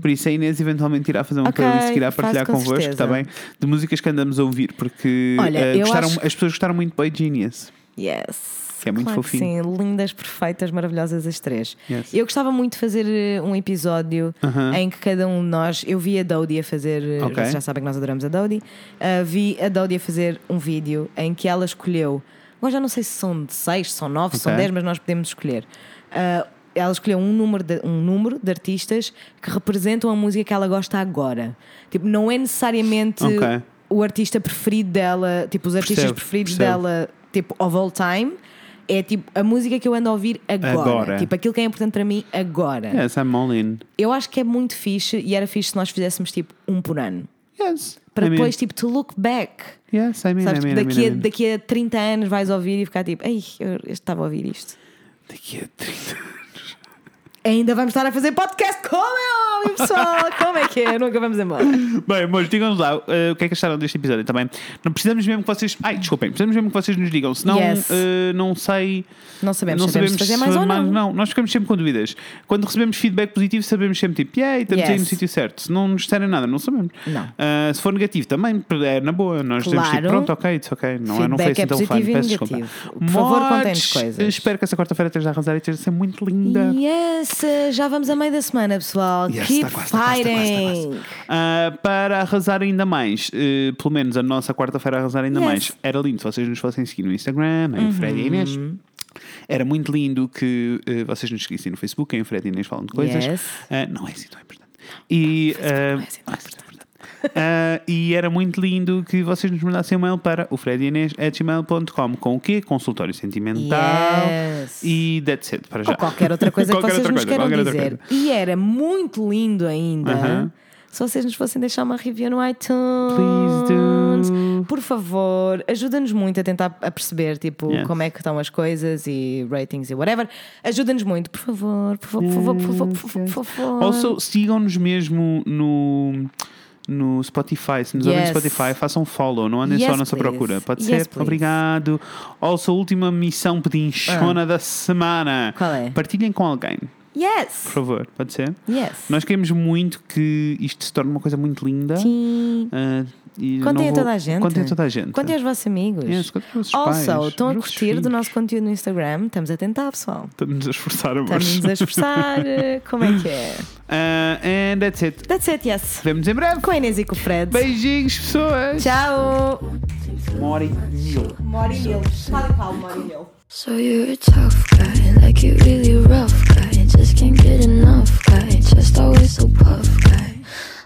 S2: Por isso a Inês eventualmente irá fazer uma
S5: Ok,
S2: playlist que irá
S5: faço
S2: partilhar
S5: com
S2: convosco,
S5: certeza.
S2: está bem? De músicas que andamos a ouvir, porque
S5: Olha,
S2: ah,
S5: eu
S2: gostaram-
S5: acho-
S2: as pessoas gostaram muito de Boy Genius.
S5: Yes.
S2: que é muito
S5: Claro que
S2: fofinho.
S5: sim, lindas, perfeitas, maravilhosas as três.
S2: Yes.
S5: Eu gostava muito de fazer eh, um episódio em que cada um de nós. Eu vi a Dodie a fazer. eh,
S2: Ok.
S5: Vocês já sabem que nós adoramos a Dodie. Ah, vi a Dodie a fazer um vídeo em que ela escolheu. Agora já não sei se são de seis, são nove, são
S2: Ok.
S5: dez, mas nós podemos escolher. Ah, ela escolheu um número, de, um número de artistas que representam a música que ela gosta agora. Tipo, não é necessariamente
S2: Ok.
S5: o artista preferido dela, tipo, os artistas
S2: Percebo,
S5: preferidos
S2: percebo.
S5: dela dela, tipo, of all time, é tipo a música que eu ando a ouvir agora.
S2: Agora. É.
S5: Tipo, aquilo que é importante para mim agora.
S2: Yes, I'm all in.
S5: Eu acho que é muito fixe e era fixe se nós fizéssemos tipo um por ano.
S2: Yes.
S5: Para
S2: I mean,
S5: depois, tipo, to look back.
S2: Yes, I mean,
S5: Sabes,
S2: I mean,
S5: que
S2: I
S5: daqui,
S2: mean, I
S5: a,
S2: mean.
S5: daqui a 30 anos vais ouvir e ficar tipo, ei, eu eu estava a ouvir isto.
S2: Daqui a 30
S5: Ainda vamos estar a fazer podcast, como é
S2: [LAUGHS]
S5: óbvio, pessoal? Como é que é? Nunca vamos embora.
S2: Bem, amores, digam-nos lá eh, o que é que acharam deste episódio também. Não precisamos mesmo que vocês. Ai, desculpem, precisamos mesmo que vocês nos digam, senão
S5: Yes.
S2: eh, não sei.
S5: Não sabemos se devemos fazer
S2: se
S5: mais ou não.
S2: Nós ficamos sempre com dúvidas. Quando recebemos feedback positivo, sabemos sempre tipo, yeah, estamos aí no
S5: Yes.
S2: sítio certo. Se não nos disserem nada, não sabemos.
S5: Não.
S2: Ah, se for negativo, também é na boa. Nós dizemos tipo,
S5: Claro.
S2: pronto, ok, it's ok. Não, é, não foi
S5: Feedback
S2: assim
S5: é
S2: tão fun.
S5: positivo e
S2: Peço desculpa.
S5: negativo. Por favor,
S2: Mortes,
S5: contem-nos coisas.
S2: Espero que essa quarta-feira esteja a arrasar e esteja a ser muito linda.
S5: Yes, já vamos a meio da semana, pessoal.
S2: Yes,
S5: Keep
S2: tá quase, tá quase, tá quase, tá quase.
S5: fighting.
S2: Ah, para arrasar ainda mais, eh, pelo menos a nossa quarta-feira arrasar ainda
S5: Yes. Uhum.
S2: mais, era lindo se vocês nos fossem seguir no Instagram, em Fred e Inês. Era muito lindo que eh, vocês nos seguissem no Facebook, em Fred e Inês falam de coisas.
S5: Yes.
S2: Ah, não é assim tão importante. E,
S5: Facebook não é assim
S2: ah,
S5: tão
S2: não é tão importante. Ah, e era muito lindo que vocês nos mandassem um mail para o fredinês.gmail.com com o quê? Consultório sentimental
S5: Yes.
S2: e that's it para já.
S5: Ou qualquer outra coisa que
S2: Qualquer
S5: vocês
S2: outra
S5: nos
S2: coisa,
S5: queiram
S2: qualquer outra
S5: dizer.
S2: coisa.
S5: E era muito lindo ainda
S2: Aham.
S5: se vocês nos fossem deixar uma review no
S2: Please
S5: iTunes.
S2: do.
S5: Por favor, ajuda-nos muito a tentar a perceber tipo,
S2: Yes.
S5: como é que estão as coisas e ratings e whatever. Ajuda-nos muito, por favor, por favor, por favor, por favor, por favor, por favor.
S2: Also, sigam-nos mesmo no, no Spotify. Se nos ouvem no
S5: Yes.
S2: Spotify, façam follow, não andem
S5: Yes,
S2: só à nossa
S5: please.
S2: procura. Pode
S5: Yes,
S2: ser?
S5: please.
S2: Obrigado. Also, última missão pedinchona
S5: É.
S2: da semana.
S5: Qual é?
S2: Partilhem com alguém, por
S5: yes!
S2: favor. Pode ser?
S5: Yes!
S2: Nós queremos muito que isto se torne uma coisa muito linda.
S5: Sim.
S2: Ah, e eu não
S5: Contem a
S2: vou-
S5: toda a gente.
S2: Contem a toda a gente.
S5: Contem aos vossos amigos.
S2: Yes, contem aos vossos
S5: also,
S2: pais,
S5: estão a
S2: aos vossos
S5: curtir do
S2: filhos.
S5: nosso conteúdo no Instagram? Estamos a tentar, pessoal.
S2: Estamos a esforçar, amores. [LAUGHS]
S5: Estamos a esforçar. eh, Como é que é?
S2: Ah, and that's it.
S5: That's it, yes.
S2: Vemos em breve.
S5: Com a Inês e com o Fred.
S2: Beijinhos, pessoas.
S5: Tchau.
S2: Uma hora e mil.
S5: Mori Mil. Fala e Paulo, Mori Mil.
S6: So you're a tough guy, like you really rough guy. Just can't get enough guy, just always so puff guy.